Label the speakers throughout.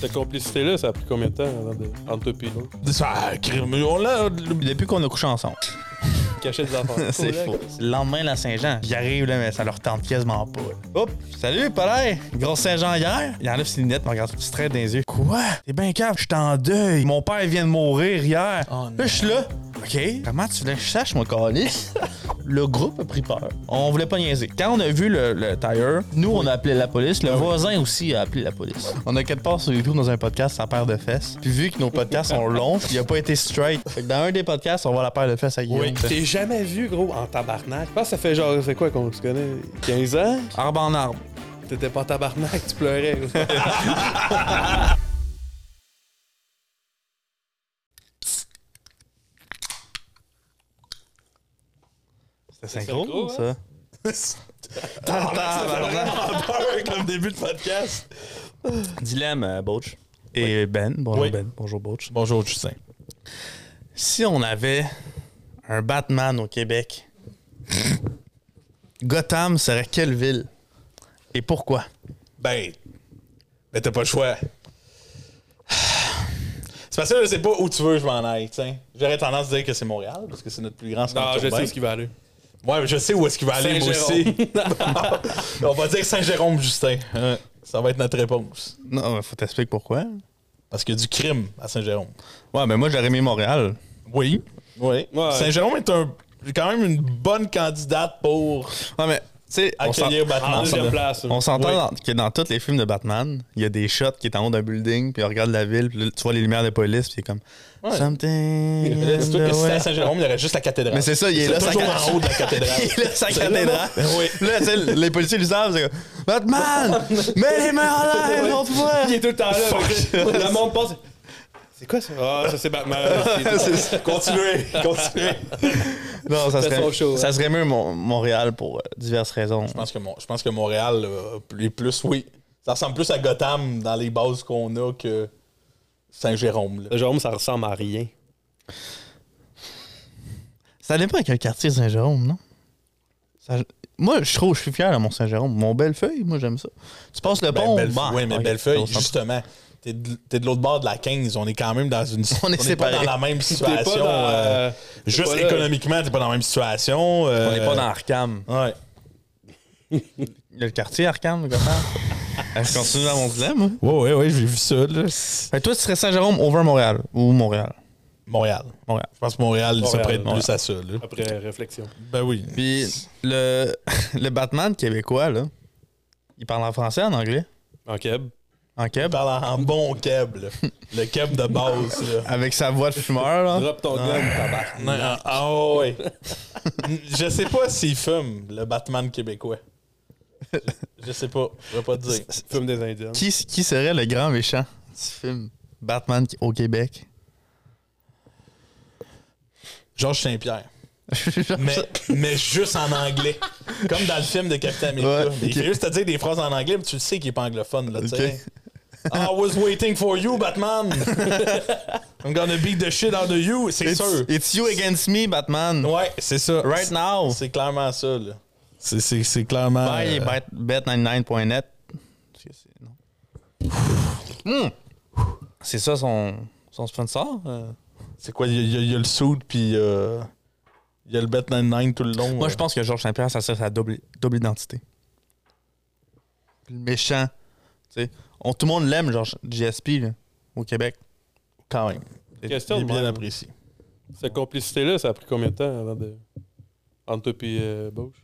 Speaker 1: cette complicité-là, ça a pris combien de temps avant de- entre toi et l'autre?
Speaker 2: Ça, crime, on l'a- depuis qu'on a couché ensemble.
Speaker 1: Cacher des enfants.
Speaker 2: c'est faux. Le lendemain, la Saint-Jean, j'y arrive, là, mais ça leur tente quasiment pas. là. Hop, salut, pareil. Grosse Saint-Jean hier. Il enlève ses lunettes, me regarde tout straight dans les yeux. Quoi? T'es bien cave, je suis en deuil. Mon père vient de mourir hier.
Speaker 1: Oh,
Speaker 2: Là, je suis là. OK. Comment tu voulais que je sache, mon calice? le groupe a pris peur. On voulait pas niaiser. Quand on a vu le, le tire, nous, on a appelé la police.
Speaker 1: Ah
Speaker 2: Le voisin aussi a appelé la police. On a quatre parts sur YouTube dans un podcast sans paire de fesses. Puis vu que nos podcasts sont longs, il a pas été straight. Fait que dans un des podcasts, on voit la paire de fesses à Guillaume.
Speaker 1: Oui. T'es jamais vu, gros, en tabarnak. Je pense que ça fait genre, c'est quoi qu'on se connaît? 15 ans?
Speaker 2: Arbre en arbre.
Speaker 1: T'étais pas en tabarnak, tu pleurais. gros.
Speaker 2: C'était
Speaker 1: synchro,
Speaker 2: synchro,
Speaker 1: hein?
Speaker 2: ça?
Speaker 3: comme début de podcast. Dilemme, euh, Boach.
Speaker 2: Et Ben, bonjour
Speaker 3: Oui.
Speaker 2: Ben, bonjour Boach.
Speaker 3: Bonjour, Justin.
Speaker 2: Si on avait un Batman au Québec, Gotham serait quelle ville? Et pourquoi?
Speaker 3: Ben, ben t'as pas le choix. C'est parce que je sais pas où tu veux que je m'en aille, tiens. J'aurais tendance à dire que c'est Montréal, parce que c'est notre plus grand centre
Speaker 1: Non, je
Speaker 3: urbain.
Speaker 1: sais ce qu'il va aller.
Speaker 3: Ouais, mais je sais où est-ce qu'il va aller, moi aussi. On va dire Saint-Jérôme, Justin. Ouais, ça va être notre réponse.
Speaker 2: Non, faut t'expliquer pourquoi.
Speaker 3: Parce qu'il y a du crime à Saint-Jérôme.
Speaker 2: Ouais, ben moi j'aurais mis Montréal.
Speaker 3: Oui. Oui.
Speaker 1: Ouais.
Speaker 3: Saint-Jérôme est un, quand même une bonne candidate pour
Speaker 2: Ouais, mais tu sais, on s'en-
Speaker 3: accueillir
Speaker 1: En
Speaker 3: Batman.
Speaker 1: Ah, deuxième place.
Speaker 2: on s'entend
Speaker 3: Oui.
Speaker 2: dans- que dans tous les films de Batman, il y a des shots qui est en haut d'un building, puis on regarde la ville, puis là, tu vois les lumières de police, puis il est comme Something.
Speaker 3: Mais là,
Speaker 2: in
Speaker 3: C'est toi
Speaker 2: the way.
Speaker 3: que si c'était à Saint-Jérôme, il y aurait juste la cathédrale.
Speaker 2: Mais c'est ça, il est là, sa
Speaker 3: toujours
Speaker 2: cathédrale.
Speaker 3: en haut de la cathédrale.
Speaker 2: Il est là, sa cathédrale.
Speaker 3: Ben oui.
Speaker 2: Là, tu sais, les policiers lui savent, c'est comme Batman! Mets les mains en l'air, l'autre fois!
Speaker 1: Il est tout le temps là. Le monde pense. C'est quoi ça? Ah, ça c'est Batman.
Speaker 2: C'est ça.
Speaker 3: Continuez, continuez.
Speaker 2: Non, ça
Speaker 1: Fais son
Speaker 2: serait,
Speaker 1: show,
Speaker 2: ça serait mieux Mon- Montréal pour euh, diverses raisons.
Speaker 3: Je pense que, Mon- je pense que Montréal euh, est plus, oui. Ça ressemble plus à Gotham dans les bases qu'on a que Saint-Jérôme. là.
Speaker 1: Jérôme, ça ressemble à rien.
Speaker 2: Ça dépend avec un quartier Saint-Jérôme, non? Ça- moi, je trouve, je suis fier de mon Saint-Jérôme. Mon Bellefeuille, moi, j'aime ça. Tu passes le
Speaker 3: Ben,
Speaker 2: pont,
Speaker 3: Bellefeuille-
Speaker 2: bah,
Speaker 3: oui, mais
Speaker 2: ok,
Speaker 3: Bellefeuille,
Speaker 2: on s'en-
Speaker 3: justement, t'es de, t'es de l'autre bord de la 15. On est quand même dans une.
Speaker 2: On est
Speaker 3: pas
Speaker 2: séparés.
Speaker 3: dans la
Speaker 1: T'es
Speaker 3: même
Speaker 1: pas
Speaker 3: situation.
Speaker 1: dans.
Speaker 3: euh,
Speaker 1: euh, t'es
Speaker 3: juste
Speaker 1: pas là.
Speaker 3: économiquement, t'es pas dans la même situation.
Speaker 2: On n'est pas dans Arkham.
Speaker 3: dans. Ouais.
Speaker 2: Il y a le quartier Arkham, Gotham. Je continue dans mon dilemme. hein?
Speaker 3: Ouais, ouais, ouais, j'ai vu ça, là.
Speaker 2: Fait que Ben, toi, tu serais Saint-Jérôme over Montréal ou Montréal?
Speaker 3: Montréal.
Speaker 2: Montréal.
Speaker 3: Je pense que Montréal, ça
Speaker 1: Montréal,
Speaker 3: prête plus
Speaker 2: Montréal.
Speaker 3: à ça, là.
Speaker 1: Après réflexion.
Speaker 3: Ben oui.
Speaker 2: Puis le, le Batman québécois, là, il parle en français, en anglais,
Speaker 1: En keb.
Speaker 2: en
Speaker 3: On
Speaker 2: keb,
Speaker 3: parle en bon keb, là. Le keb de base, là.
Speaker 2: avec sa voix de fumeur, là.
Speaker 1: Drop ton gun, tabarnak.
Speaker 3: Non, ah, ah, ouais. Je sais pas s'il fume, le Batman québécois. Je, je sais pas. Je vais pas te dire.
Speaker 1: Fume des Indiens.
Speaker 2: Qui, qui serait le grand méchant du film Batman au Québec?
Speaker 3: Georges Saint-Pierre. Mais, mais juste en anglais. Comme dans le film de Captain America.
Speaker 2: Ouais,
Speaker 3: Il
Speaker 2: ok.
Speaker 3: fait juste te dire des phrases en anglais, mais tu le sais qu'il est pas anglophone, là, tu sais.
Speaker 2: Ok.
Speaker 3: I was waiting for you, Batman. I'm gonna beat the shit out of you, c'est
Speaker 2: It's,
Speaker 3: sûr.
Speaker 2: it's you against me, Batman.
Speaker 3: Ouais, c'est ça.
Speaker 2: Right now.
Speaker 3: C'est clairement ça, là. C'est, c'est, c'est clairement.
Speaker 2: Bye,
Speaker 3: euh,
Speaker 2: bet- bet99.net. Parce que c'est- non. Hmm. C'est ça son, son sponsor? euh?
Speaker 3: C'est quoi, il y, a- il y a le suit, puis euh, il y a le bet 99 tout le long.
Speaker 2: Moi, je pense que Georges Saint-Pierre, ça serait sa double, double identité. Le méchant. tu sais. On, tout le monde l'aime, Georges GSP, là, au Québec.
Speaker 3: quand même.
Speaker 1: Question
Speaker 3: euh, il est
Speaker 1: de
Speaker 3: bien
Speaker 1: même.
Speaker 3: apprécié.
Speaker 1: Cette complicité-là, ça a pris combien de temps avant de. Entre toi et euh, Bauche?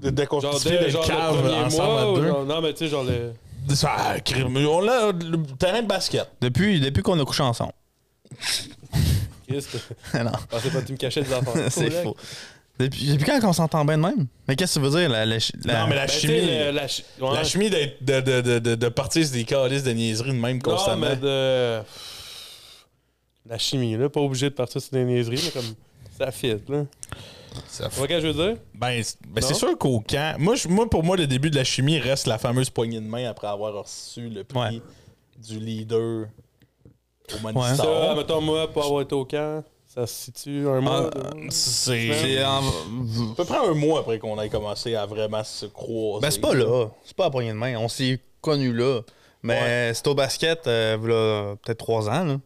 Speaker 3: De
Speaker 1: Genre,
Speaker 3: déconstituer
Speaker 1: dès
Speaker 3: le
Speaker 1: genre,
Speaker 3: cave
Speaker 1: le premier
Speaker 3: ensemble
Speaker 1: mois, ou
Speaker 3: à deux.
Speaker 1: genre- non, mais tu sais, genre, le...
Speaker 3: Ah, crime. On l'a, le terrain de basket.
Speaker 2: Depuis, depuis qu'on a couché ensemble.
Speaker 1: Chris,
Speaker 2: non,
Speaker 1: pensais pas que tu me cachais des enfants.
Speaker 2: c'est
Speaker 1: Colac.
Speaker 2: faux. Depuis, depuis quand on s'entend bien de même? Mais qu'est-ce que ça veut dire? La, la- la-
Speaker 3: non, mais la
Speaker 1: Ben, tu sais,
Speaker 3: chimie.
Speaker 1: le- la, chi- ouais.
Speaker 3: La chimie d'être- de, de, de, de, de partir sur des calices de niaiseries de même
Speaker 1: Non,
Speaker 3: constamment.
Speaker 1: mais de... La chimie, là, pas obligé de partir sur des niaiseries, mais comme... Ça fit, là.
Speaker 3: Ça
Speaker 1: Tu
Speaker 3: f-
Speaker 1: vois ce que je veux dire?
Speaker 3: Ben, c'est- ben,
Speaker 1: Non.
Speaker 3: c'est sûr qu'au camp. Moi, je- moi, pour moi, le début de la chimie reste la fameuse poignée de main après avoir reçu le prix
Speaker 2: Ouais.
Speaker 3: du leader au
Speaker 2: Ouais.
Speaker 3: Manistar.
Speaker 1: Ça, mettons, moi, pour avoir été au camp, ça se situe un mois. deux mois.
Speaker 2: C'est en-
Speaker 3: À peu près un mois après qu'on ait commencé à vraiment se croiser.
Speaker 2: Ben, c'est pas là. C'est pas à poignée de main. On s'est connus là. Mais c'est au basket, euh, v'là peut-être trois ans. Là.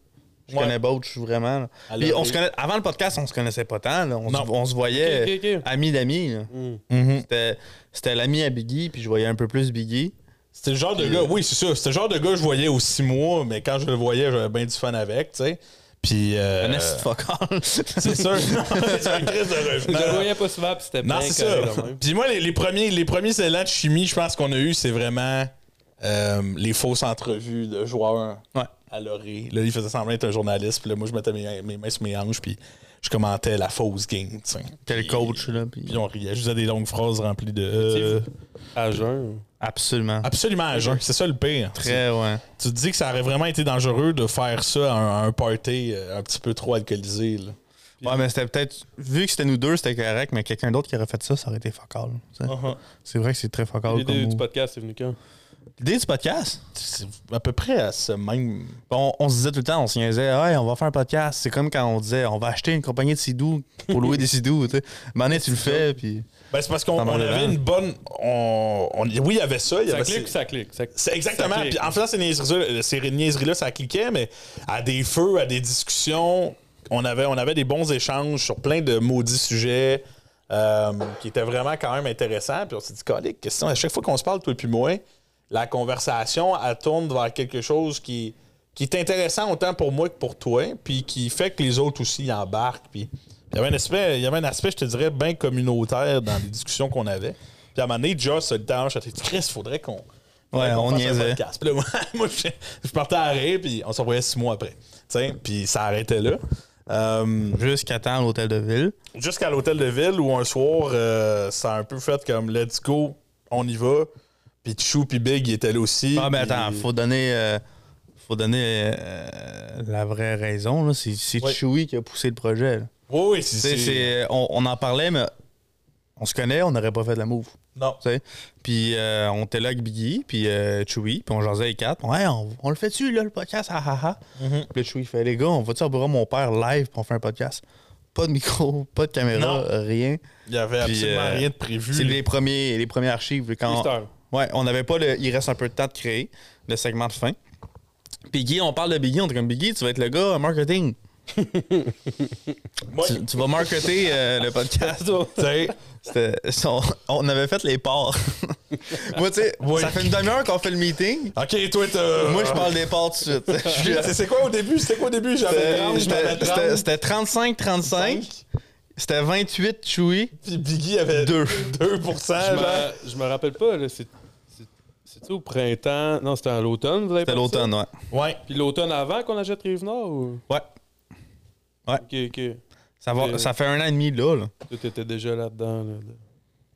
Speaker 2: Je
Speaker 3: Ouais.
Speaker 2: connais Bouch vraiment. là.
Speaker 3: Elle
Speaker 2: Puis
Speaker 3: a
Speaker 2: on
Speaker 3: fait-
Speaker 2: se connaît... Avant le podcast, on se connaissait pas tant. là. On, se...
Speaker 3: Non.
Speaker 2: on se voyait
Speaker 1: Ok, ok, ok.
Speaker 2: amis d'amis. là.
Speaker 1: Hmm.
Speaker 2: C'était- C'était l'ami à Biggie, puis je voyais un peu plus Biggie.
Speaker 3: C'était le genre de gars, oui, c'est ça. C'était le genre de gars que je voyais aux six mois, mais quand je le voyais, j'avais bien du fun avec, tu sais. Puis. euh,
Speaker 2: Un assis de fuck all.
Speaker 3: c'est sûr. Non, c'est un crise de
Speaker 1: Je le
Speaker 3: revenant.
Speaker 1: voyais pas souvent, puis c'était
Speaker 3: Ben, Non,
Speaker 1: bien
Speaker 3: c'est
Speaker 1: correct
Speaker 3: ça.
Speaker 1: de même.
Speaker 3: Puis moi, les, les premiers, les premiers élans de chimie, je pense qu'on a eu, c'est vraiment euh, les fausses entrevues de joueurs
Speaker 2: Ouais.
Speaker 3: à l'orée. Là, il faisait semblant d'être un journaliste. Puis là, moi, je mettais mes, mes mains sur mes hanches, puis je commentais la fausse game, tu sais.
Speaker 2: T'es le coach, là. puis-
Speaker 3: Puis on riait. Je faisais des longues phrases remplies de. euh,
Speaker 1: À jeun.
Speaker 2: Absolument.
Speaker 3: absolument à jeun. C'est ça le pire.
Speaker 2: Très, ouais.
Speaker 3: Tu te dis que ça aurait vraiment été dangereux de faire ça à un, à un party euh, un petit peu trop alcoolisé. là.
Speaker 2: Ouais, mais c'était peut-être. Vu que c'était nous deux, c'était correct, mais quelqu'un d'autre qui aurait fait ça, ça aurait été fuck all. tu sais. C'est vrai que c'est très fuck all.
Speaker 1: L'idée
Speaker 2: comme
Speaker 1: du
Speaker 2: mot.
Speaker 1: podcast est venue quand?
Speaker 2: L'idée du podcast?
Speaker 3: C'est à peu près à ce même.
Speaker 2: On, on se disait tout le temps, on se niaisait, hey, on va faire un podcast. C'est comme quand on disait, on va acheter une compagnie de sidou pour louer des sidou. Tu sais, Mané, tu le fais, puis.
Speaker 3: Ben, c'est parce qu'on
Speaker 2: Ça m'en
Speaker 3: on
Speaker 2: revient.
Speaker 3: avait une bonne. on- on- oui, il y avait ça. il y
Speaker 1: Ça
Speaker 3: avait
Speaker 1: clique ou
Speaker 3: ces-
Speaker 1: ça clique? Ça-
Speaker 3: C'est exactement.
Speaker 1: Ça clique.
Speaker 3: Puis en faisant ces niaiseries-là, euh, ces niaiseries-là, ça cliquait, mais à des feux, à des discussions, on avait, on avait des bons échanges sur plein de maudits sujets euh, qui étaient vraiment quand même intéressants. Puis on s'est dit, colique, question, à chaque fois qu'on se parle, toi et puis moi, la conversation, elle tourne vers quelque chose qui, qui est intéressant autant pour moi que pour toi, puis qui fait que les autres aussi y embarquent. Puis il y avait un aspect, il y avait un aspect, je te dirais, bien communautaire dans les discussions qu'on avait. Puis à un moment donné, Josh se détache, il dit, Ah, Chris, faudrait qu'on.
Speaker 2: Ouais, on
Speaker 3: fasse un
Speaker 2: niaisait.
Speaker 3: podcast. Puis là, moi, moi, je, je partais à rire, puis on s'envoyait six mois après. Tu sais, puis ça arrêtait là. Euh,
Speaker 2: Jusqu'à temps à l'hôtel de ville.
Speaker 3: Jusqu'à l'hôtel de ville où un soir, euh, ça a un peu fait comme let's go, on y va. Puis Chou puis Big ils étaient là aussi.
Speaker 2: Ah, mais
Speaker 3: puis-
Speaker 2: attends, faut donner. euh, faut donner euh, la vraie raison. là. C'est c'est
Speaker 3: Ouais.
Speaker 2: Chewy qui a poussé le projet. là.
Speaker 3: Oui, oui,
Speaker 2: Tu sais,
Speaker 3: c'est.
Speaker 2: c'est- euh, on, on en parlait, mais on se connaît, on n'aurait pas fait de la move.
Speaker 3: Non.
Speaker 2: tu sais. Puis euh, on était là avec Biggie, puis euh, Chewy, puis on jasait les quatre. Ouais, on, on le fait-tu, là, le podcast? Ah, ah, ah.
Speaker 3: Mm-hmm.
Speaker 2: Puis là, Chewy fait, les gars, on va-tu au bureau de mon père live pour faire un podcast? Pas de micro, pas de caméra,
Speaker 3: Non.
Speaker 2: rien.
Speaker 3: Il y avait
Speaker 2: Puis,
Speaker 3: absolument
Speaker 2: euh,
Speaker 3: rien de prévu.
Speaker 2: C'est les premiers, les premiers archives. Quand
Speaker 1: Easter.
Speaker 2: ouais, on n'avait pas le. Il reste un peu de temps de créer le segment de fin. Biggie, on parle de Biggie, on est comme Biggie, tu vas être le gars marketing.
Speaker 3: Moi,
Speaker 2: Tu, tu vas marketer euh, le podcast. toi.
Speaker 3: tu sais,
Speaker 2: C'était- On, on avait fait les parts. Moi, tu sais,
Speaker 3: Oui.
Speaker 2: ça fait une demi-heure qu'on fait le meeting.
Speaker 3: ok, toi, t'as.
Speaker 2: Moi, je parle des parts tout de suite. Je suis-
Speaker 3: C'est- C'est quoi au début? C'était quoi au début? J'avais 30, je m'avais
Speaker 2: C'était
Speaker 3: 30.
Speaker 2: c'était- c'était 35-35. C'était 28 Chewy.
Speaker 3: Puis Biggie avait 2%.
Speaker 2: Deux.
Speaker 1: Je
Speaker 2: Ah,
Speaker 3: genre.
Speaker 1: me-
Speaker 2: ben.
Speaker 1: Je me rappelle pas, là. c'est- c'est- C'était au printemps? Non, c'était à l'automne, vous avez
Speaker 2: C'était
Speaker 1: parti ça?
Speaker 2: l'automne, ouais.
Speaker 3: Ouais.
Speaker 1: Puis l'automne avant qu'on achète Rive-Nord? Ou...
Speaker 2: Ouais.
Speaker 1: Ok, ok.
Speaker 2: Ça, va-
Speaker 1: Euh,
Speaker 2: ça fait un an et demi, là. là.
Speaker 1: Tout était déjà là-dedans, là, là.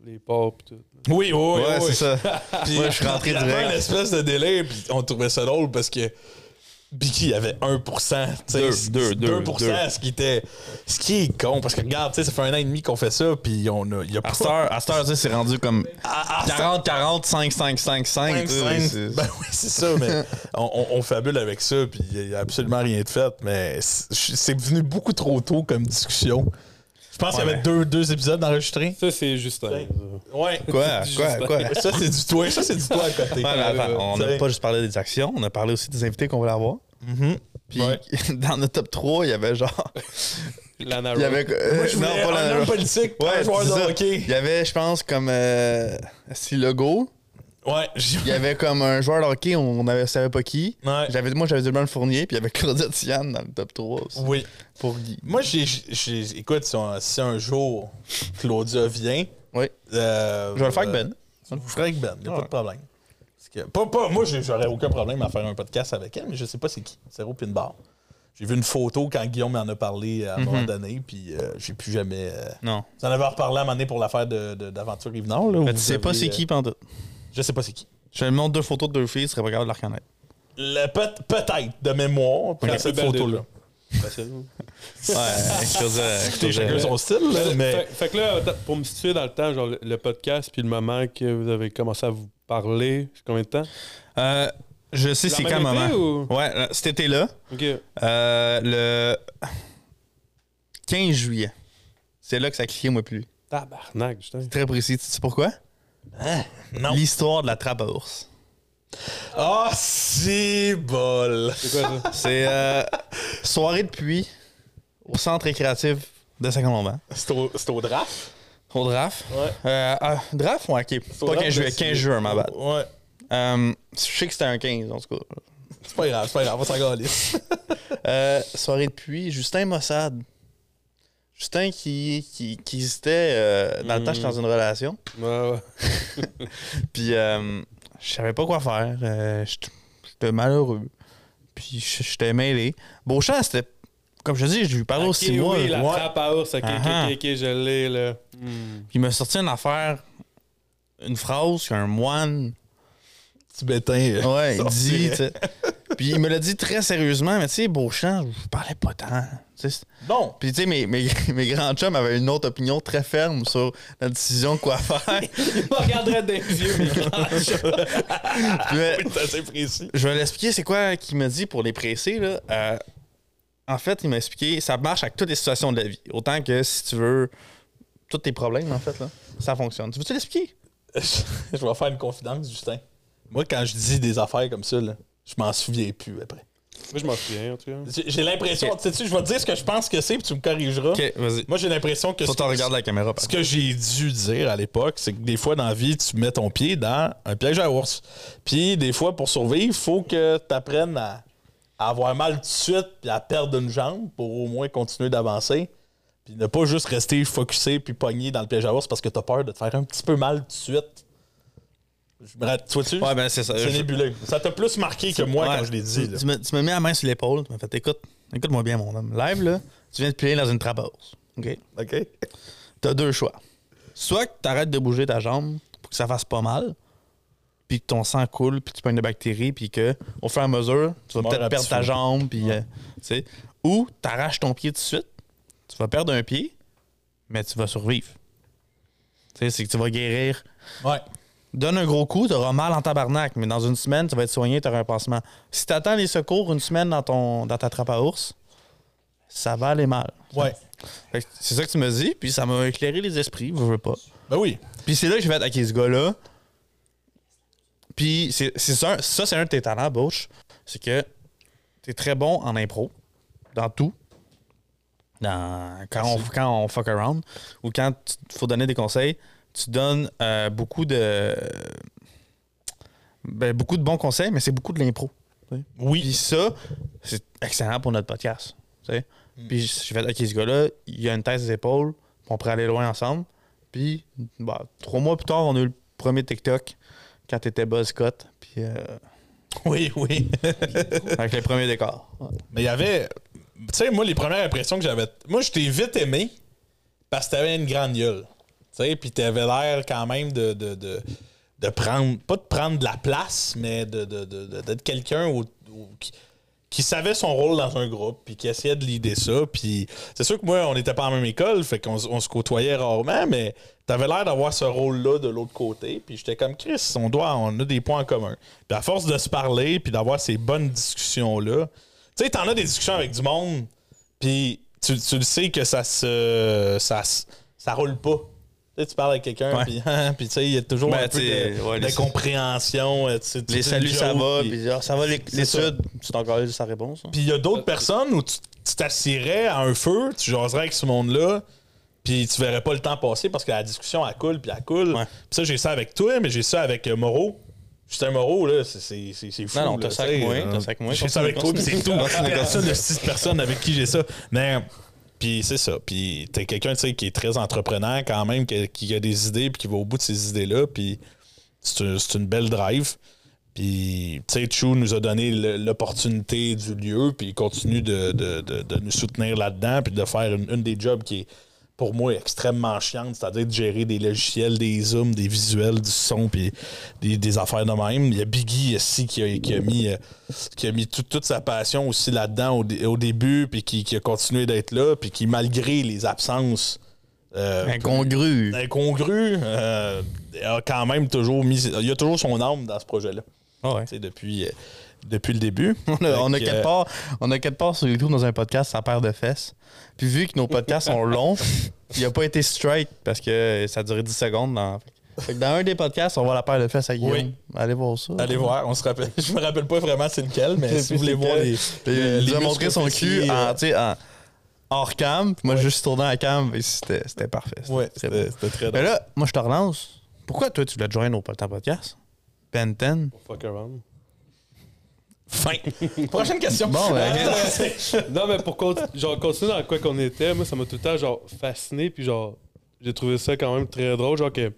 Speaker 1: Les ports pis tout.
Speaker 3: Oui, oui, oui.
Speaker 2: ouais,
Speaker 3: oui.
Speaker 2: c'est ça.
Speaker 3: Puis,
Speaker 2: Moi, je suis rentré
Speaker 3: il y avait
Speaker 2: direct.
Speaker 3: une espèce de délai, puis on trouvait ça drôle parce que Biggie avait 1%. tu sais,
Speaker 2: Deux,
Speaker 3: c-
Speaker 2: deux, deux,
Speaker 3: 2%, ce qui était. Ce qui est con, parce que regarde, tu sais, ça fait un an et demi qu'on fait ça, puis on a. Il y a
Speaker 2: À
Speaker 3: pas-
Speaker 2: cette heure, à cette heure, tu sais, c'est rendu comme
Speaker 3: À- à-
Speaker 2: 40-40, 5-5-5-5. tu sais, c'est-
Speaker 3: Ben oui, c'est ça, mais on, on- on fabule avec ça, puis il n'y a absolument rien de fait, mais c'est c'est venu beaucoup trop tôt comme discussion. Je pense qu'il y
Speaker 2: Ouais,
Speaker 3: avait
Speaker 2: mais-
Speaker 3: deux, deux épisodes enregistrés.
Speaker 1: Ça, c'est Justin.
Speaker 3: Ouais.
Speaker 1: ça.
Speaker 3: Ouais.
Speaker 2: Quoi?
Speaker 1: Juste
Speaker 2: Quoi?
Speaker 1: pas.
Speaker 2: Quoi? Ouais,
Speaker 3: Ça, c'est du toi, ça, c'est du toi à côté.
Speaker 2: mais attends, on
Speaker 3: Tu
Speaker 2: n'a
Speaker 3: sais.
Speaker 2: pas juste parlé des actions, on a parlé aussi des invités qu'on voulait avoir.
Speaker 3: Mhm.
Speaker 2: Puis
Speaker 3: Ouais.
Speaker 2: dans notre top 3, il y avait genre.
Speaker 1: Lana
Speaker 2: Il y avait. euh,
Speaker 3: Moi, je voulais
Speaker 2: non, pas
Speaker 3: un
Speaker 2: la-
Speaker 3: homme politique,
Speaker 2: Ouais,
Speaker 3: un joueur
Speaker 2: c'est ça.
Speaker 3: de hockey.
Speaker 2: Il y avait, je pense, comme. Euh, si logo.
Speaker 3: Ouais, j'ai-
Speaker 2: Il y avait comme un joueur de hockey, on ne savait pas qui.
Speaker 3: Ouais.
Speaker 2: J'avais, moi, j'avais Durban Fournier, puis il y avait Claudette Yann dans le top 3 aussi.
Speaker 3: Oui.
Speaker 2: Pour Guy.
Speaker 3: Moi, j'ai, j'ai- écoute, si, on- si un jour Claudia vient.
Speaker 2: Oui.
Speaker 3: euh,
Speaker 2: Je vais le faire avec
Speaker 3: euh,
Speaker 2: Ben.
Speaker 3: Je vais le faire avec Ben, il n'y
Speaker 2: Ah
Speaker 3: a pas
Speaker 2: ouais.
Speaker 3: de problème. Parce que- pas, pas, moi, j'ai- j'aurais aucun problème à faire un podcast avec elle, mais je sais pas c'est qui. Zéro puis une barre. J'ai vu une photo quand Guillaume en a parlé
Speaker 2: Mhm.
Speaker 3: à un moment donné, puis euh, j'ai plus jamais. euh,
Speaker 2: Non. Ben,
Speaker 3: Vous en avez reparlé à un moment donné pour l'affaire de, de- d'Aventure Rive Nord. Là, où
Speaker 2: tu
Speaker 3: vous
Speaker 2: sais pas
Speaker 3: avez,
Speaker 2: c'est
Speaker 3: euh,
Speaker 2: qui, pantoute.
Speaker 3: Je sais pas c'est qui.
Speaker 2: Je te montre deux photos de deux filles, tu serais pas capable de la reconnaître.
Speaker 3: Le- peut- peut-être de mémoire, prends
Speaker 1: La
Speaker 3: cette
Speaker 1: plus belle
Speaker 3: photo-là.
Speaker 1: Facile.
Speaker 2: Ouais,
Speaker 3: Écoutez, chacun son style,
Speaker 2: Ben,
Speaker 3: là,
Speaker 1: Fait-
Speaker 3: mais.
Speaker 1: Fait, fait que là, attends, pour me situer dans le temps, genre le, le podcast puis le moment que vous avez commencé à vous parler, c'est combien de temps?
Speaker 2: Euh, je sais
Speaker 1: La
Speaker 2: c'est
Speaker 1: même
Speaker 2: quand,
Speaker 1: été
Speaker 2: maman.
Speaker 1: ou-
Speaker 2: Ouais, euh, cet été-là,
Speaker 1: Ok.
Speaker 2: euh, le 15 juillet. C'est là que ça cliquait, moi, plus.
Speaker 1: Tabarnak, Justin.
Speaker 2: Très précis. Tu sais pourquoi?
Speaker 3: Hein? Non.
Speaker 2: L'histoire de la trappe à ours.
Speaker 3: Ah, si bol!
Speaker 1: C'est quoi ça?
Speaker 2: C'est euh, soirée de puits au centre récréatif de Saint-Colomban.
Speaker 3: C'est au, c'est au draft?
Speaker 2: Au draft.
Speaker 3: Ouais.
Speaker 2: Euh, ah, draft ou ok.
Speaker 3: C'est au
Speaker 2: Pas
Speaker 3: draft
Speaker 2: 15
Speaker 3: de-
Speaker 2: juillet, 15 juin, ma bad.
Speaker 3: Ouais.
Speaker 2: Euh, je sais que c'était un 15, en tout cas.
Speaker 3: C'est pas grave, c'est pas grave, on s'en calisse.
Speaker 2: Euh, soirée de pluie, Justin Mossad. Justin qui, qui, qui hésitait euh, dans le temps,
Speaker 1: Hmm.
Speaker 2: j'étais dans une relation.
Speaker 1: Ouais,
Speaker 2: Ah,
Speaker 1: ouais.
Speaker 2: Puis euh, je savais pas quoi faire. Euh, j'étais j'étais malheureux. Puis j- j'étais mêlé. Beauchamp, c'était. Comme je te dis, je lui parlais
Speaker 1: Ah, Ok,
Speaker 2: aussi moi.
Speaker 1: Oui, la
Speaker 2: Ouais. Ah,
Speaker 1: trappe à ours. Ok, ok,
Speaker 2: Ah-ha.
Speaker 1: ok, ok, je l'ai, là. Hmm.
Speaker 2: Puis il m'a sorti une affaire, une phrase qu'un moine
Speaker 3: Tibétain. euh,
Speaker 2: Ouais, il
Speaker 3: Sorti.
Speaker 2: dit, tu sais. Puis il me l'a dit très sérieusement, mais tu sais, Beauchamp, je parlais pas tant. tu sais, c'est-
Speaker 3: Bon!
Speaker 2: Puis tu sais, mes, mes, mes grands chums avaient une autre opinion très ferme sur la décision de quoi faire.
Speaker 1: Il me regarderait des vieux, mais grand.
Speaker 2: Mais
Speaker 3: C'est assez précis.
Speaker 2: je vais l'expliquer, c'est quoi qu'il me dit pour les presser, là. Euh, en fait, il m'a expliqué, ça marche avec toutes les situations de la vie. Autant que si tu veux, tous tes problèmes, en fait, là, ça fonctionne. Tu veux-tu l'expliquer?
Speaker 3: je vais faire une confidence, Justin. Moi, quand je dis des affaires comme ça, là, je m'en souviens plus après.
Speaker 1: Moi, je m'en souviens, en tout cas.
Speaker 3: J'ai j'ai l'impression,
Speaker 2: Ok.
Speaker 3: tu sais-tu, je vais te dire ce que je pense que c'est, puis tu me corrigeras.
Speaker 2: vas-y.
Speaker 3: Moi, j'ai l'impression que
Speaker 2: Faut
Speaker 3: ce,
Speaker 2: t'en regarder la caméra, par
Speaker 3: ce que j'ai dû dire à l'époque, c'est que des fois, dans la vie, tu mets ton pied dans un piège à ours. Puis, des fois, pour survivre, il faut que tu apprennes à, à avoir mal tout de suite, puis à perdre une jambe pour au moins continuer d'avancer. Puis ne pas juste rester focusé puis pogné dans le piège à ours parce que t'as peur de te faire un petit peu mal tout de suite. Je me rate- tu vois-tu?
Speaker 2: Ouais, ben c'est ça.
Speaker 3: C'est
Speaker 2: Je-
Speaker 3: nébuleux. Ça t'a plus marqué que moi
Speaker 2: Ouais.
Speaker 3: quand je l'ai dit. là.
Speaker 2: Tu me, tu me mets la main sur l'épaule, tu m'as fait écoute, écoute-moi bien, mon homme. Live, là, tu viens de piler dans une trappe à ours. OK?
Speaker 3: OK?
Speaker 2: T'as deux choix. Soit que t'arrêtes de bouger ta jambe pour que ça fasse pas mal, puis que ton sang coule, puis tu pognes des bactéries, puis que au fur et à mesure, tu vas
Speaker 3: meurs à
Speaker 2: peut-être perdre
Speaker 3: petit
Speaker 2: ta
Speaker 3: feu.
Speaker 2: jambe, puis euh, tu sais. Ou t'arraches ton pied tout de suite, tu vas perdre un pied, mais tu vas survivre. Tu sais, c'est que tu vas guérir
Speaker 3: Ouais.
Speaker 2: Donne un gros coup, t'auras mal en tabarnak, mais dans une semaine, tu vas être soigné, t'auras un pansement. Si t'attends les secours une semaine dans, ton, dans ta trappe à ours, ça va aller mal.
Speaker 3: Ouais.
Speaker 2: Fait que C'est ça que tu me dis, puis ça m'a éclairé les esprits, je veux pas.
Speaker 3: Ben oui.
Speaker 2: Puis c'est là que j'ai fait, ok, ce gars-là. Puis c'est c'est ça, ça c'est un de tes talents, Bouch. C'est que t'es très bon en impro, dans tout. Dans, quand, on, quand on fuck around ou quand il faut donner des conseils, tu donnes euh, beaucoup de. ben, beaucoup de bons conseils, mais c'est beaucoup de l'impro. Puis
Speaker 3: Oui.
Speaker 2: ça, c'est excellent pour notre podcast. tu sais. Puis je fait, OK, ce gars-là, il a une thèse des épaules, puis on pourrait aller loin ensemble. Puis, bah, trois mois plus tard, on a eu le premier TikTok quand t'étais Buzz Scott, puis euh,
Speaker 3: Oui, oui.
Speaker 2: avec les premiers décors. Ouais.
Speaker 3: Mais il y avait. Tu sais, moi, les premières impressions que j'avais. Moi, je t'ai vite aimé parce que t'avais une grande gueule. Tu sais, puis t'avais l'air quand même de, de, de, de prendre. Pas de prendre de la place, mais de, de, de- de- d'être quelqu'un au- au- qui, qui savait son rôle dans un groupe, puis qui essayait de l'idée ça. Puis c'est sûr que moi, on n'était pas en même école, fait qu'on s- on se côtoyait rarement, mais t'avais l'air d'avoir ce rôle-là de l'autre côté. Puis j'étais comme Chris, on doit, on a des points en commun. Puis à force de se parler, puis d'avoir ces bonnes discussions-là, tu sais, t'en as des discussions avec du monde, puis tu, tu le sais que ça se. ça, se- ça roule pas. Tu sais, tu parles avec quelqu'un,
Speaker 2: Ouais.
Speaker 3: puis puis tu sais, il y a toujours
Speaker 2: Ben,
Speaker 3: un peu
Speaker 2: tu sais,
Speaker 3: de,
Speaker 2: ouais,
Speaker 3: de
Speaker 2: les-
Speaker 3: compréhension. euh, tu sais, tu
Speaker 2: Les
Speaker 3: sais,
Speaker 2: saluts,
Speaker 3: une
Speaker 2: ça
Speaker 3: joke,
Speaker 2: va,
Speaker 3: puis-
Speaker 2: puis ah, ça va les-
Speaker 3: C'est ça.
Speaker 2: l'étude. C'est encore eu sa réponse. hein?
Speaker 3: puis il y a d'autres personnes où tu tu t'assirais à un feu, tu jaserais avec ce monde-là, puis tu verrais pas le temps passer parce que la discussion, elle coule, puis elle coule.
Speaker 2: Ouais.
Speaker 3: Puis ça, j'ai ça avec toi, mais j'ai ça avec euh, Moreau. Justin Moreau, là, c'est- c'est c'est- c'est fou.
Speaker 2: Non, non,
Speaker 3: là,
Speaker 2: t'as ça
Speaker 3: tu
Speaker 2: avec
Speaker 3: sais,
Speaker 2: moi,
Speaker 3: euh,
Speaker 2: t'as ça avec moi.
Speaker 3: J'ai ça avec toi, puis c'est tout. Personne de six personnes avec qui j'ai ça. Mais, puis c'est ça. Puis t'es quelqu'un, tu sais, qui est très entrepreneur quand même, qui, qui a des idées, puis qui va au bout de ces idées-là, puis c'est un- c'est une belle drive. Puis, tu sais, Chu nous a donné le- l'opportunité du lieu, puis il continue de, de- de- de nous soutenir là-dedans, puis de faire une, une des jobs qui est, pour moi, extrêmement chiante, c'est-à-dire de gérer des logiciels, des zooms, des visuels, du son, puis des, des affaires de même. Il y a Biggie aussi qui a, qui a mis, euh, qui a mis tout- toute sa passion aussi là-dedans au, dé- au début, puis qui, qui a continué d'être là, puis qui, malgré les absences, euh,
Speaker 2: Incongru.
Speaker 3: incongru, euh, a quand même toujours mis. Il a toujours son âme dans ce projet-là.
Speaker 2: Ouais.
Speaker 3: Tu sais, depuis, euh, depuis le début.
Speaker 2: On a, on a
Speaker 3: Fait que,
Speaker 2: quatre
Speaker 3: euh,
Speaker 2: parts, on a quatre parts sur YouTube dans un podcast, ça perd de fesses. Puis vu que nos podcasts sont longs, il a pas été strike parce que ça durait 10 secondes. dans- fait que Fait que dans un des podcasts, on va la paire de fesses à Guillaume.
Speaker 3: Oui.
Speaker 2: Allez voir ça.
Speaker 3: Allez voir, on se rappelle. Je me rappelle pas vraiment c'est lequel, mais
Speaker 2: Je
Speaker 3: si
Speaker 2: sais
Speaker 3: vous voulez
Speaker 2: plus
Speaker 3: voir
Speaker 2: lequel.
Speaker 3: les. euh,
Speaker 2: Puis,
Speaker 3: les
Speaker 2: il nous a
Speaker 3: muscles
Speaker 2: montré son
Speaker 3: fessiers,
Speaker 2: cul
Speaker 3: euh,
Speaker 2: en, tu sais, en- hors cam. Puis moi, j'ai juste tourné en cam. Et c'était c'était parfait. C'était
Speaker 3: Ouais,
Speaker 2: très
Speaker 3: c'était
Speaker 2: beau.
Speaker 3: c'était très
Speaker 2: Mais
Speaker 3: drôle.
Speaker 2: là, moi, je te relance. Pourquoi toi, tu voulais te joindre au Potent Podcast? Ben 10?
Speaker 1: Fuck around.
Speaker 3: Fin. Prochaine question.
Speaker 2: Bon, ben,
Speaker 1: Non, mais pour conti- genre, continuer dans quoi qu'on était, moi, ça m'a tout le temps genre, fasciné. Puis, genre, j'ai trouvé ça quand même très drôle. Genre, que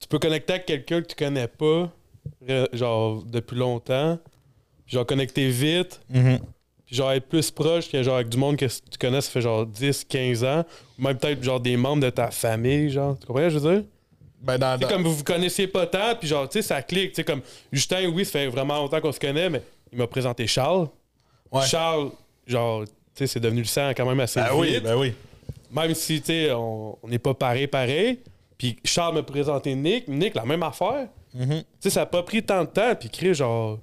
Speaker 1: tu peux connecter avec quelqu'un que tu connais pas, re- genre, depuis longtemps. Puis, genre, connecter vite.
Speaker 3: Mhm.
Speaker 1: Puis, genre, être plus proche que, genre, avec du monde que tu connais, ça fait genre 10, 15 ans. Ou même peut-être, genre, des membres de ta famille, genre. Tu comprends, ce que je veux dire?
Speaker 3: Ben, dans,
Speaker 1: Tu
Speaker 3: dans-
Speaker 1: sais, comme vous vous connaissiez pas tant, puis genre, tu sais, ça clique. Tu sais, comme Justin, oui, ça fait vraiment longtemps qu'on se connaît, mais il m'a présenté Charles.
Speaker 3: Ouais.
Speaker 1: Charles, genre, tu sais, c'est devenu le sang quand même assez
Speaker 3: Ben
Speaker 1: vite.
Speaker 3: oui, ben oui.
Speaker 1: Même si, tu sais, on on n'est pas pareil, pareil. Puis Charles m'a présenté Nick. Nick, la même affaire.
Speaker 3: Mm-hmm.
Speaker 1: Tu sais, ça a pas pris tant de temps, puis crée, genre.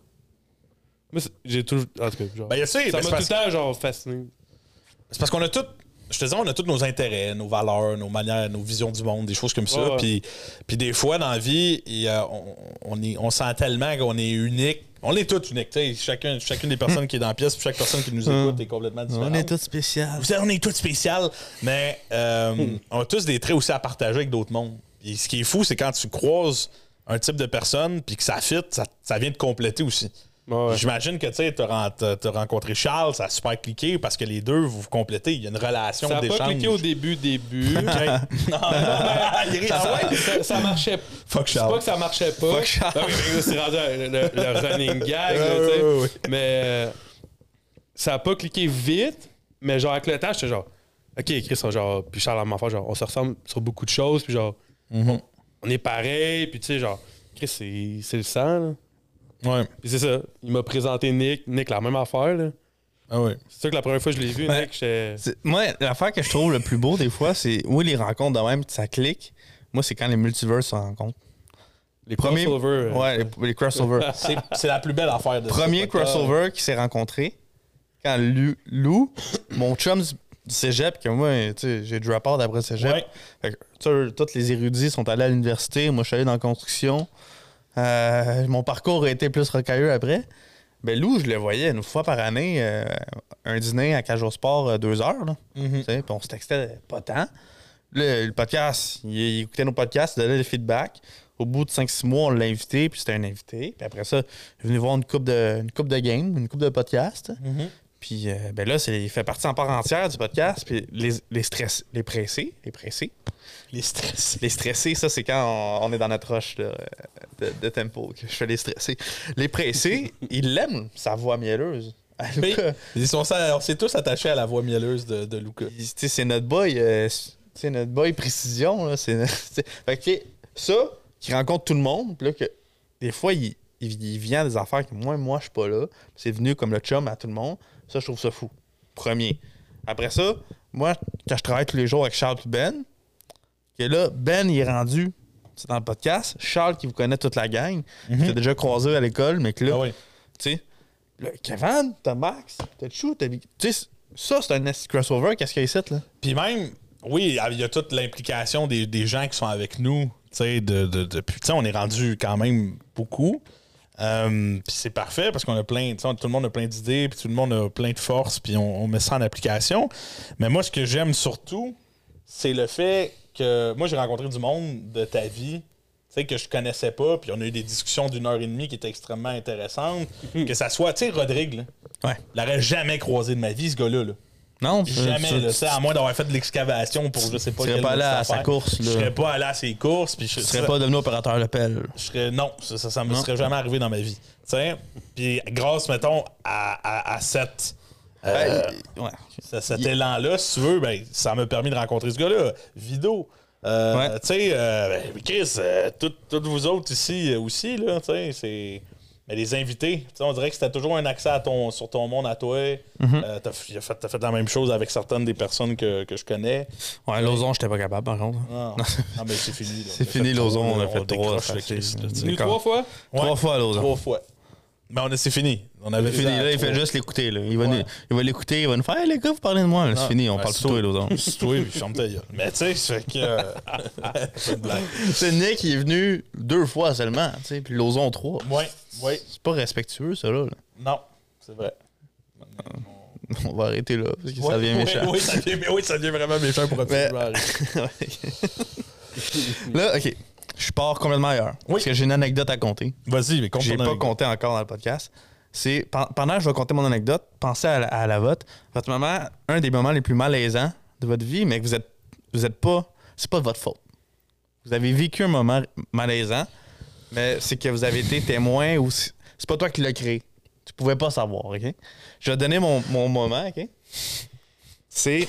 Speaker 1: Moi, c'est- j'ai toujours. En tout cas, genre.
Speaker 3: Ben, y a ça, ben,
Speaker 1: ça
Speaker 3: c'est
Speaker 1: m'a tout
Speaker 3: parce-
Speaker 1: le temps, genre, fasciné.
Speaker 3: C'est parce qu'on a tout. Je te dis, on a tous nos intérêts, nos valeurs, nos manières, nos visions du monde, des choses comme ça.
Speaker 1: Ouais, ouais.
Speaker 3: Puis, puis des fois, dans la vie, il y a- on, on, est- on sent tellement qu'on est unique. On est tous uniques. tu sais. Chacun, chacune des personnes qui est dans la pièce, puis chaque personne qui nous écoute est complètement différente.
Speaker 2: Hum. On est tous spécial.
Speaker 3: Vous savez, on est tous spécial, mais euh,
Speaker 2: Hum.
Speaker 3: on a tous des traits aussi à partager avec d'autres mondes. Et ce qui est fou, c'est quand tu croises un type de personne, puis que ça fit, ça, ça vient te compléter aussi.
Speaker 1: Ouais, ouais.
Speaker 3: J'imagine que tu sais, t'as ren- t'as t'as rencontré Charles, ça a super cliqué parce que les deux, vous vous complétez. Il y a une relation
Speaker 1: Ça a
Speaker 3: d'échange.
Speaker 1: pas cliqué au début, début.
Speaker 3: non, non, non, il rit,
Speaker 1: ça,
Speaker 3: ah ouais?
Speaker 1: ça- ça marchait
Speaker 3: Fuck
Speaker 1: C'est pas
Speaker 3: Charles.
Speaker 1: que ça marchait pas.
Speaker 2: Fuck Charles.
Speaker 1: Ah oui, mais là, c'est rendu le, le- le running gag. là,
Speaker 3: Ouais, ouais,
Speaker 1: tu sais.
Speaker 3: ouais, ouais.
Speaker 1: Mais euh, ça a pas cliqué vite, mais genre avec le temps, j'étais genre, OK, Chris, on- genre, puis Charles Lamanfort, genre, on se ressemble sur beaucoup de choses, puis genre, on est pareil, puis tu sais, genre, Chris, c'est c'est le sang, là.
Speaker 3: Ouais,
Speaker 1: Puis c'est ça, il m'a présenté Nick, Nick, la même affaire, là.
Speaker 3: ah ouais.
Speaker 1: C'est sûr que la première fois que je l'ai vu,
Speaker 2: Ouais.
Speaker 1: Nick, j'étais.
Speaker 2: C'est- Moi, l'affaire que je trouve le plus beau des fois, c'est oui, les rencontres de même, ça clique. Moi, c'est quand les multivers se rencontrent.
Speaker 1: Les
Speaker 2: Premier-
Speaker 1: crossovers, euh,
Speaker 2: Ouais, les, les crossovers.
Speaker 3: C'est c'est la plus belle affaire de ce
Speaker 2: Premier
Speaker 3: podcast.
Speaker 2: crossover qui s'est rencontré, quand Lu- Lou, mon chum du du cégep, que moi, tu sais, j'ai du rapport d'après cégep.
Speaker 3: Ouais.
Speaker 2: Fait que, tu sais, eux, tous les érudits sont allés à l'université. Moi, je suis allé dans la construction. Euh, mon parcours a été plus rocailleux après. Ben, Lou, je le voyais une fois par année, euh, un dîner à Cajosport, Sport, euh, deux heures. Là. Tu sais, puis on se textait pas tant. Le, le podcast, il, il écoutait nos podcasts, il donnait le feedback. Au bout de 5-6 mois, on l'a invité, puis c'était un invité. Puis après ça, il est venu voir une coupe de, une coupe de game, une coupe de podcast. Puis euh, ben là, c'est- il fait partie en part entière du podcast. Puis les, les stress, les pressés, les pressés,
Speaker 3: Les stress.
Speaker 2: les stressés, ça, c'est quand on, on est dans notre roche là, de, de tempo que je fais les stressés. Les pressés, ils l'aiment, sa voix mielleuse.
Speaker 3: Mais ils sont, on s'est tous attachés à la voix mielleuse de, de Luca.
Speaker 2: Il- tu sais, c'est notre boy, euh, c'est notre boy précision. Là, c'est, c'est- fait que, tu sais, ça, qui rencontre tout le monde, puis là, que des fois, il, il, il vient des affaires que moi, moi, je suis pas là. Puis c'est venu comme le chum à tout le monde. Ça, je trouve ça fou. Premier. Après ça, moi, quand je travaille tous les jours avec Charles et Ben, que là, Ben, il est rendu, c'est dans le podcast, Charles qui vous connaît toute la gang, que t'as déjà croisé à l'école, mais que là,
Speaker 3: Ah oui.
Speaker 2: tu sais, le Kevin, t'as Max, t'as Chou, t'as Big- Tu sais, ça, c'est un esti crossover, qu'est-ce qu'il y a ici, là?
Speaker 3: Puis même, oui, il y a toute l'implication des, des gens qui sont avec nous. Tu sais, de, de, depuis, tu sais, on est rendu quand même beaucoup. Euh, puis c'est parfait parce qu'on a plein, tu sais, tout le monde a plein d'idées, puis tout le monde a plein de forces, puis on, on met ça en application. Mais moi, ce que j'aime surtout, c'est le fait que moi, j'ai rencontré du monde de ta vie. Tu sais, que je connaissais pas, puis on a eu des discussions d'une heure et demie qui étaient extrêmement intéressantes. que ça soit, tu sais, Rodrigue, là,
Speaker 2: Ouais.
Speaker 3: je l'aurais jamais croisé de ma vie, ce gars-là. là.
Speaker 2: Non,
Speaker 3: Jamais, là, ça, à moins d'avoir fait de l'excavation pour je sais pas
Speaker 2: Euh, Tu serais
Speaker 3: quelle
Speaker 2: pas allé
Speaker 3: autre
Speaker 2: à
Speaker 3: affaire.
Speaker 2: sa course,
Speaker 3: Je
Speaker 2: là.
Speaker 3: serais pas allé à ses courses. Puis je, Euh,
Speaker 2: Tu serais pas devenu opérateur de pelle.
Speaker 3: je serais- non, ça, ça, ça me
Speaker 2: Non.
Speaker 3: serait jamais arrivé dans ma vie. Tu sais, Puis grâce, mettons, à, à, à cette. euh,
Speaker 2: ouais.
Speaker 3: ce- cet élan-là, si tu veux, ben, ça m'a permis de rencontrer ce gars-là, Vido. Euh,
Speaker 2: Ouais.
Speaker 3: Tu sais, euh, ben, Chris, euh, tout- toutes vous autres ici euh, aussi, là, tu sais, c'est. Mais les invités, tu sais, on dirait que c'était toujours un accès à ton, sur ton monde à toi.
Speaker 2: Mhm.
Speaker 3: Euh, t'as, f- il a fait, t'as fait la même chose avec certaines des personnes que, que je connais.
Speaker 2: Ouais, Lozon, j'étais pas capable, par contre.
Speaker 3: Non, non, mais c'est fini.
Speaker 2: Ah.
Speaker 3: là.
Speaker 2: C'est
Speaker 3: On a
Speaker 2: fini,
Speaker 3: fait
Speaker 2: Lozon,
Speaker 3: trois,
Speaker 2: on a
Speaker 3: là,
Speaker 2: fait trois,
Speaker 3: décroche
Speaker 2: ça
Speaker 3: le
Speaker 2: fait-
Speaker 3: Christ, là, tu sais.
Speaker 1: Nous,
Speaker 2: D'accord.
Speaker 1: trois fois?
Speaker 3: Ouais,
Speaker 2: Trois fois à Lozon.
Speaker 3: Trois fois. Mais on a- c'est fini. On avait
Speaker 2: Fini, là, il
Speaker 3: trois.
Speaker 2: fait juste l'écouter. là. Il va
Speaker 3: Ouais.
Speaker 2: nous- il va l'écouter, il va nous faire Hey, les gars, vous parlez de moi. là. C'est fini, on
Speaker 3: ben,
Speaker 2: parle de
Speaker 3: c'est
Speaker 2: toi
Speaker 3: toi.
Speaker 2: et l'autre. homme.
Speaker 3: C'est toi, puis ferme ta gueule. Mais tu sais, c'est fait que. euh, c'est une blague.
Speaker 2: C'est Nick, il est venu deux fois seulement, tu sais, puis l'Ozon trois.
Speaker 3: Ouais, ouais.
Speaker 2: C'est pas respectueux, ça, là.
Speaker 3: Non, c'est vrai.
Speaker 2: On va arrêter là, parce que Euh, ça
Speaker 3: Ouais,
Speaker 2: devient
Speaker 3: ouais,
Speaker 2: méchant.
Speaker 3: Oui, ça devient, oui, ça devient vraiment méchant pour un petit
Speaker 2: Mais-
Speaker 3: peu, Harry.
Speaker 2: là, OK. Je pars complètement ailleurs. Parce que j'ai une anecdote à compter.
Speaker 3: Vas-y, mais
Speaker 2: J'ai pas compté encore dans le podcast. C'est pen- pendant que je vais compter mon anecdote, pensez à la, à la vôtre. Votre moment, un des moments les plus malaisants de votre vie, mais que vous êtes vous êtes pas c'est pas de votre faute. Vous avez vécu un moment malaisant, mais c'est que vous avez été témoin ou c'est c'est pas toi qui l'as créé. Tu pouvais pas savoir, OK Je vais te donner mon, mon moment, OK C'est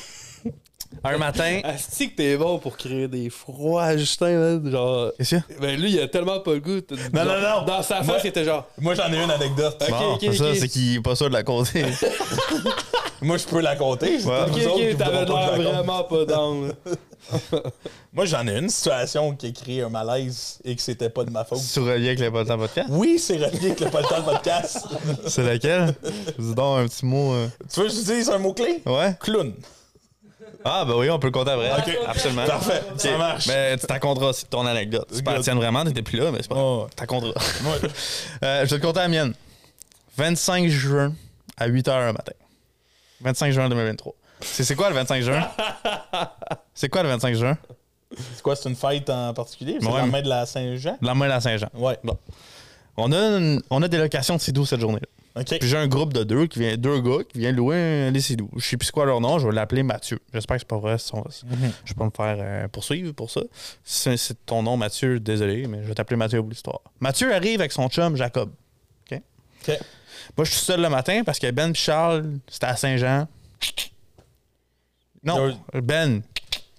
Speaker 2: un matin.
Speaker 1: Asti que t'es bon pour créer des froids, Justin, man. Genre.
Speaker 2: Qu'est-ce que
Speaker 1: Ben lui, il a tellement pas le goût.
Speaker 3: Non, non, non.
Speaker 1: Dans sa face,
Speaker 3: Moi-
Speaker 1: il était genre.
Speaker 3: Moi, j'en ai une anecdote.
Speaker 1: Ok,
Speaker 2: Bon,
Speaker 1: ok,
Speaker 2: c'est ça,
Speaker 1: ok.
Speaker 2: c'est qu'il est pas sûr de la causer.
Speaker 3: Moi, je peux la compter. c'est
Speaker 2: Ouais.
Speaker 3: peut-être
Speaker 1: Ok,
Speaker 3: vous autres qui
Speaker 1: ok,
Speaker 3: voudront
Speaker 1: t'avais
Speaker 3: pas
Speaker 1: l'air
Speaker 3: que je la compte.
Speaker 1: vraiment pas down. là.
Speaker 3: Moi, j'en ai une situation qui a créé un malaise et que c'était pas de ma faute.
Speaker 2: tu reliais avec le podcast podcast.
Speaker 3: Oui, c'est relié avec le pas le temps de podcast.
Speaker 2: C'est laquelle? Dis donc un petit mot. euh,
Speaker 3: tu veux que je te dise un mot-clé?
Speaker 2: Ouais.
Speaker 3: Clown.
Speaker 2: Ah, ben oui, on peut le compter après.
Speaker 3: Ok.
Speaker 2: Absolument.
Speaker 3: Parfait, ça
Speaker 2: Ok.
Speaker 3: marche.
Speaker 2: Mais tu t'en compteras aussi ton anecdote. C'est pas la tienne vraiment, t'étais plus là, mais c'est pas grave.
Speaker 3: Oh.
Speaker 2: T'en compteras.
Speaker 3: Moi,
Speaker 2: Euh, je vais te compter la mienne. 25 juin à 8 h le matin. 25 juin 2023. C'est c'est quoi le 25 juin? c'est quoi le 25 juin?
Speaker 3: c'est quoi, c'est une fête en particulier? C'est
Speaker 2: Ouais,
Speaker 3: la
Speaker 2: mais-
Speaker 3: main de la Saint-Jean?
Speaker 2: La main à Saint-Jean.
Speaker 3: Ouais. Bon.
Speaker 2: On a, une- on a des locations de Sidou cette journée-là.
Speaker 3: OK.
Speaker 2: Puis j'ai un groupe de deux, qui vient, deux gars qui viennent louer un- les Sidou. Je sais plus c'est quoi leur nom, je vais l'appeler Mathieu. J'espère que c'est pas vrai. son- Je vais pas me faire euh, poursuivre pour ça. Si c'est ton nom, Mathieu, désolé, mais je vais t'appeler Mathieu pour l'histoire. Mathieu arrive avec son chum, Jacob. OK?
Speaker 3: OK.
Speaker 2: Moi, je suis seul le matin parce que Ben et Charles, c'était à Saint-Jean. Non, Ben.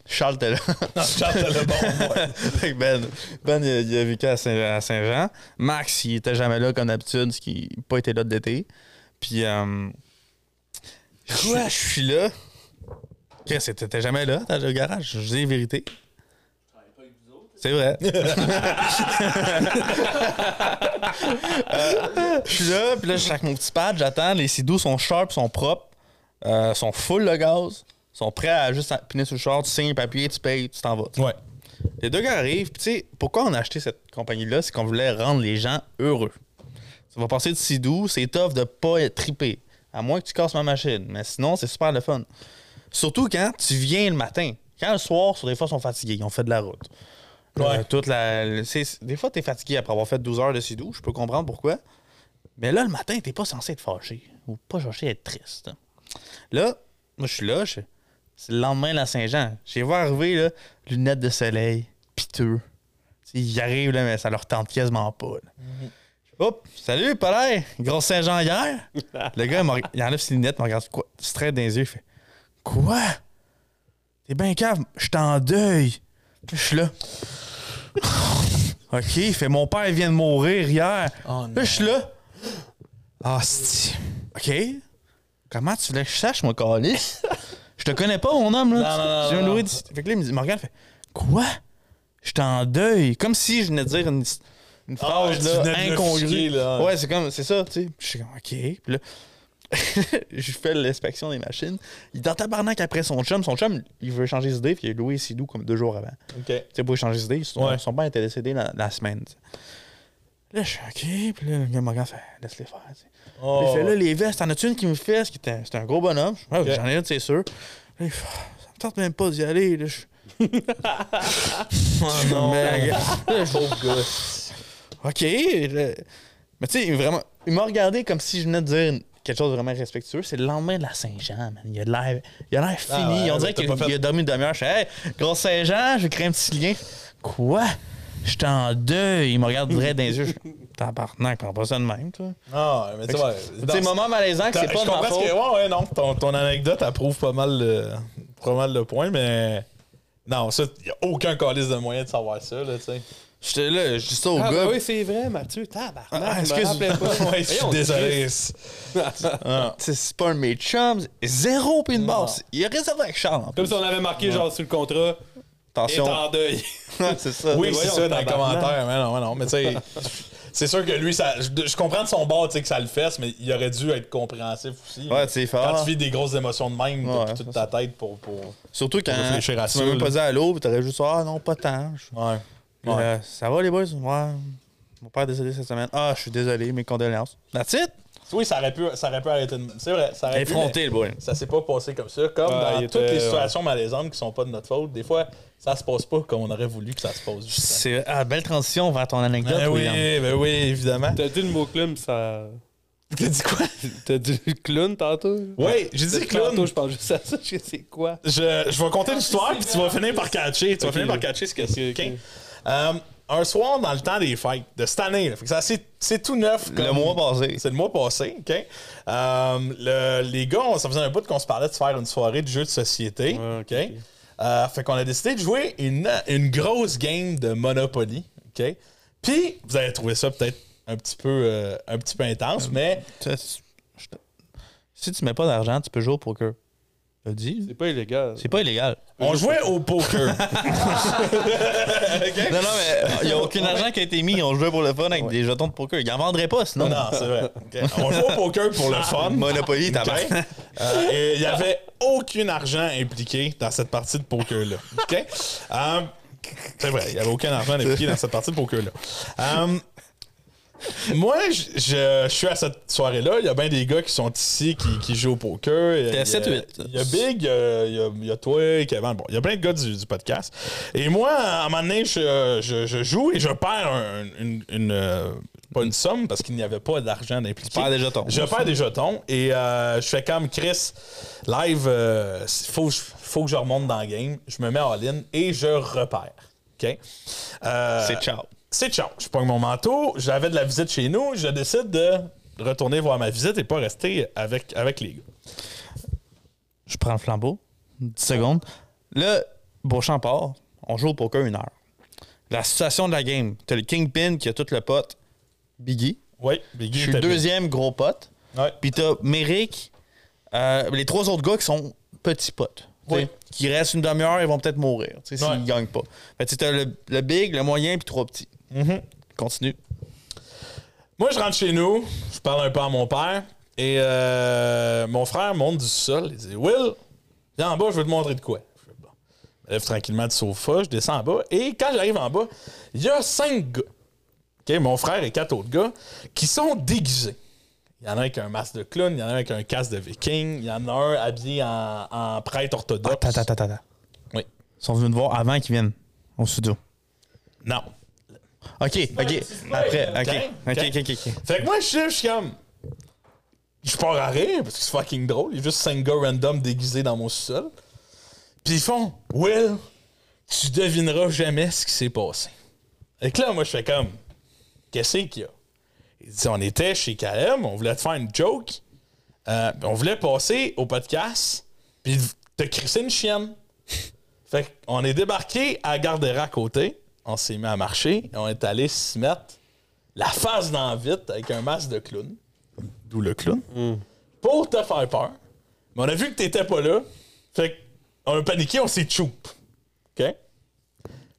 Speaker 2: Charles était là.
Speaker 3: Charles, t'as le bon, ouais.
Speaker 2: Fait que ben, ben, il a, il a vécu à Saint- à Saint-Jean. Max, il était jamais là comme d'habitude, ce qui n'a pas été là de l'été. Puis, euh, je je suis là. Qu'est-ce que t'étais jamais là, dans le garage? Je dis la vérité. C'est vrai. Euh, je suis là, puis là, je suis avec mon petit pad, j'attends. Les sidous sont sharp, sont propres, euh, sont full de gaz, sont prêts à juste piner sur le char, tu signes les papiers, tu payes, tu t'en vas. tu sais.
Speaker 3: Ouais.
Speaker 2: Les deux gars arrivent, puis tu sais, pourquoi on a acheté cette compagnie-là, c'est qu'on voulait rendre les gens heureux. Ça va passer de si doux, c'est tough de pas être trippé, à moins que tu casses ma machine, mais sinon, c'est super le fun. Surtout quand tu viens le matin. Quand le soir, sur des fois, ils sont fatigués, ils ont fait de la route.
Speaker 3: Ouais.
Speaker 2: Euh, toute la, le- c'est- des fois, tu es fatigué après avoir fait 12 heures de si doux, je peux comprendre pourquoi. Mais là, le matin, t'es pas censé être fâché, ou pas fâché être triste. Là, moi, je suis là, je- c'est le lendemain de la Saint-Jean. J'ai vu arriver, là, lunettes de soleil, piteux. Tu sais, Ils arrivent, là, mais ça leur tente quasiment pas. là. Hop, salut, Palais, gros Saint-Jean hier. le gars, il me reg- il enlève ses lunettes, il me regarde quoi, straight dans les yeux, il fait Quoi T'es bien cave, je suis en deuil. Je suis là. ok, il fait Mon père vient de mourir hier.
Speaker 3: Oh,
Speaker 2: Là, je suis là. Ah, si. OK. Comment tu voulais que je sache, mon calice? je te connais pas, mon homme,
Speaker 3: Non, non,
Speaker 2: là.
Speaker 3: non,
Speaker 2: J'ai un
Speaker 3: non,
Speaker 2: loué
Speaker 3: non.
Speaker 2: d'ici. Fait que là, il me dit, Morgane, fait Quoi? Je suis en deuil. Comme si je venais de dire une, une
Speaker 3: Ah,
Speaker 2: phrase,
Speaker 3: tu
Speaker 2: là,
Speaker 3: venais de l'offusquer,
Speaker 2: incongrue.
Speaker 3: là.
Speaker 2: Ouais, c'est comme, c'est ça, tu sais. Puis Je suis comme, OK. Puis là, je fais l'inspection des machines. Il est en tabarnak après son chum. Son chum, il veut changer d'idée, puis il a loué Sidou comme deux jours avant
Speaker 3: OK.
Speaker 2: tu sais, pour échanger d'idées. Son,
Speaker 3: Ouais.
Speaker 2: son père était décédé la, la semaine. tu sais. Là, je suis OK. Puis là, le gars me regarde, fait laisse-les faire. tu sais. Puis Il fait là, les vestes, t'en as-tu une qui me fait? Parce que t'es un- C'était un gros bonhomme. Je fais, Ouais,
Speaker 3: Oh. Ok.
Speaker 2: J'en ai une, c'est sûr. Là, il fait, ah, ça me tente même pas d'y aller. Là, je... Ah,
Speaker 3: Oh non.
Speaker 2: Mais, gars, là, je-
Speaker 3: Pauvre gars.
Speaker 2: OK. là. Mais tu sais, vraiment, il m'a regardé comme si je venais de dire une- quelque chose de vraiment respectueux. C'est le lendemain de la Saint-Jean, man. Il a de l'air il a de l'air fini.
Speaker 3: Ah ouais,
Speaker 2: On dirait
Speaker 3: ouais, t'as
Speaker 2: qu'il
Speaker 3: pas fait-
Speaker 2: il a dormi une demi-heure. Je fais, hey, gros Saint-Jean, je vais créer un petit lien. Quoi? Je suis en deuil. Il me regarde direct dans les yeux. Je Tabarnak, prends pas ça de même, toi.
Speaker 3: Ah, mais tu vois. dans-
Speaker 2: C'est moment malaisant que c'est pas
Speaker 3: Ah, je
Speaker 2: de ma
Speaker 3: comprends
Speaker 2: faute.
Speaker 3: ce que. Ouais, ouais, non. Ton, ton anecdote approuve pas mal, le, pas mal le point, mais. Non, ça, y a aucun calice de moyen de savoir ça, là, tu sais.
Speaker 2: J'étais là, je dis ça au
Speaker 1: Ah,
Speaker 2: gars.
Speaker 1: ben oui, c'est vrai, Mathieu. Tabarnak.
Speaker 2: Ah,
Speaker 1: je me
Speaker 2: excuse-
Speaker 1: rappelais pas.
Speaker 3: Ouais, je suis
Speaker 1: Voyons,
Speaker 3: désolé. Ah.
Speaker 2: euh, Tu sais, C'est pas un de mes chums. c'est Zéro pin basse. Il est réservé avec Charles, en plus.
Speaker 1: Comme si on avait marqué, genre, sur le contrat, est
Speaker 2: Attention.
Speaker 1: en deuil.
Speaker 2: c'est ça.
Speaker 3: Oui,
Speaker 1: Mais
Speaker 3: c'est
Speaker 1: voyons,
Speaker 3: ça dans les
Speaker 1: tabarnak.
Speaker 3: commentaires, mais non, mais non. Mais tu sais, c'est sûr que lui, ça, je, je comprends de son bord tu sais, que ça le fesse, mais il aurait dû être compréhensif aussi.
Speaker 2: Ouais, tu sais,
Speaker 3: Quand
Speaker 2: fort.
Speaker 3: tu vis des grosses émotions de même, t'as
Speaker 2: Ouais,
Speaker 3: plus toute ta tête pour. pour...
Speaker 2: Surtout quand tu
Speaker 3: réfléchir à
Speaker 2: m'as
Speaker 3: ça,
Speaker 2: même
Speaker 3: là.
Speaker 2: pas dit allô, puis t'aurais juste dit Ah non, pas tant. Je-
Speaker 3: Ouais.
Speaker 2: Puis, euh, ça va les boys? Ouais. Mon père est décédé cette semaine. Ah, je suis désolé, mes condoléances. That's it!
Speaker 3: Oui, ça aurait pu, ça aurait pu arrêter de. C'est vrai, ça aurait pu,
Speaker 2: Effronté, le boy.
Speaker 3: mais Ça s'est pas passé comme ça. Comme
Speaker 1: Ouais,
Speaker 3: dans
Speaker 1: il
Speaker 3: toutes
Speaker 1: était-
Speaker 3: les situations malaisantes qui sont pas de notre faute, des fois, ça se passe pas comme on aurait voulu que ça se passe. justement.
Speaker 2: C'est ah, belle transition vers ton anecdote,
Speaker 3: Ben oui,
Speaker 2: William.
Speaker 3: ben oui, évidemment.
Speaker 1: T'as dit le mot clown, ça.
Speaker 3: T'as dit quoi?
Speaker 1: T'as dit clown tantôt?
Speaker 3: Oui, j'ai dit
Speaker 1: Depuis
Speaker 3: clown.
Speaker 1: Tantôt, je pense juste à ça, je sais c'est quoi.
Speaker 3: Je, je vais compter l'histoire, puis tu vas finir par catcher. Tu vas
Speaker 1: Ok,
Speaker 3: finir par
Speaker 1: ok.
Speaker 3: catcher ce que
Speaker 1: Ok,
Speaker 3: c'est.
Speaker 1: ok.
Speaker 3: Ok. Euh, un soir, dans le temps des fêtes, de cette année, là, fait que ça, c'est, c'est tout neuf.
Speaker 2: Le
Speaker 3: comme-
Speaker 2: mois passé.
Speaker 3: C'est le mois passé, OK? Euh, le- les gars, on- ça faisait un bout qu'on se parlait de se faire une soirée de jeux de société,
Speaker 1: Ouais, ok,
Speaker 3: OK?
Speaker 1: ok.
Speaker 3: Euh, fait qu'on a décidé de jouer une, une grosse game de Monopoly, OK? Puis, vous allez trouver ça peut-être un petit peu, euh, un petit peu intense, mais...
Speaker 2: Ça, c'est- je te- Si tu mets pas d'argent, tu peux jouer au poker. Je le dis.
Speaker 1: C'est pas illégal.
Speaker 2: C'est pas illégal.
Speaker 3: On jouait au poker.
Speaker 2: Non, non, mais il n'y a aucun argent qui a été mis. On jouait pour le fun avec des jetons de poker. Ils en vendraient pas, sinon.
Speaker 3: non, c'est vrai. OK. On jouait au poker pour le fun.
Speaker 2: Monopoly, t'as
Speaker 3: OK? Euh, et il n'y avait aucun argent impliqué dans cette partie de poker-là. OK? Euh, c'est vrai, il n'y avait aucun argent impliqué dans cette partie de poker-là. Euh, moi, je- je je suis à cette soirée-là. Il y a bien des gars qui sont ici qui, qui jouent au poker. Il y
Speaker 2: T'es à
Speaker 3: a- il y a-
Speaker 2: 7-8.
Speaker 3: Il y a Big, euh, il y a, il y a toi, Kevin. Bon, il y a plein de gars du, du podcast. Et moi, à un moment donné, je, je- je joue et je perds un- une. une, euh, pas une somme parce qu'il n'y avait pas d'argent impliqué.
Speaker 2: perds des jetons.
Speaker 3: Je perds des jetons et euh, je fais comme Chris, live, euh, faut, que je- faut que je remonte dans le game. Je me mets en ligne et je repère. OK? Euh,
Speaker 2: C'est ciao.
Speaker 3: c'est ciao. Je pogne mon manteau, j'avais de la visite chez nous, je décide de retourner voir ma visite et pas rester avec, avec les gars.
Speaker 2: Je prends le flambeau. 10 secondes. Là, Beauchamp part. On joue au poker une heure. La situation de la game. T'as le Kingpin qui a tout le pote. Biggie.
Speaker 3: Oui,
Speaker 2: Je
Speaker 3: Biggie
Speaker 2: suis
Speaker 3: était
Speaker 2: le deuxième gros pote.
Speaker 3: Ouais.
Speaker 2: Puis t'as Merrick, euh, les trois autres gars qui sont petits potes. tu sais,
Speaker 3: Oui.
Speaker 2: Qui restent une demi-heure, ils vont peut-être mourir tu sais, s'ils
Speaker 3: Ouais.
Speaker 2: gagnent pas. Fait que t'as le, le big, le moyen, puis trois petits.
Speaker 3: Mhm.
Speaker 2: Continue.
Speaker 3: Moi, je rentre chez nous, je parle un peu à mon père, et euh, mon frère monte du sol. Il dit Will, viens en bas, je veux te montrer de quoi. Je fais, Bon. Je me lève tranquillement du sofa, je descends en bas, et quand j'arrive en bas, il y a cinq gars. OK, mon frère et quatre autres gars qui sont déguisés. Il y en a un avec un masque de clown, il y en a un avec un casque de viking, il y en a un habillé en, en prêtre orthodoxe.
Speaker 2: Ah, Attends, attends, attends, attends.
Speaker 3: Oui.
Speaker 2: Ils sont venus me voir avant qu'ils viennent au studio.
Speaker 3: Non.
Speaker 2: OK, OK. Après, OK.
Speaker 3: Ok,
Speaker 2: OK, OK, OK.
Speaker 3: Fait que moi, je je suis comme. Je pars à rire parce que c'est fucking drôle. Il y a juste cinq gars random déguisés dans mon sous-sol. Puis ils font Will, tu devineras jamais ce qui s'est passé. Et que là, moi, je fais comme Qu'est-ce qu'il y a Il dit On était chez KM, on voulait te faire une joke. Euh, on voulait passer au podcast. Puis t'as crissé une chienne. Fait qu'on est débarqué à Gardera à côté. On s'est mis à marcher. Et on est allé se mettre la face dans vite avec un masque de clown. D'où le clown. Pour te faire peur. Mais on a vu que t'étais pas là. Fait qu'on a paniqué, on s'est choup. OK?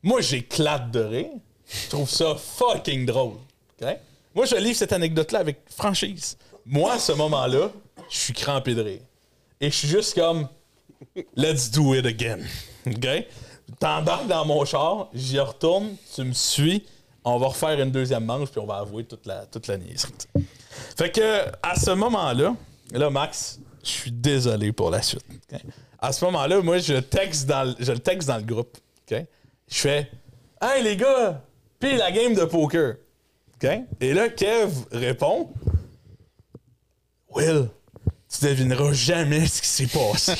Speaker 3: Moi, j'éclate de rire. Je trouve ça fucking drôle. OK? Moi, je livre cette anecdote-là avec franchise. Moi, à ce moment-là, je suis crampé de rire. Et je suis juste comme Let's do it again. OK? T'embarques dans mon char, j'y retourne, tu me suis, on va refaire une deuxième manche, puis on va avouer toute la, toute la niaiserie. Fait que, à ce moment-là, là, Max, je suis désolé pour la suite. OK? À ce moment-là, moi, je, texte dans le, je le texte dans le groupe. OK? Je fais Hey les gars, puis la game de poker. OK? Et là, Kev répond Will, tu devineras jamais ce qui s'est passé.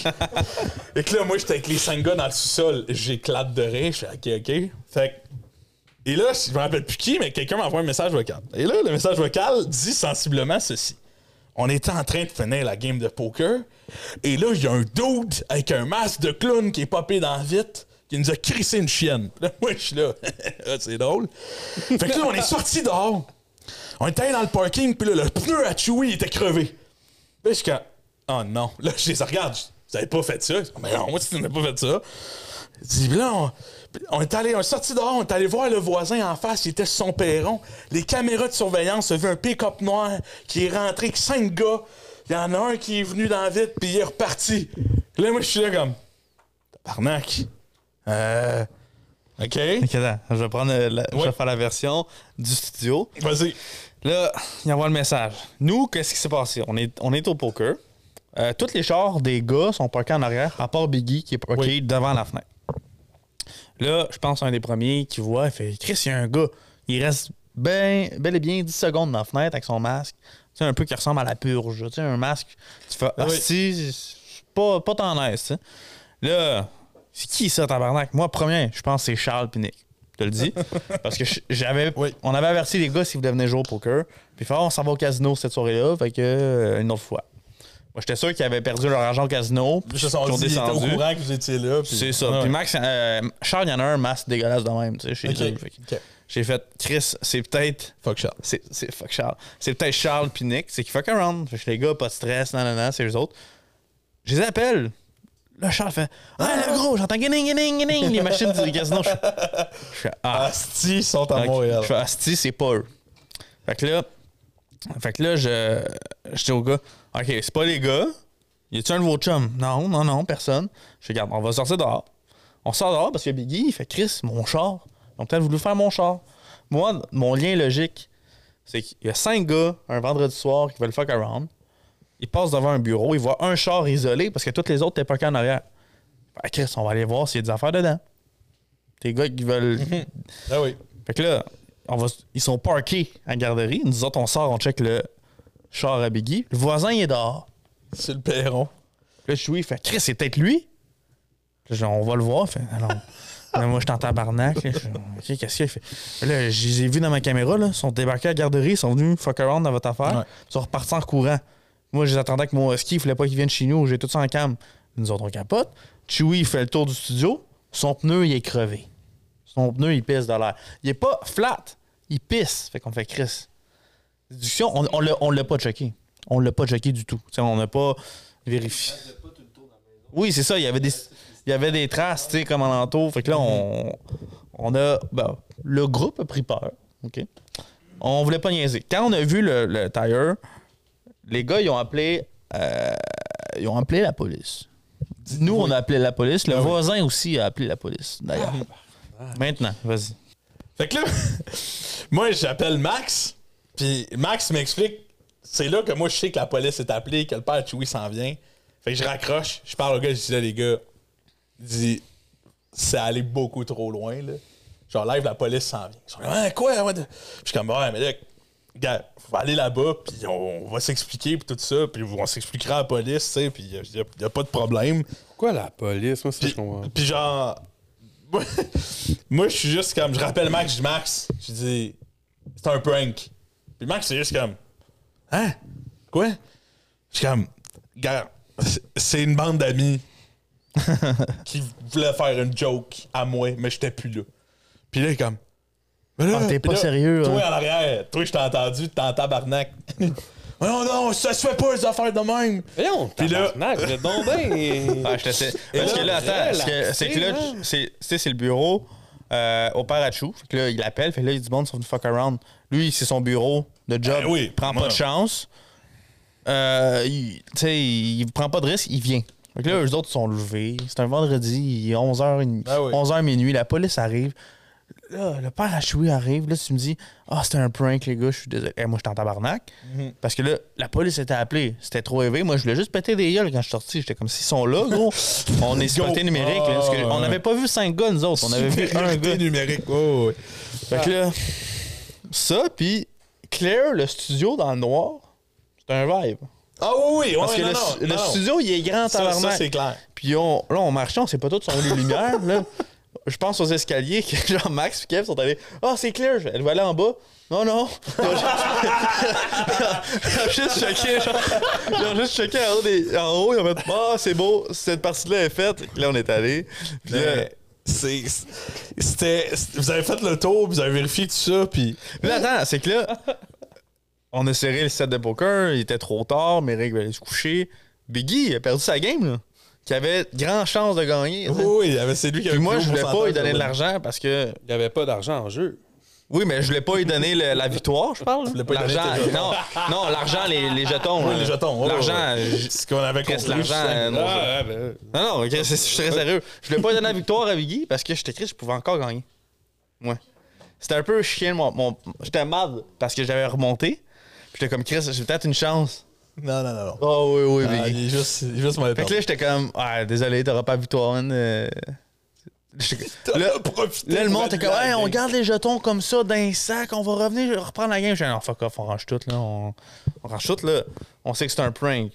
Speaker 3: Et que là, moi, j'étais avec les cinq gars dans le sous-sol. J'éclate de rire. Je fais OK, OK. Fait que- Et là, je me rappelle plus qui, mais quelqu'un m'envoie un message vocal. Et là, le message vocal dit sensiblement ceci. On était en train de finir la game de poker. Et là, il y a un dude avec un masque de clown qui est popé dans vite. Qui nous a crissé une chienne. Là, moi, je suis là. Ah, c'est drôle. Fait que là, on est sorti dehors. On était allé dans le parking, puis là, le pneu à Chewie il était crevé. Là, je suis comme, oh non. Là, je les regarde. je dis, Vous avez pas fait ça? Je dis, Mais non, moi, tu n'as pas fait ça. Je dis, là, on- On est allé, on est sorti dehors, on est allé voir le voisin en face, il était sur son perron. Les caméras de surveillance ont vu un pick-up noir qui est rentré avec cinq gars. Il y en a un qui est venu dans la vitre, puis il est reparti. Là, moi, je suis là comme. Tabarnak. Euh. OK.
Speaker 2: Ok, attends, je vais prendre euh, la- je vais faire la version du studio.
Speaker 3: Vas-y.
Speaker 2: Là, il envoie le message. Nous, qu'est-ce qui s'est passé? On est, on est au poker. Euh, toutes les chars des gars sont parkés en arrière, à part Biggie qui est parké
Speaker 3: Oui.
Speaker 2: devant la fenêtre. Là, je pense un des premiers qui voit, il fait Chris, il y a un gars. Il reste ben, bel et bien 10 secondes dans la fenêtre avec son masque. Tu sais, un peu qui ressemble à la purge. Tu sais, un masque. Tu fais Ah,
Speaker 3: Oui.
Speaker 2: si, c'est pas, pas t'en aise, tu sais. Là, c'est qui ça, tabarnak? Moi, premier, je pense que c'est Charles Pinick. Je te le dis. Parce que je- j'avais.
Speaker 3: Oui.
Speaker 2: On avait averti les gars s'ils voulaient venir jouer au poker. Puis il fait, Ah, on s'en va au casino cette soirée-là. Fait que, euh, une autre fois. Moi, j'étais sûr qu'ils avaient perdu leur argent au casino. puis
Speaker 3: Je
Speaker 2: qu'ils
Speaker 3: suis
Speaker 2: ont
Speaker 3: au
Speaker 2: descendu.
Speaker 3: courant que vous étiez là. puis-
Speaker 2: C'est ça.
Speaker 3: Ah Ouais.
Speaker 2: Puis Max, euh, Charles, il y en a un masque dégueulasse de même, tu sais, chez
Speaker 3: Ok.
Speaker 2: eux. Fait que
Speaker 3: Ok.
Speaker 2: J'ai fait, Chris, c'est peut-être.
Speaker 3: Fuck shot.
Speaker 2: C'est, c'est- fuck Charles. C'est peut-être Charles puis Nick. C'est qui fuck around. Fait que les gars, pas de stress, non, non, non, c'est eux autres. Je les appelle. Là, Charles fait Ah, le gros, j'entends guining, guining, guining, les machines du casino. Je fais- je fais Ah,
Speaker 3: Asti ils sont à
Speaker 2: fait que
Speaker 3: Montréal.
Speaker 2: Je fais Asti, c'est pas eux. Fait que là, fait que là je, je dis au gars Ok, c'est pas les gars. Y a-tu un nouveau chum Non, non, non, personne. Je fais, regarde, on va sortir dehors. On sort dehors parce que Biggie, il fait Chris, mon char. Ils ont peut-être voulu faire mon char. Moi, mon lien logique, c'est qu'il y a cinq gars un vendredi soir qui veulent fuck around. Ils passent devant un bureau, ils voient un char isolé parce que toutes les autres étaient parqués en arrière. Fait que, Chris, on va aller voir s'il y a des affaires dedans. Tes gars qui veulent
Speaker 3: Ah oui.
Speaker 2: fait que là, on va, s- ils sont parkés à la garderie. Nous autres, on sort, on check le char à Biggie. Le voisin, il est dehors.
Speaker 3: C'est le perron.
Speaker 2: Là, je suis, il fait Chris, c'est peut-être lui. Là, je dis, on va le voir. Il fait, non. Là, moi, je t'entends tabarnak. Là, Je dis, OK, qu'est-ce qu'il fait? Là, je les ai vus dans ma caméra. Là. Ils sont débarqués à la garderie. Ils sont venus fuck around dans votre affaire.
Speaker 3: Ouais.
Speaker 2: Ils sont repartis en courant. Moi, je les attendais avec mon ski. Il fallait pas qu'ils viennent chez nous. J'ai tout ça en cam. Nous autres, on capote. Chewie, il fait le tour du studio. Son pneu, il est crevé. Son pneu, il pisse dans l'air. Il est pas flat. Il pisse. Fait qu'on fait Chris. Déduction, on, on l'a- on l'a pas checké. On l'a pas checké du tout. Tu sais, on n'a pas vérifié. Oui, c'est ça. Il y avait des, il y avait des traces, tu sais, comme en entour. Fait que là, on, on a. ben, le groupe a pris peur. OK? On voulait pas niaiser. Quand on a vu le, le tire, les gars, ils ont appelé. euh, ils ont appelé la police. Nous, on a appelé la police. Le voisin aussi a appelé la police, d'ailleurs. Maintenant, vas-y.
Speaker 3: Fait que là, moi, j'appelle Max, puis Max m'explique, c'est là que moi, je sais que la police est appelée, que le père de Chewie s'en vient. Fait que je raccroche, je parle au gars, je dis là, les gars, il dit, c'est allé beaucoup trop loin, là. Genre, live, la police s'en vient. Ils sont comme, Hein, quoi? what the- Puis je suis comme, ouais, mais là, gars, faut aller là-bas, puis on, on va s'expliquer, puis tout ça, puis on s'expliquera à la police, tu sais, puis il n'y a, y a pas de problème.
Speaker 1: Pourquoi la police? Moi, ça, je comprends.
Speaker 3: Puis genre, moi, moi, je suis juste comme, je rappelle Max, je dis Max, je dis, c'est un prank. Puis Max, c'est juste comme, hein? Quoi? Je suis comme, gars, c'est- c'est une bande d'amis qui voulait faire une joke à moi, mais j'étais plus là. Puis là, il est comme, mais là,
Speaker 2: Ah, t'es
Speaker 3: puis
Speaker 2: pas
Speaker 3: là,
Speaker 2: sérieux,
Speaker 3: Toi,
Speaker 2: hein?
Speaker 3: en arrière, toi, je t'ai entendu, t'es en tabarnak. non, non, ça se fait pas, les affaires de même.
Speaker 1: Voyons,
Speaker 3: Puis là-
Speaker 1: tabarnak, vous êtes donc bien.
Speaker 2: Ah, je te sais. Parce
Speaker 1: là,
Speaker 2: que là, attends, parce que
Speaker 1: relaxé,
Speaker 2: c'est que là,
Speaker 1: hein?
Speaker 2: c'est, tu sais, c'est le bureau euh, au père à Chou. Fait que là, il appelle, fait que là, il dit bon, ils sont venus fuck around. Lui, c'est son bureau de job.
Speaker 3: Ben oui,
Speaker 2: il prend pas
Speaker 3: moi.
Speaker 2: de chance. Euh, il, tu sais, il, il prend pas de risque, il vient. Fait que là, eux autres sont levés. C'est un vendredi, il est 11h,
Speaker 3: Ben oui.
Speaker 2: 11h minuit, la police arrive. Là, le père à Choui arrive. Là, tu me dis Ah, c'était un prank, les gars, je suis désolé. Eh, moi, je suis en tabarnak.
Speaker 3: Mhm.
Speaker 2: Parce que là, la police était appelée. C'était trop élevé. Moi, je voulais juste péter des gueules quand je suis sorti. J'étais comme s'ils sont là, gros. on est spoté numérique. là, parce que
Speaker 3: Ah,
Speaker 2: on
Speaker 3: ouais.
Speaker 2: n'avait pas vu cinq gars, nous autres. On avait vu un
Speaker 3: Supériorité
Speaker 2: gars.
Speaker 3: numérique. Oh, oui.
Speaker 2: Fait que là, ça, puis Claire, le studio dans le noir, c'est un vibe.
Speaker 3: Ah oui, oui,
Speaker 2: Parce
Speaker 3: ouais,
Speaker 2: que
Speaker 3: non,
Speaker 2: le,
Speaker 3: non,
Speaker 2: le
Speaker 3: non.
Speaker 2: studio, il est grand
Speaker 3: Ça, ça,
Speaker 2: tabarnak.
Speaker 3: c'est clair.
Speaker 2: Puis on, là, on marchait, on sait pas tous sont les lumières. là. Je pense aux escaliers que genre Max et Kev sont allés. Ah, c'est clair, elle va aller en bas. Non, non. Ils ont juste- Ils ont juste choqué. Ils ont juste choqué en haut. Des... En haut ils ont fait Ah, c'est beau, cette partie-là est faite. Là, on est allé. Puis là,
Speaker 3: Mais c'est- C'était. c'est- Vous avez fait le tour, vous avez vérifié tout ça, puis.
Speaker 2: Puis là, attends, c'est que là, on a serré le set de poker, il était trop tard, Merrick va aller se coucher. Biggie, il a perdu sa game, là. qui avait grand chance de gagner. tu sais.
Speaker 3: Oui, il y avait- c'est lui qui avait
Speaker 2: Puis
Speaker 3: le
Speaker 2: moi,
Speaker 3: plus
Speaker 2: je
Speaker 3: haut
Speaker 2: voulais pas lui
Speaker 3: Oh, pourcentage
Speaker 2: donner de
Speaker 3: win.
Speaker 2: l'argent parce que.
Speaker 1: Il n'y avait pas d'argent en jeu.
Speaker 2: Oui, mais je voulais pas lui donner le- la victoire, je parle.
Speaker 3: voulais pas lui donner
Speaker 2: L'argent.
Speaker 3: tes
Speaker 2: Non, non l'argent, les, les jetons.
Speaker 3: Oui,
Speaker 2: euh,
Speaker 3: les jetons. ouais,
Speaker 2: L'argent.
Speaker 3: ouais.
Speaker 2: je-
Speaker 3: Ce qu'on avait
Speaker 2: Chris,
Speaker 3: compris.
Speaker 2: l'argent,
Speaker 3: c'est-
Speaker 2: euh, non.
Speaker 1: Ah, ouais, ben,
Speaker 2: Non, non, ok, c'est- je suis très sérieux. Je voulais pas donner la victoire à Viggy parce que j'étais triste, je pouvais encore gagner. Ouais. C'était un peu chien, mon. mon- j'étais mad parce que j'avais remonté. Puis J'étais comme Chris, j'ai peut-être une chance.
Speaker 3: Non, non, non. non.
Speaker 2: Oh oui, oui,
Speaker 3: Ah, il est juste, il est juste mauvais
Speaker 2: Fait que là, j'étais comme, ah, désolé, t'auras pas la victoire, man. euh. J'étais- Là, là, le monde était comme, hey, on
Speaker 3: ben.
Speaker 2: garde les jetons comme ça dans un sac, on va revenir, je vais reprendre la game. J'ai dit, non, fuck off, on range tout, là. On, on range tout, là. On sait que c'est un prank.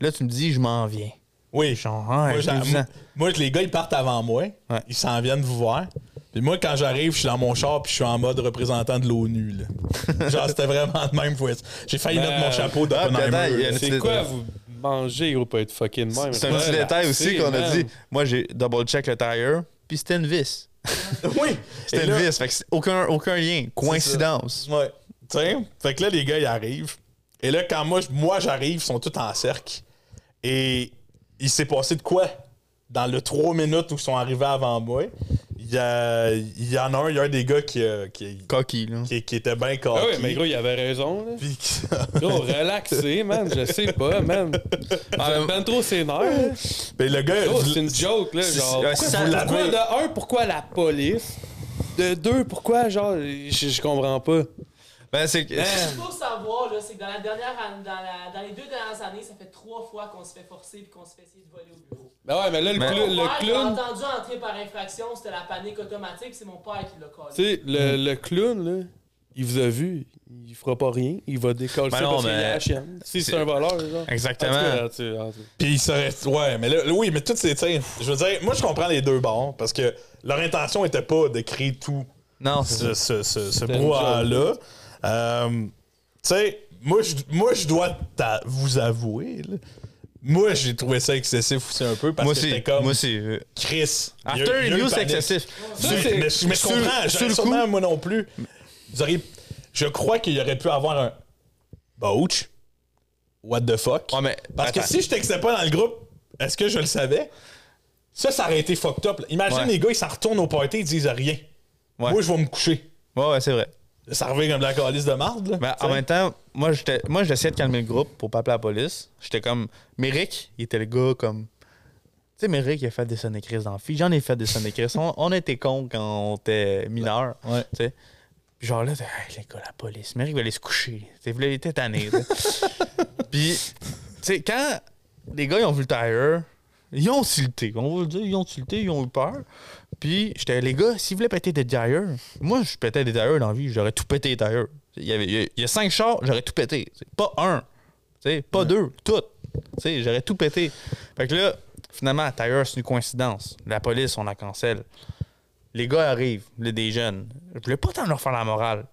Speaker 2: Là, tu me dis, je m'en viens.
Speaker 3: Oui,
Speaker 2: Genre, ah,
Speaker 3: Moi,
Speaker 2: je
Speaker 3: j'en-
Speaker 2: te dis ça.
Speaker 3: moi, les gars, ils partent avant moi.
Speaker 2: Ouais.
Speaker 3: Ils s'en viennent vous voir. Puis moi, quand j'arrive, je suis dans mon char puis je suis en mode représentant de l'ONU. là. Genre, c'était vraiment de même. faut être- J'ai failli
Speaker 1: Ben,
Speaker 3: mettre mon chapeau
Speaker 2: ah, puis attends, il y a
Speaker 3: d'Oppenheimer.
Speaker 2: une-
Speaker 3: là.
Speaker 1: c'est
Speaker 2: c'est-
Speaker 1: quoi, vous mangez au pas être fucking même? bah,
Speaker 2: C'est un
Speaker 3: ben,
Speaker 2: petit détail aussi qu'on a dit. Moi, j'ai double-check le tire, puis c'était une vis.
Speaker 3: Oui!
Speaker 2: C'était
Speaker 3: Et
Speaker 2: une
Speaker 3: là-
Speaker 2: vis, fait que c'est aucun, aucun lien. Coïncidence.
Speaker 3: Ouais. Tu sais, fait que là, les gars, ils arrivent. Et là, quand moi, je- moi j'arrive, ils sont tous en cercle. Et il s'est passé de quoi? Dans le 3 minutes où ils sont arrivés avant moi, il y, a- il y en a un, il y a un des gars qui, a- qui,
Speaker 2: Coquille, là.
Speaker 3: qui, qui était bien
Speaker 1: Ah
Speaker 3: coquille.
Speaker 1: ouais, mais gros, il avait raison. Là.
Speaker 3: Puis qui-
Speaker 1: Gros, relaxé, man. Je sais pas, man.
Speaker 2: Ah,
Speaker 1: Vous êtes ben trop sénère.
Speaker 3: Mais le gars,
Speaker 1: Gros,
Speaker 3: vous-
Speaker 1: Oh, c'est une joke, là.
Speaker 2: c'est-
Speaker 1: Genre,
Speaker 2: euh,
Speaker 1: pourquoi,
Speaker 2: ça-
Speaker 1: pourquoi,
Speaker 3: l'avez-
Speaker 1: de un, pourquoi la police? De deux, pourquoi, genre, je, je comprends pas.
Speaker 2: Ben, c'est que-
Speaker 1: Hein?
Speaker 4: Ce qu'il faut savoir, là, c'est que dans, la dernière, an- dans, la- dans les deux dernières années, ça fait trois fois qu'on se fait forcer et qu'on se fait essayer de voler au bureau.
Speaker 1: Ben ouais, mais là, le,
Speaker 2: Mais-
Speaker 1: clou- le
Speaker 4: Mon père, quand
Speaker 1: clown.
Speaker 4: j'ai entendu entrer par infraction, c'était la panique automatique, c'est mon père qui l'a
Speaker 1: Tu
Speaker 4: collé.
Speaker 1: sais, le,
Speaker 2: Hmm.
Speaker 1: le clown, là, il vous a vu, il fera pas rien, il va décoller
Speaker 2: Ben
Speaker 1: ça
Speaker 2: non,
Speaker 1: parce qu'il
Speaker 2: mais-
Speaker 1: est la chienne. Si c'est
Speaker 2: c'est-
Speaker 1: un voleur, genre. En tout
Speaker 2: Exactement.
Speaker 1: cas, tu- en tout cas.
Speaker 3: Puis il serait. Ouais, mais là, oui, mais tout c'est. tu sais, Je veux dire, moi, je comprends les deux bords parce que leur intention était pas de créer tout
Speaker 2: Non, c'est
Speaker 3: ce, ce, ce, ce
Speaker 1: C'était une
Speaker 3: brouhaha-là. Euh, tu sais, moi, je moi, je dois t'a- vous avouer, là, Moi, j'ai trouvé ça excessif aussi un peu parce
Speaker 2: Moi
Speaker 3: que
Speaker 2: aussi.
Speaker 3: c'était comme
Speaker 2: Moi aussi. euh,
Speaker 3: Chris. il y
Speaker 2: After
Speaker 3: a- il y a eu
Speaker 2: review, c'est
Speaker 3: panique.
Speaker 2: excessif.
Speaker 1: Ça,
Speaker 3: Mais-
Speaker 1: c'est-
Speaker 3: mais, je- mais je
Speaker 2: sur-
Speaker 3: comprends,
Speaker 2: sur le
Speaker 3: j'aurais sûrement, moi non plus. Vous auriez- je crois qu'il aurait pu avoir un. Bah, ouch. What the fuck?
Speaker 2: Ouais, mais-
Speaker 3: Parce que
Speaker 2: attends.
Speaker 3: si je textais pas dans le groupe, est-ce que je le savais? Ça, ça aurait été fucked up. là. Imagine
Speaker 2: Ouais.
Speaker 3: les gars, ils s'en retournent au party, ils disent rien.
Speaker 2: Ouais.
Speaker 3: Moi, je vais me coucher.
Speaker 2: Ouais, ouais, c'est vrai.
Speaker 3: Ça revient comme de la calice de marde. là.
Speaker 2: Ben,
Speaker 3: T'sais.
Speaker 2: en même temps, moi, j'étais, moi, j'essayais de calmer le groupe pour pas appeler la police. J'étais comme. Méric, il était le gars comme. Tu sais, Méric, il a fait des sons d'écris dans la fille. J'en ai fait des sons d'écris. On, on était cons quand on était mineurs.
Speaker 3: Ouais.
Speaker 2: Tu sais. Puis genre là, t'es, hey, les gars, la police. Méric va aller se coucher. Tu sais, il était tanné. tu sais. Puis, tu sais, quand les gars, ils ont vu le tire, ils ont tilté. On va le dire, ils ont tilté, ils ont eu peur. Puis, j'étais, les gars, s'ils voulaient péter des tires, moi, je pétais des tires dans la vie, j'aurais tout pété des tires. Il y, avait, il y a- il y a cinq chars, j'aurais tout pété. C'est Pas un, tu sais, pas deux, tout. Tu sais, J'aurais tout pété. Fait que là, finalement, tire, c'est une coïncidence. La police, on la cancelle. Les gars arrivent, les des jeunes. Je voulais pas tant leur faire la morale.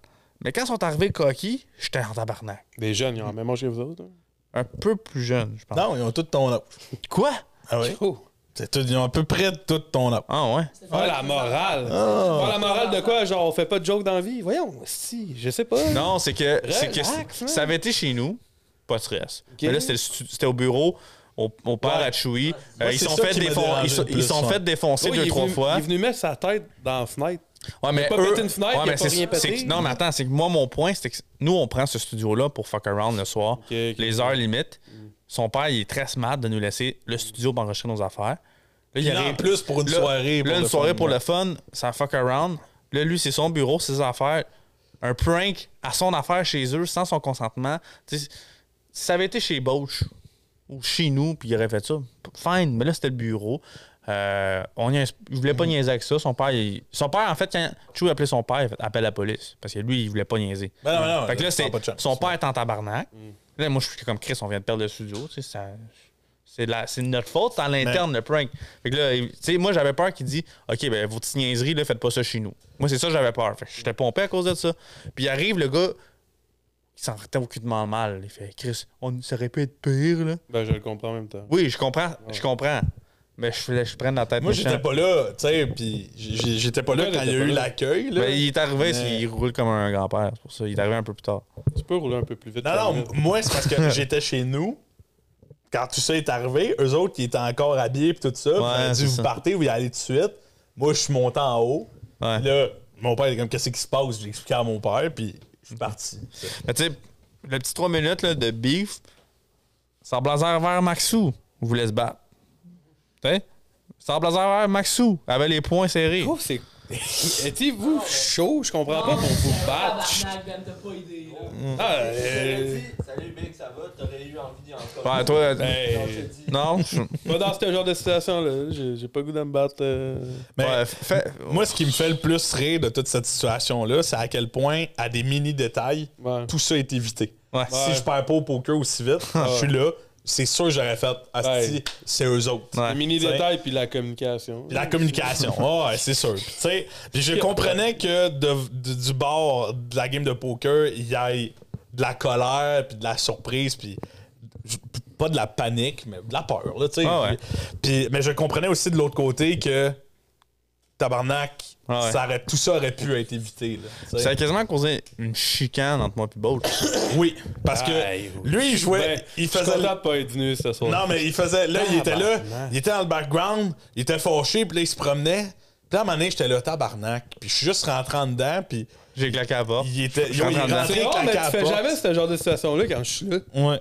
Speaker 2: Mais quand ils sont arrivés coquilles, j'étais en tabarnak.
Speaker 1: Des jeunes, ils ont même mangé vous autres. hein?
Speaker 2: Un peu plus jeune, je pense.
Speaker 3: Non, ils ont tout ton up.
Speaker 2: Quoi?
Speaker 3: Ah oui?
Speaker 1: Oh.
Speaker 3: C'est tout- ils ont à peu près tout ton up.
Speaker 2: Ah ouais.
Speaker 4: C'est
Speaker 1: Ah, la morale!
Speaker 3: Ah.
Speaker 1: Ah, la morale de quoi? Genre, on fait pas de joke dans la vie? Voyons, si, je sais pas.
Speaker 2: Non, c'est que, c'est que
Speaker 1: Relax, man.
Speaker 2: ça avait été chez nous, pas de stress. Mais là, c'était le stu- c'était au bureau, au, au père
Speaker 1: Ouais.
Speaker 2: à Choui. Euh,
Speaker 3: Moi,
Speaker 2: ils
Speaker 3: c'est
Speaker 2: sont
Speaker 3: ça
Speaker 2: fait,
Speaker 3: qui m'a
Speaker 2: défon-
Speaker 3: dérangé
Speaker 2: ils sont-
Speaker 3: le
Speaker 2: ils
Speaker 3: plus,
Speaker 2: sont
Speaker 3: ouais.
Speaker 2: fait défoncer
Speaker 1: Oh,
Speaker 2: deux,
Speaker 1: il est
Speaker 2: trois
Speaker 1: venu-
Speaker 2: fois.
Speaker 1: Il est venu mettre sa tête dans la fenêtre.
Speaker 2: Ouais, mais
Speaker 1: pas
Speaker 2: eux-
Speaker 1: pété une fenêtre, il a pas
Speaker 2: c'est-
Speaker 1: rien pété.
Speaker 2: c'est que- Non, mais attends, c'est que moi, mon point, c'est que nous, on prend ce studio-là pour fuck around le soir,
Speaker 1: ok. Mm.
Speaker 2: les heures limites. Son père, il est très smart de nous laisser le studio pour enregistrer nos affaires. Là,
Speaker 3: Puis là, en plus, pour une
Speaker 2: là-
Speaker 3: soirée.
Speaker 2: Là,
Speaker 3: pour
Speaker 2: une
Speaker 3: le
Speaker 2: soirée
Speaker 3: fun,
Speaker 2: pour
Speaker 3: ouais.
Speaker 2: le fun, ça fuck around. Là, lui, c'est son bureau, ses affaires. Un prank à son affaire chez eux sans son consentement. Tu sais, si ça avait été chez Bosch ou chez nous, puis il aurait fait ça, fine, mais là, c'était le bureau. Euh, on niaise- il voulait pas
Speaker 3: Mhm.
Speaker 2: niaiser avec ça. Son père, il- son père en fait, quand Chou appelait son père, il a fait appelle la police. Parce que lui, il voulait pas niaiser.
Speaker 3: Ben non, ben non,
Speaker 2: fait que là,
Speaker 3: ça
Speaker 2: c'était-
Speaker 3: prend pas de chance. Mhm.
Speaker 2: son père est en tabarnak. Là, moi, je suis comme Chris, on vient de perdre le studio. tu sais, ça- C'est de la- c'est de notre faute, c'est à l'interne le prank. Fait que là, il- tu sais, moi, j'avais peur qu'il dit Ok, ben, vos petites niaiseries, là, faites pas ça chez nous. Moi, c'est ça, que j'avais peur. Fait que j'étais pompé à cause de ça. Puis il arrive le gars, il s'en retient aucunement mal. Il fait Chris, on, ça aurait pu être pire, là.
Speaker 1: Ben, je le comprends en même temps.
Speaker 2: Oui, je comprends, je comprends. Mais je, voulais- je prenne la tête.
Speaker 3: Moi,
Speaker 2: méchant.
Speaker 3: j'étais pas là, tu sais, puis j'ai- j'étais pas là
Speaker 1: Ouais,
Speaker 3: quand il y a
Speaker 1: t'étais
Speaker 3: eu
Speaker 1: pas là.
Speaker 3: l'accueil. là.
Speaker 2: Ben, il est arrivé,
Speaker 3: Mais-
Speaker 2: c'est- il roule comme un grand-père. C'est pour ça, il est arrivé un peu plus tard.
Speaker 1: Tu peux rouler un peu plus vite.
Speaker 3: Non,
Speaker 1: quand
Speaker 3: non,
Speaker 1: même.
Speaker 3: m- moi, c'est parce que j'étais chez nous, quand tout ça est arrivé, eux autres, ils étaient encore habillés et tout ça. Puis ils m'ont dit,
Speaker 2: c'est
Speaker 3: vous
Speaker 2: ça.
Speaker 3: partez, vous y allez tout de suite. Moi, je suis monté en haut.
Speaker 2: Ouais.
Speaker 3: Puis Là, mon père était comme, qu'est-ce qui se passe? J'ai expliqué à mon père, puis je suis parti.
Speaker 2: Mais tu sais, le petit 3 minutes là, de beef, sans blazer vers Maxou, vous laisse battre. Tu sais? Sans blazer vers Maxou, avec les poings serrés.
Speaker 1: Oh, c'est. Étiez-vous chaud? Je comprends pas qu'on vous batte.
Speaker 4: Ah, Tabarnak, Ben, t'as pas idée. là.
Speaker 1: Ah,
Speaker 5: J'aurais
Speaker 1: euh,
Speaker 5: dit, salut mec, ça va, t'aurais eu envie d'y encore.
Speaker 2: Ouais, toi, euh,
Speaker 5: Donc, je
Speaker 3: Ben,
Speaker 1: hey,
Speaker 5: dis,
Speaker 2: non? je-
Speaker 1: Moi, dans ce genre de situation-là, j'ai j'ai pas le goût de me battre. euh.
Speaker 3: Mais
Speaker 2: Ouais, fait-
Speaker 3: moi, ce qui me fait le plus rire de toute cette situation-là, c'est à quel point, à des mini-détails,
Speaker 1: Ouais.
Speaker 3: tout ça est évité.
Speaker 2: Ouais.
Speaker 3: Si je perds pas au poker aussi vite, je suis là, c'est sûr que j'aurais fait Asti,
Speaker 1: Ouais.
Speaker 3: c'est eux autres.
Speaker 2: Ouais.
Speaker 1: Les mini
Speaker 3: T'sais.
Speaker 1: détails puis la communication.
Speaker 3: Puis La communication, Ah, ouais, c'est sûr. Puis, tu sais, puis je comprenais que de- de- du bord de la game de poker, il y ait de la colère, puis de la surprise, puis j- pas de la panique, mais de la peur. Là, tu sais.
Speaker 2: Ah ouais.
Speaker 3: puis, puis- mais je comprenais aussi de l'autre côté que tabarnak,
Speaker 2: Ah ouais.
Speaker 3: ça aurait- tout ça aurait pu être évité. là, tu sais.
Speaker 2: Ça a quasiment causé une chicane entre moi et Bolt.
Speaker 3: Oui, parce que
Speaker 1: Aïe.
Speaker 3: lui, il jouait,
Speaker 1: Ben,
Speaker 3: il
Speaker 1: Je suis
Speaker 3: faisait
Speaker 1: content de pas être venu ce soir.
Speaker 3: Non, mais il faisait. Là, il était là, il était dans le background, il était fâché, puis là, il se promenait. Puis là, à un moment donné, j'étais là, tabarnak. Puis je suis juste rentré en dedans, puis
Speaker 2: J'ai claqué la porte.
Speaker 3: il était.
Speaker 2: Je
Speaker 3: yo, il est
Speaker 2: rentre en dedans.
Speaker 3: rentré
Speaker 1: C'est rare, mais
Speaker 3: claquant
Speaker 1: tu fais
Speaker 3: à la
Speaker 1: jamais ce genre de situation-là quand je suis là.
Speaker 3: porte. Ouais.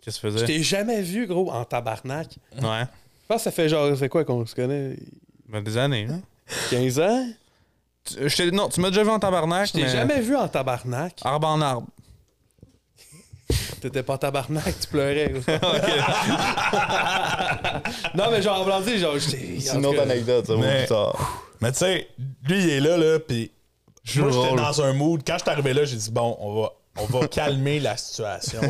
Speaker 2: Qu'est-ce que tu
Speaker 1: Je
Speaker 2: faisais?
Speaker 1: t'ai jamais vu, gros, en tabarnak. Je
Speaker 2: Ouais.
Speaker 1: pense que ça fait genre, c'est quoi qu'on se connaît?
Speaker 2: Ben, des années. Hein?
Speaker 1: 15 ans?
Speaker 2: Tu- je t'ai- non, tu m'as déjà vu en tabarnak.
Speaker 1: Je t'ai
Speaker 2: mais-
Speaker 1: jamais vu en tabarnak.
Speaker 2: Arbre en arbre.
Speaker 1: T'étais pas en tabarnak, tu pleurais. gros. non, mais genre, en blanc, genre, j'étais. en tout cas,
Speaker 2: anecdote, ça,
Speaker 3: Mais- Mais tu sais, lui, il est là, là, puis moi, j'étais
Speaker 2: rôle.
Speaker 3: dans un mood. Quand je suis arrivé là, j'ai dit, bon, on va. On va calmer la situation.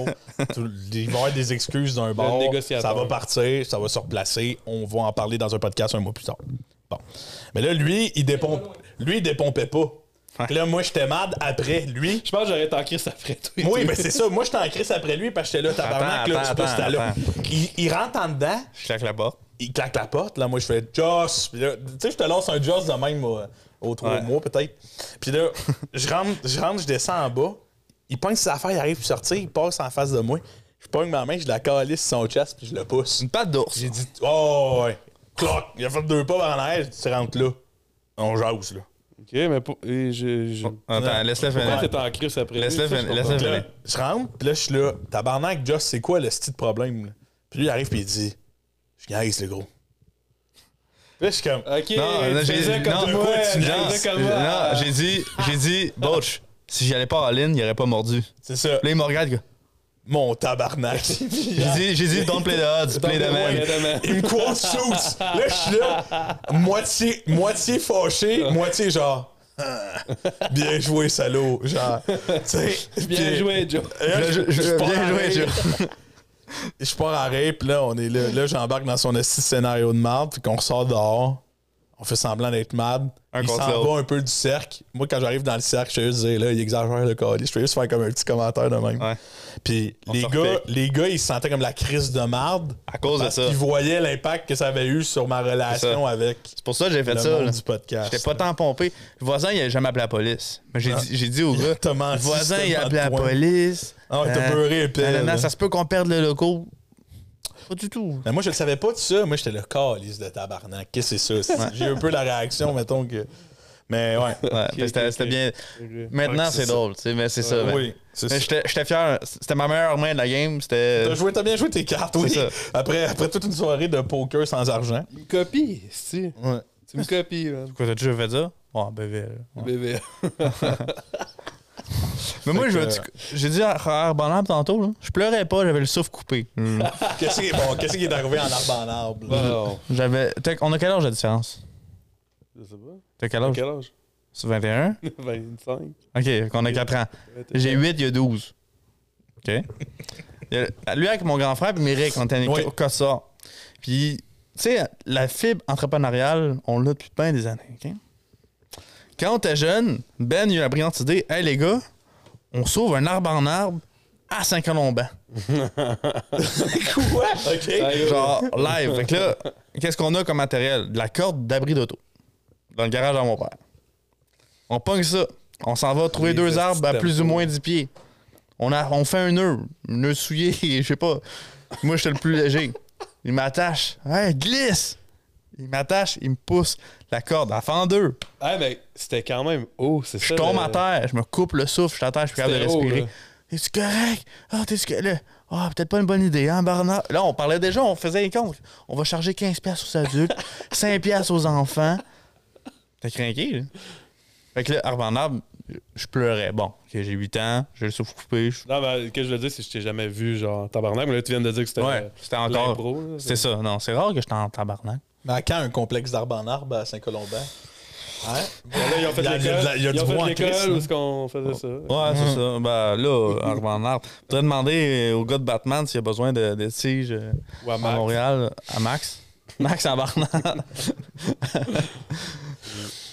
Speaker 3: Tout- il va y avoir des excuses d'un bord.
Speaker 1: négociateur.
Speaker 3: Ça va partir, ça va se replacer. On va en parler dans un podcast un mois plus tard. Bon. Mais là, lui, il dépompe. Lui, il dépompait pas. Fait que Là, moi, j'étais mad après lui.
Speaker 1: Je pense que j'aurais été en crise après toi.
Speaker 3: Oui, mais c'est ça. Moi, j'étais en crise après lui parce que j'étais là, tabarnak, là,
Speaker 2: attends,
Speaker 3: tu passes
Speaker 2: attends,
Speaker 3: ta là.
Speaker 2: attends.
Speaker 3: Il, il rentre en dedans,
Speaker 2: Je claque la porte.
Speaker 3: il claque la porte. Là, moi, je fais Joss. Puis là, tu sais, je te lance un Joss de même moi, aux trois
Speaker 2: Ouais.
Speaker 3: mois, peut-être. Puis là, je rentre, je rentre, je descends en bas. Il pogne ses affaires, il arrive pour sortir, il passe en face de moi. Je pogne ma main, je la calisse sur son chest, puis je le pousse.
Speaker 2: Une patte d'ours.
Speaker 3: J'ai dit, oh, ouais. Cloc. Il a fait deux pas vers en arrière, j'ai dit, tu rentres là. On jase, là.
Speaker 1: Ok, mais pour. et je. je...
Speaker 2: Attends, laisse-le
Speaker 1: Pourquoi
Speaker 2: finir.
Speaker 1: t'étais en crise après lui?
Speaker 2: Laisse-le
Speaker 1: Ça, je
Speaker 2: finir.
Speaker 1: comprends.
Speaker 2: Laisse-le
Speaker 3: Puis là,
Speaker 2: finir.
Speaker 3: je rentre, puis là, je suis là. Tabarnak, Joss, c'est quoi le style de problème? là? Puis lui, il arrive, puis il dit, je gaise, le gros. Puis là, je suis comme,
Speaker 1: Ok,
Speaker 2: Non,
Speaker 1: tu
Speaker 2: j'ai
Speaker 1: faisais comme
Speaker 2: non,
Speaker 1: moi.
Speaker 3: tu
Speaker 1: Tu
Speaker 3: danses.
Speaker 1: faisais comme moi.
Speaker 2: non, j'ai dit, j'ai dit, Boach, si j'y allais pas en ligne, il aurait pas mordu.
Speaker 3: c'est ça,
Speaker 2: Là, il me regarde, gars.
Speaker 3: mon tabarnak.
Speaker 2: J'ai dit, j'ai dit, don't play the odds, play the man.
Speaker 3: il me court shoot. Là, je suis là, moitié, moitié fâché, moitié genre, Ah, bien joué, salaud. Genre, tu sais.
Speaker 1: Bien
Speaker 3: puis-
Speaker 1: joué, Joe.
Speaker 3: Et là,
Speaker 2: Je- je-
Speaker 3: je pars
Speaker 2: bien
Speaker 3: en
Speaker 2: joué,
Speaker 3: rire. Je pars à rire, puis là, on est là. Là, j'embarque dans son esti de scénario de merde, puis qu'on sort dehors. On fait semblant d'être mad.
Speaker 2: Un
Speaker 3: il
Speaker 2: contre
Speaker 3: s'en
Speaker 2: l'autre.
Speaker 3: va un peu du cercle. Moi, quand j'arrive dans le cercle, je suis juste dire, là, il exagère le colis. Je fais juste faire comme un petit commentaire de même.
Speaker 2: Ouais.
Speaker 3: Puis
Speaker 2: On
Speaker 3: les
Speaker 2: se
Speaker 3: gars,
Speaker 2: refait.
Speaker 3: les gars, ils se sentaient comme la crise de merde.
Speaker 2: À cause de
Speaker 3: Parce
Speaker 2: ça.
Speaker 3: qu'ils voyaient l'impact que ça avait eu sur ma relation avec
Speaker 2: C'est pour ça que j'ai fait
Speaker 3: le
Speaker 2: ça.
Speaker 3: monde
Speaker 2: là.
Speaker 3: du podcast.
Speaker 2: J'étais pas tant pompé. Le voisin, il a jamais appelé la police. Mais j'ai dit, j'ai dit au gars,
Speaker 3: T'as menti,
Speaker 2: le voisin,
Speaker 3: c'est
Speaker 2: il a
Speaker 3: tellement
Speaker 2: appelé la
Speaker 3: de points.
Speaker 2: police.
Speaker 3: Ah ouais, t'as
Speaker 2: Euh,
Speaker 3: pleuré, puis,
Speaker 2: nanana,
Speaker 3: là.
Speaker 2: Ça se peut qu'on perde le loco. Pas du tout.
Speaker 3: Mais moi, je le savais pas de ça. Moi, j'étais le calice de tabarnak. Qu'est-ce que c'est ça? J'ai eu un peu la réaction, mettons que. Mais ouais.
Speaker 2: Ouais,
Speaker 1: Ok,
Speaker 2: c'était
Speaker 1: ok,
Speaker 2: c'était
Speaker 1: ok.
Speaker 2: bien. Maintenant,
Speaker 3: Ouais, c'est
Speaker 2: c'est
Speaker 3: ça. Euh,
Speaker 2: drôle, tu sais, mais c'est ça. mais-
Speaker 3: oui, c'est
Speaker 2: mais
Speaker 3: ça.
Speaker 2: J'étais j'étais fier. C'était ma meilleure main de la game. C'était. euh,
Speaker 3: T'as, joué, t'as bien joué tes cartes, oui.
Speaker 2: ça.
Speaker 3: Après, après toute une soirée de poker sans argent.
Speaker 1: Il me copie, si.
Speaker 3: Ouais.
Speaker 1: Tu me copies, man.
Speaker 2: Quoi, t'as déjà fait ça? Ouais, bébé. là. Ouais.
Speaker 1: Bébé.
Speaker 2: Mais moi,
Speaker 3: Fait
Speaker 2: je
Speaker 3: que-
Speaker 2: veux- tu- j'ai dit à Robert Bonheur tantôt, là, je pleurais pas, j'avais le souffle coupé.
Speaker 3: Hmm. Qu'est-ce, qui, bon, qu'est-ce qui est arrivé en arbre en arbre? là?
Speaker 1: Bon,
Speaker 2: J'avais. t'as- On a quel âge la différence?
Speaker 1: je sais pas.
Speaker 2: T'as quel
Speaker 1: À
Speaker 2: âge?
Speaker 1: quel âge?
Speaker 2: C'est 21?
Speaker 1: 25.
Speaker 2: Ok, qu'on a 4 ans. J'ai 8, il y a 12. OK. Il y a- Lui avec mon grand frère, puis Myrick, on était
Speaker 3: Oui.
Speaker 2: au Cossard. Puis, tu sais, la fibre entrepreneuriale, on l'a depuis bien des années. OK? Quand on était jeune, Ben il a eu la brillante idée Hey les gars, on sauve un arbre en arbre à Saint-Colomban.
Speaker 3: Quoi? OK.
Speaker 2: Genre live. Fait que là, qu'est-ce qu'on a comme matériel? De la corde d'abri d'auto. Dans le garage à mon père. On pogne ça. On s'en va trouver
Speaker 1: Les
Speaker 2: deux
Speaker 1: petits
Speaker 2: arbres à plus ou
Speaker 1: tempos.
Speaker 2: moins 10 pieds. On, a, on fait un nœud. Un nœud souillé, je sais pas. Moi, j'étais le plus léger. Il m'attache. Hey, glisse! Il m'attache, il me pousse la corde. Elle fait en deux.
Speaker 1: Ah, mais c'était quand même haut, c'est ça.
Speaker 2: Je tombe
Speaker 1: le-
Speaker 2: à terre, je me coupe le souffle, je suis à terre, je suis capable de
Speaker 1: C'était haut,
Speaker 2: respirer.
Speaker 1: là.
Speaker 2: Es-tu correct? Ah, t'es-tu correct? Là, Ah, peut-être pas une bonne idée, hein, Bernard? Là, on parlait déjà, on faisait les comptes. On va charger 15$ piastres aux adultes, 5$ piastres aux enfants. T'as craqué, là? Fait que là, à Bernard, je pleurais. Bon, ok, j'ai 8 ans, j'ai le souffle coupé. je-
Speaker 1: Non, mais ce que je veux dire, c'est que je t'ai jamais vu, genre, tabarnak. Mais là, tu viens de dire que c'était.
Speaker 2: Ouais, c'était encore.
Speaker 1: euh, l'impro, là,
Speaker 2: C'était ça, non, c'est rare que j'étais en tabarnak.
Speaker 3: Mais à quand un complexe d'arbre en arbre à Saint-Colombin? Hein?
Speaker 1: Bon, là, ils ont fait
Speaker 3: Il y a- il y a de la-
Speaker 1: l'école.
Speaker 3: il y a
Speaker 1: Ils
Speaker 3: du
Speaker 1: ont fait
Speaker 3: bois en crise,
Speaker 1: l'école
Speaker 3: là.
Speaker 1: où est-ce qu'on faisait ça.
Speaker 2: Ouais, c'est ça. Ben là, Armand Nard. Je voudrais demander euh, au gars de Batman s'il a besoin de, de tiges euh,
Speaker 1: Ou à
Speaker 2: à
Speaker 1: Max.
Speaker 2: Montréal, à Max. Max en Barnard.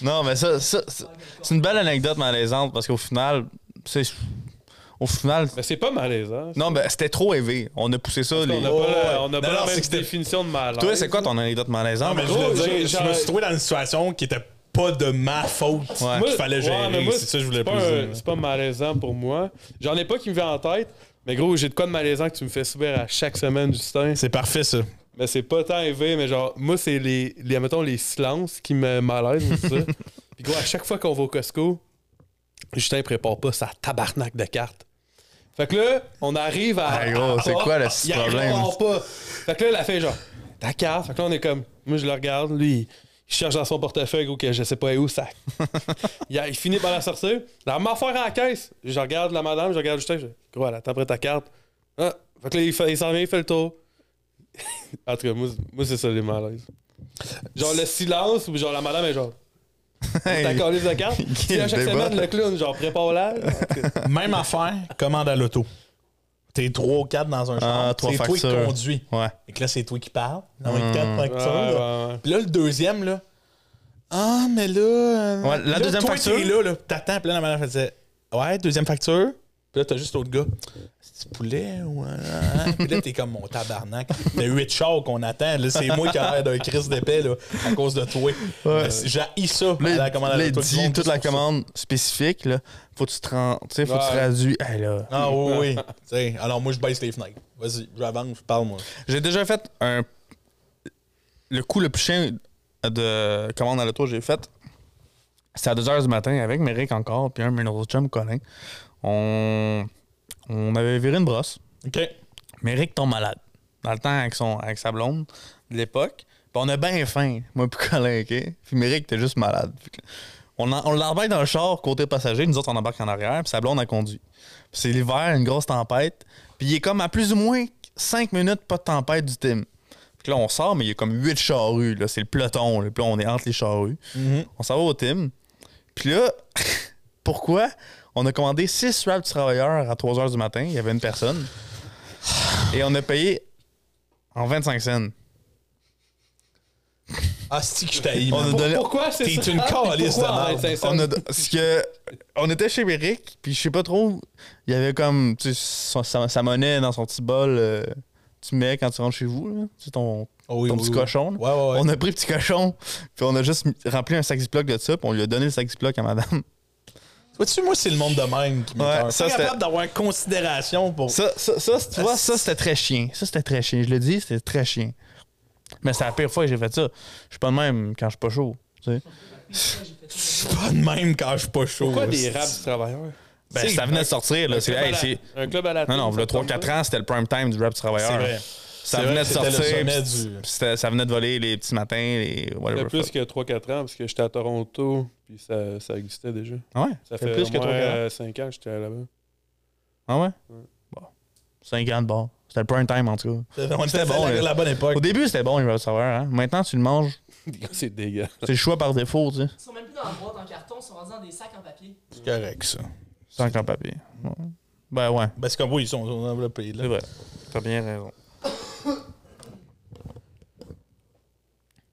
Speaker 2: non, mais ça, ça, ça-
Speaker 4: Oh
Speaker 2: c'est une belle anecdote malaisante parce qu'au final, c'est. Au final.
Speaker 1: Mais c'est pas malaisant.
Speaker 2: Non, ben c'était trop élevé. On a poussé ça.
Speaker 1: On
Speaker 2: les-
Speaker 1: n'a
Speaker 3: Oh,
Speaker 1: pas la, on a
Speaker 3: ouais.
Speaker 1: pas
Speaker 3: Non,
Speaker 1: la
Speaker 3: non,
Speaker 1: même
Speaker 3: c'est que c'était-
Speaker 1: définition de malaise.
Speaker 2: Toi, c'est quoi ton anecdote malaisante?
Speaker 3: Non, mais je
Speaker 1: gros,
Speaker 3: voulais
Speaker 1: j'ai-
Speaker 3: dire, je me
Speaker 1: j'ai-
Speaker 3: suis trouvé dans une situation qui était pas de ma faute
Speaker 2: Ouais.
Speaker 1: Moi,
Speaker 3: qu'il fallait
Speaker 1: ouais,
Speaker 3: gérer.
Speaker 1: mais moi,
Speaker 3: c'est ça que je voulais
Speaker 1: pas
Speaker 3: plus
Speaker 1: un-
Speaker 3: dire.
Speaker 1: C'est pas malaisant pour moi. J'en ai pas qui me vient en tête. Mais gros, j'ai de quoi de malaisant que tu me fais subir à chaque semaine, Justin.
Speaker 3: C'est parfait, ça.
Speaker 1: Mais Ben, c'est pas tant élevé, mais genre, moi, c'est les, les, mettons, les silences qui me malaisent, c'est ça. Puis gros, à chaque fois qu'on va au Costco, Justin prépare pas sa tabarnak de cartes. Fait que là, on arrive à.
Speaker 2: Ah, gros, c'est quoi le petit
Speaker 1: il arrive
Speaker 2: problème?
Speaker 1: encore pas. Fait que là, la fait genre, ta carte. Fait que là, on est comme, moi, je le regarde, lui, il cherche dans son portefeuille, gros, que je sais pas où ça. il, a- il finit par la sortir. La même affaire à la caisse. Je regarde la madame, je regarde Justin, je dis, gros, elle attend après ta carte. Ah, fait que là, il, fait- il s'en vient, il fait le tour. en tout cas, moi, c'est- moi, c'est ça les malaises. Genre le silence ou genre la madame est genre. T'as collé la carte. Puis à chaque
Speaker 2: Quel
Speaker 1: semaine,
Speaker 2: débat.
Speaker 1: le clown, genre prépare la.
Speaker 3: Même affaire, commande à l'auto. T'es 3 ou 4 dans un
Speaker 2: Ah,
Speaker 3: champ.
Speaker 2: trois
Speaker 3: C'est toi qui
Speaker 2: factures. Hmm.
Speaker 3: conduis.
Speaker 2: Ouais.
Speaker 3: Et que là, c'est toi qui parles. Dans les quatre factures.
Speaker 1: Ouais,
Speaker 3: là.
Speaker 1: ouais, ouais.
Speaker 3: Puis là, le deuxième, là. Ah, mais là. euh,
Speaker 2: Ouais, la
Speaker 3: là,
Speaker 2: deuxième
Speaker 3: toi,
Speaker 2: facture.
Speaker 3: T'es là, là. T'attends. Puis là, la madame, elle disait Ouais, deuxième facture. Puis là, t'as juste l'autre gars. C'est du poulet ou. un- un- un? Puis là, t'es comme mon tabarnak. T'as huit chars qu'on attend. Là, c'est moi qui a l'air d'un Chris d'épais, là, à cause de toi. Euh, J'ai ça. à
Speaker 2: Là,
Speaker 3: la
Speaker 2: il-
Speaker 3: commande à
Speaker 2: là, il
Speaker 3: l'auto, tout le
Speaker 2: dit
Speaker 3: monde
Speaker 2: toute
Speaker 3: dit
Speaker 2: la
Speaker 3: ça.
Speaker 2: commande spécifique, là. Faut que tu te tu sais, faut que tu
Speaker 1: Ouais.
Speaker 2: traduis. Hey, là.
Speaker 3: Ah oui, oui. Tu sais, alors moi, je baisse les fenêtres. Vas-y, j'avance, je parle, moi.
Speaker 2: J'ai déjà fait un. Le coup le plus chien de commande à l'auto que j'ai fait. C'était à 2h du matin avec Merrick encore, puis un de mes autres chums, Colin. On... on avait viré une brosse.
Speaker 3: OK.
Speaker 2: Merrick tombe malade. Dans le temps, avec, son, avec sa blonde de l'époque. Puis on a bien faim, moi puis Colin, OK? Puis Merrick était juste malade. Fait que On, en- on l'embarque dans le char, côté passager. Nous autres, on embarque en arrière, puis sa blonde a conduit. Puis c'est l'hiver, une grosse tempête. Puis il est comme à plus ou moins 5 minutes, pas de tempête du Tim. Fait que là, on sort, mais il y a comme 8 charrues. Là. C'est le peloton. Là. Puis là, on est entre les charrues. On s'en va au Tim. Puis là, pourquoi on a commandé 6 wraps du travailleur à 3 h du matin? Il y avait une personne. Et on a payé en 25 cents.
Speaker 3: Ah, c'est que je t'haïs,
Speaker 2: On
Speaker 3: man.
Speaker 2: a donné-
Speaker 1: Pourquoi c'est
Speaker 3: T'es
Speaker 1: ça?
Speaker 3: une calisse de
Speaker 1: Pourquoi en
Speaker 3: merde.
Speaker 1: 25 cents?
Speaker 2: On a, parce que on était chez Eric, puis je sais pas trop. Il y avait comme tu sais, son- sa, sa monnaie dans son petit bol. euh, tu mets quand tu rentres chez vous, là. Tu sais, ton,
Speaker 3: Oh, oui,
Speaker 2: ton
Speaker 3: oui,
Speaker 2: petit
Speaker 3: oui.
Speaker 2: cochon. là.
Speaker 3: Ouais, ouais, ouais.
Speaker 2: On a pris le petit cochon, puis on a juste mis- rempli un sac Ziploc de ça, puis on lui a donné le sac Ziploc à madame.
Speaker 3: Vois-tu, moi, c'est le monde de même qui m'écoeure.
Speaker 2: Ouais, ça,
Speaker 3: Pas
Speaker 2: c'était-
Speaker 3: capable d'avoir considération pour...
Speaker 2: Ça, ça, ça, tu vois, ça, c'était très chien. Ça, c'était très chien. Je le dis, c'était très chien. Mais c'est la pire fois que j'ai fait ça. Je suis pas de même quand je suis pas chaud. tu sais.
Speaker 3: C'est pas de même quand je suis pas chaud.
Speaker 1: Pourquoi des
Speaker 3: C'est-
Speaker 1: raps du travailleur?
Speaker 2: Ben, ça venait de sortir, là. C'est,
Speaker 1: club
Speaker 2: hey,
Speaker 1: à la-
Speaker 2: c'est-
Speaker 1: Un club à la
Speaker 2: Non, non, le 3-4 ans, c'était le prime time du rap du travailleur.
Speaker 3: C'est vrai.
Speaker 2: Ça
Speaker 3: C'est
Speaker 2: venait
Speaker 3: vrai
Speaker 2: de
Speaker 3: que c'était
Speaker 2: sortir.
Speaker 3: le sommet
Speaker 2: puis
Speaker 3: du-
Speaker 2: puis c'était- ça venait de voler les petits matins, les whatever.
Speaker 1: C'était plus
Speaker 2: fuck.
Speaker 1: que 3-4 ans, parce que j'étais à Toronto, puis ça, ça existait déjà.
Speaker 2: Ah ouais?
Speaker 1: Ça
Speaker 2: C'était
Speaker 1: fait
Speaker 2: plus que 3-4 ans.
Speaker 1: 5 ans que j'étais là-bas.
Speaker 2: Ah ouais? Bon. 5 ans de bord. C'était le prime time, en tout cas.
Speaker 3: On
Speaker 2: C'était
Speaker 3: était
Speaker 2: bon,
Speaker 3: bon,
Speaker 2: là.
Speaker 3: la, la bonne époque.
Speaker 2: Au début, c'était bon, le rap du travailleur. Hein? Maintenant, tu le manges.
Speaker 1: C'est dégueu.
Speaker 2: C'est le choix par défaut, tu sais.
Speaker 4: Ils sont même plus dans la boîte en carton, ils sont rendus dans des sacs en papier.
Speaker 3: C'est correct, ça.
Speaker 2: Sans grand papier. Ouais. Ben ouais,
Speaker 3: Parce que oui, ils sont sont enveloppés, là.
Speaker 2: c'est vrai. T'as bien raison.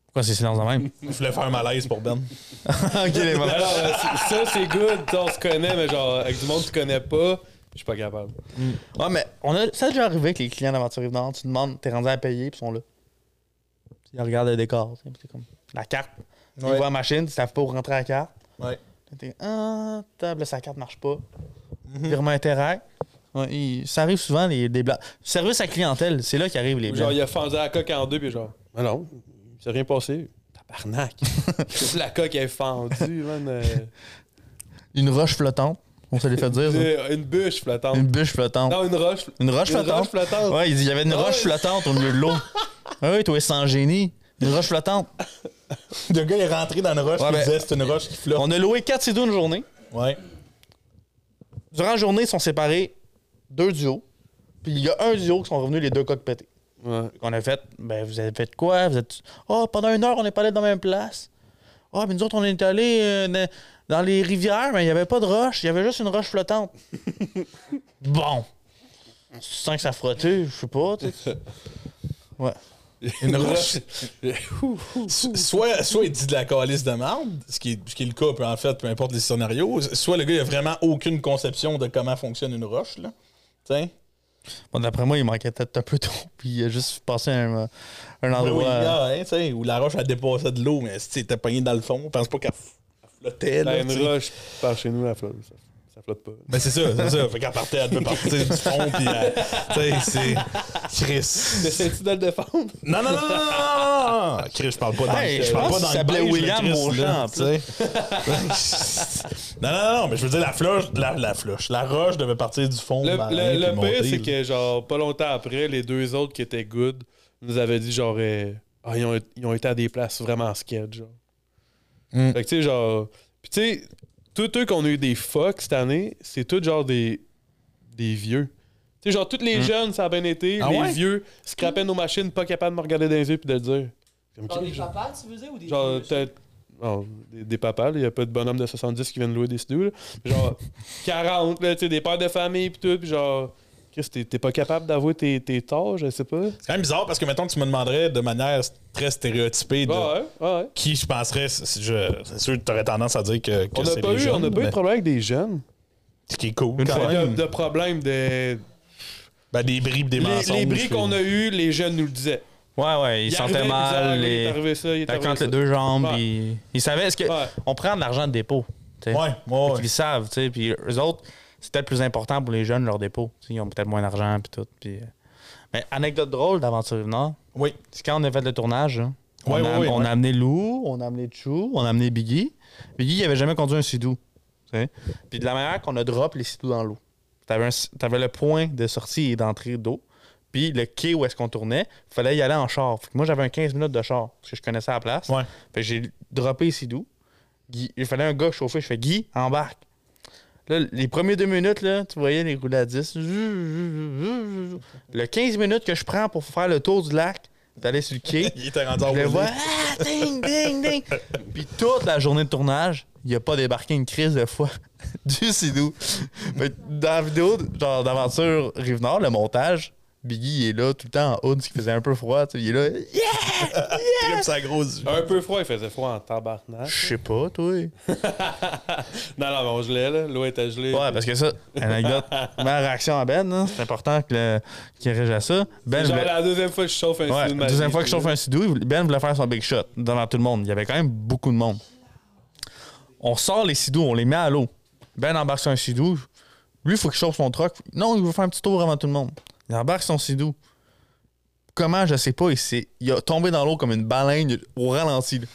Speaker 2: Pourquoi c'est silence de même?
Speaker 3: Je voulais faire un malaise pour Ben.
Speaker 2: ok, les moments.
Speaker 1: Alors, euh, c'est- ça, c'est good. tu sais, On se connaît, mais genre, avec du monde que tu connais pas, je suis pas capable.
Speaker 2: Ouais, mais on a, ça a déjà arrivé avec les clients d'Aventure Rive-Nord. Tu demandes, t'es rendu à payer, puis ils sont là. Puis Ils regardent le décor. tu sais, puis c'est comme la carte. Ils voient la machine, ils savent pas où rentrer la carte.
Speaker 3: Ouais.
Speaker 1: Mhm.
Speaker 2: Là, T'es, ah, table, sa carte marche pas. Virement interact. Ouais, il- ça arrive souvent, les, des blagues. Service à clientèle, c'est là qu'arrivent les
Speaker 1: Genre,
Speaker 2: blagues.
Speaker 1: il a fendu la coque en deux, puis genre, mais Ben non, il s'est rien passé. Tabarnak. la coque est fendue, man. euh,
Speaker 2: Une roche flottante, on se les fait dire. ça.
Speaker 1: une bûche flottante.
Speaker 2: Une bûche flottante.
Speaker 1: Non, une roche.
Speaker 2: Une roche
Speaker 1: Une roche
Speaker 2: flottante.
Speaker 1: flottante.
Speaker 2: Ouais, il dit, il y avait une
Speaker 1: Ah
Speaker 2: roche
Speaker 1: ouais.
Speaker 2: flottante au milieu de l'eau. Ah oui, toi, sans génie. Une roche flottante.
Speaker 3: Le gars est rentré dans une roche,
Speaker 2: Ouais,
Speaker 3: il
Speaker 2: ben-
Speaker 3: disait c'est une roche qui flotte.
Speaker 2: On a loué quatre séduits une journée.
Speaker 3: Ouais.
Speaker 2: Durant la journée, ils sont séparés deux duos. Puis il y a un duo qui sont revenus les deux coques pétées.
Speaker 1: Ouais.
Speaker 2: On a fait, ben vous avez fait quoi? Vous êtes. Oh, pendant une heure, on n'est pas allé dans la même place. Ah, mais nous autres, on est allés euh, na- dans les rivières, mais il n'y avait pas de roche. Il y avait juste une roche flottante. bon. Tu sens que ça frottait, je sais pas. tu sais.
Speaker 3: Une roche. So- soit, soit il dit de la calice de merde, ce qui, est, ce qui est le cas, peu- en fait, peu importe les scénarios. Soit le gars, il a vraiment aucune conception de comment fonctionne une roche, là. Tiens.
Speaker 2: Bon, d'après moi, il manquait peut-être un peu trop. Puis il a juste passé un, euh, un
Speaker 3: Oui,
Speaker 2: endroit.
Speaker 3: le
Speaker 2: euh,
Speaker 3: gars, hein, tu sais, où la roche, elle dépassait de l'eau, mais tu était pognée dans le fond. Je pense pas qu'elle f- elle flottait, là.
Speaker 1: Là, Ben, une
Speaker 3: tu sais.
Speaker 1: roche par chez nous, elle flotte. Ça, ça flotte pas.
Speaker 3: Ben, c'est ça, c'est ça. Fait qu'elle partait, elle devait partir du fond, puis elle- Tu sais, c'est. Chris.
Speaker 1: T'essaies-tu de le défendre?
Speaker 3: Non, non, non, non, non, non, non, non. Chris, je parle pas dans
Speaker 2: Hey,
Speaker 3: le
Speaker 2: je
Speaker 3: parle
Speaker 2: pense
Speaker 3: pas
Speaker 2: que
Speaker 3: dans
Speaker 2: ça
Speaker 3: le
Speaker 2: s'appelait
Speaker 3: beige,
Speaker 2: William
Speaker 3: le Chris,
Speaker 2: Beauchamp,
Speaker 3: là,
Speaker 2: en
Speaker 3: tu sais. non, non, non, mais je veux dire, la floche, la, la floche, la roche devait partir du fond.
Speaker 1: Le,
Speaker 3: marin,
Speaker 1: le- le
Speaker 3: puis
Speaker 1: pire,
Speaker 3: monter,
Speaker 1: c'est
Speaker 3: là.
Speaker 1: que, genre, pas longtemps après, les deux autres qui étaient good nous avaient dit, genre, euh, Ah, ils, ont, ils ont été à des places vraiment sketch, genre.
Speaker 3: Mm.
Speaker 1: Fait que, tu sais, genre. Puis, tu sais, tous eux qu'on a eu des fucks cette année, c'est tous, genre, des, des vieux. Tu sais, genre, tous les jeunes, ça a bien été.
Speaker 3: Hmm. Ah
Speaker 1: les
Speaker 3: ouais?
Speaker 1: vieux scrapaient nos machines, pas capables de me regarder dans les yeux puis de le dire. Comme
Speaker 4: Genre
Speaker 1: qui,
Speaker 4: des
Speaker 1: genre,
Speaker 4: papas, tu veux dire, ou des
Speaker 1: genre,
Speaker 4: vieux,
Speaker 1: peut-être. non, des, des papas, il y a pas de bonhomme de 70 qui viennent louer des studios. Genre 40, là, tu sais, des pères de famille, puis tout, puis genre. Chris, t'es- t'es pas capable d'avouer tes, tes torts, je sais pas. Ouais,
Speaker 3: C'est quand même bizarre parce que, mettons, tu me demanderais de manière très stéréotypée de
Speaker 1: ouais, ouais.
Speaker 3: qui je penserais. si je- C'est sûr que tu aurais tendance à dire que, que
Speaker 1: On n'a
Speaker 3: c'est
Speaker 1: pas,
Speaker 3: les
Speaker 1: eu- on
Speaker 3: jeunes,
Speaker 1: a pas eu de
Speaker 3: mais-
Speaker 1: problème avec des jeunes.
Speaker 3: Ce qui est cool,
Speaker 1: De,
Speaker 3: quand même.
Speaker 1: de problème de.
Speaker 3: Ben, des bribes, des
Speaker 1: Les,
Speaker 3: mensonges.
Speaker 1: les bris qu'on a eu, les jeunes nous le disaient.
Speaker 2: Ouais, ouais, ils
Speaker 1: arrivaient,
Speaker 2: sentaient
Speaker 1: ils
Speaker 2: mal.
Speaker 1: disaient, Ah, oui, Il est
Speaker 2: les-
Speaker 1: arrivé ça, il est
Speaker 2: La
Speaker 1: arrivé
Speaker 2: entre
Speaker 1: ça.
Speaker 2: les deux jambes,
Speaker 1: Ouais.
Speaker 2: ils, ils savaient. Est-ce que
Speaker 1: Ouais.
Speaker 2: on prend de l'argent de dépôt? tu sais.
Speaker 3: Ouais, ouais,
Speaker 2: Fait
Speaker 3: ouais.
Speaker 2: qu'ils savent, tu sais. Puis eux autres, c'est peut-être plus important pour les jeunes, leur dépôt. Tu sais, ils ont peut-être moins d'argent, puis tout. puis, euh. Mais anecdote drôle d'Aventure du Nord,
Speaker 3: Oui.
Speaker 2: c'est quand on a fait le tournage. hein,
Speaker 3: Ouais,
Speaker 2: on,
Speaker 3: ouais,
Speaker 2: a,
Speaker 3: ouais,
Speaker 2: on
Speaker 3: ouais.
Speaker 2: a amené Lou, on a amené Chou, on a amené Biggie. Biggie, il avait jamais conduit un Sidou. tu sais. Puis de la manière qu'on a drop les Sidou dans l'eau. T'avais, un s- t'avais le point de sortie et d'entrée d'eau. Puis le quai où est-ce qu'on tournait, fallait y aller en char. Fait que moi, j'avais un 15 minutes de char, parce que je connaissais la place.
Speaker 3: Ouais.
Speaker 2: Fait que j'ai droppé Sidou. Guy- il fallait un gars chauffé. Je fais Guy, embarque. Là, les premiers deux minutes, là, tu voyais les roues à 10. Le 15 minutes que je prends pour faire le tour du lac, d'aller sur le quai,
Speaker 3: Il était rendu
Speaker 2: je
Speaker 3: en
Speaker 2: le
Speaker 3: Wallis.
Speaker 2: vois. Ah, ding, ding, ding. Puis toute la journée de tournage, il a pas débarqué une crise de fois du Sidou. Mais dans la vidéo, genre d'aventure Rive-Nord, le montage, Biggie il est là tout le temps en hood, ce qui faisait un peu froid. tu sais, Il est là.
Speaker 3: Tripe sa grosse.
Speaker 1: Un peu froid, il faisait froid en tabarnak.
Speaker 2: Je sais pas, toi.
Speaker 1: Non, non, mais on gelait, là. L'eau était gelée.
Speaker 2: Ouais, parce que ça, anecdote, ma réaction à Ben, hein, c'est important que le- qu'il réagisse à ça. Ben,
Speaker 1: Genre,
Speaker 2: voulait-
Speaker 1: la deuxième fois que je chauffe un
Speaker 2: ouais,
Speaker 1: signe de ma
Speaker 2: deuxième
Speaker 1: vie,
Speaker 2: fois que je
Speaker 1: puis-
Speaker 2: chauffe un sidou, il voulait- Ben voulait faire son big shot devant tout le monde. Il y avait quand même beaucoup de monde. On sort les sidous, on les met à l'eau. Ben embarque sur un sidou. Lui, il faut qu'il chauffe son truck. Non, il veut faire un petit tour avant tout le monde. Il embarque son sidou. Comment, je sais pas, il, s'est- il a tombé dans l'eau comme une baleine au ralenti. là.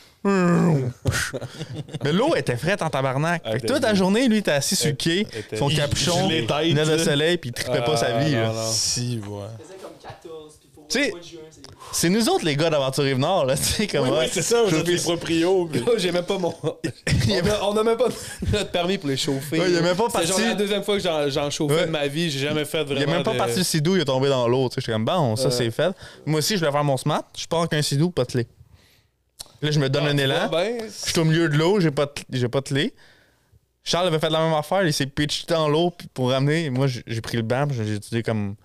Speaker 2: Mais l'eau était frette en tabarnak.
Speaker 1: Ah,
Speaker 2: Fait que toute la journée, lui, il était assis sur le quai,
Speaker 1: était-
Speaker 2: son
Speaker 1: il-
Speaker 2: capuchon,
Speaker 3: il gelait tête,
Speaker 2: lunettes de
Speaker 3: là.
Speaker 2: soleil, puis il tripait
Speaker 1: Ah,
Speaker 2: pas sa vie.
Speaker 1: non,
Speaker 2: là.
Speaker 1: non.
Speaker 3: Si, ouais.
Speaker 4: je faisais comme 14, puis pour
Speaker 2: Tu sais-
Speaker 4: moi, le juin, c'est.
Speaker 2: C'est nous autres, les gars d'Aventure Rive Nord, là, tu sais, comme
Speaker 3: Oui,
Speaker 2: ouais.
Speaker 3: oui, c'est ça, vous
Speaker 2: Je
Speaker 3: êtes les
Speaker 2: fais-
Speaker 3: proprios. puis-
Speaker 1: J'ai même pas mon. on, a, on a même pas notre permis pour les chauffer.
Speaker 2: Ouais, il est même pas
Speaker 1: C'est genre
Speaker 2: parti.
Speaker 1: la deuxième fois que j'en, j'en chauffais
Speaker 2: Ouais.
Speaker 1: de ma vie. J'ai jamais fait
Speaker 2: Il
Speaker 1: vraiment.
Speaker 2: a même pas
Speaker 1: de-
Speaker 2: parti le sidou, il est tombé dans l'eau. Tu sais, j'étais comme, bon, ça,
Speaker 3: Euh.
Speaker 1: Ouais.
Speaker 2: c'est fait. Moi aussi, je voulais faire mon smart. Je pars avec un sidou, pas de clé. Là, je me donne
Speaker 3: Ah,
Speaker 2: un élan.
Speaker 3: bah,
Speaker 1: Ouais, ben,
Speaker 2: Je suis au milieu de l'eau, j'ai pas, de- j'ai pas de clé. Charles avait fait la même affaire, il s'est pitché dans l'eau puis pour ramener. Moi, j'ai j'ai pris le BAM, j'ai j'ai utilisé comme,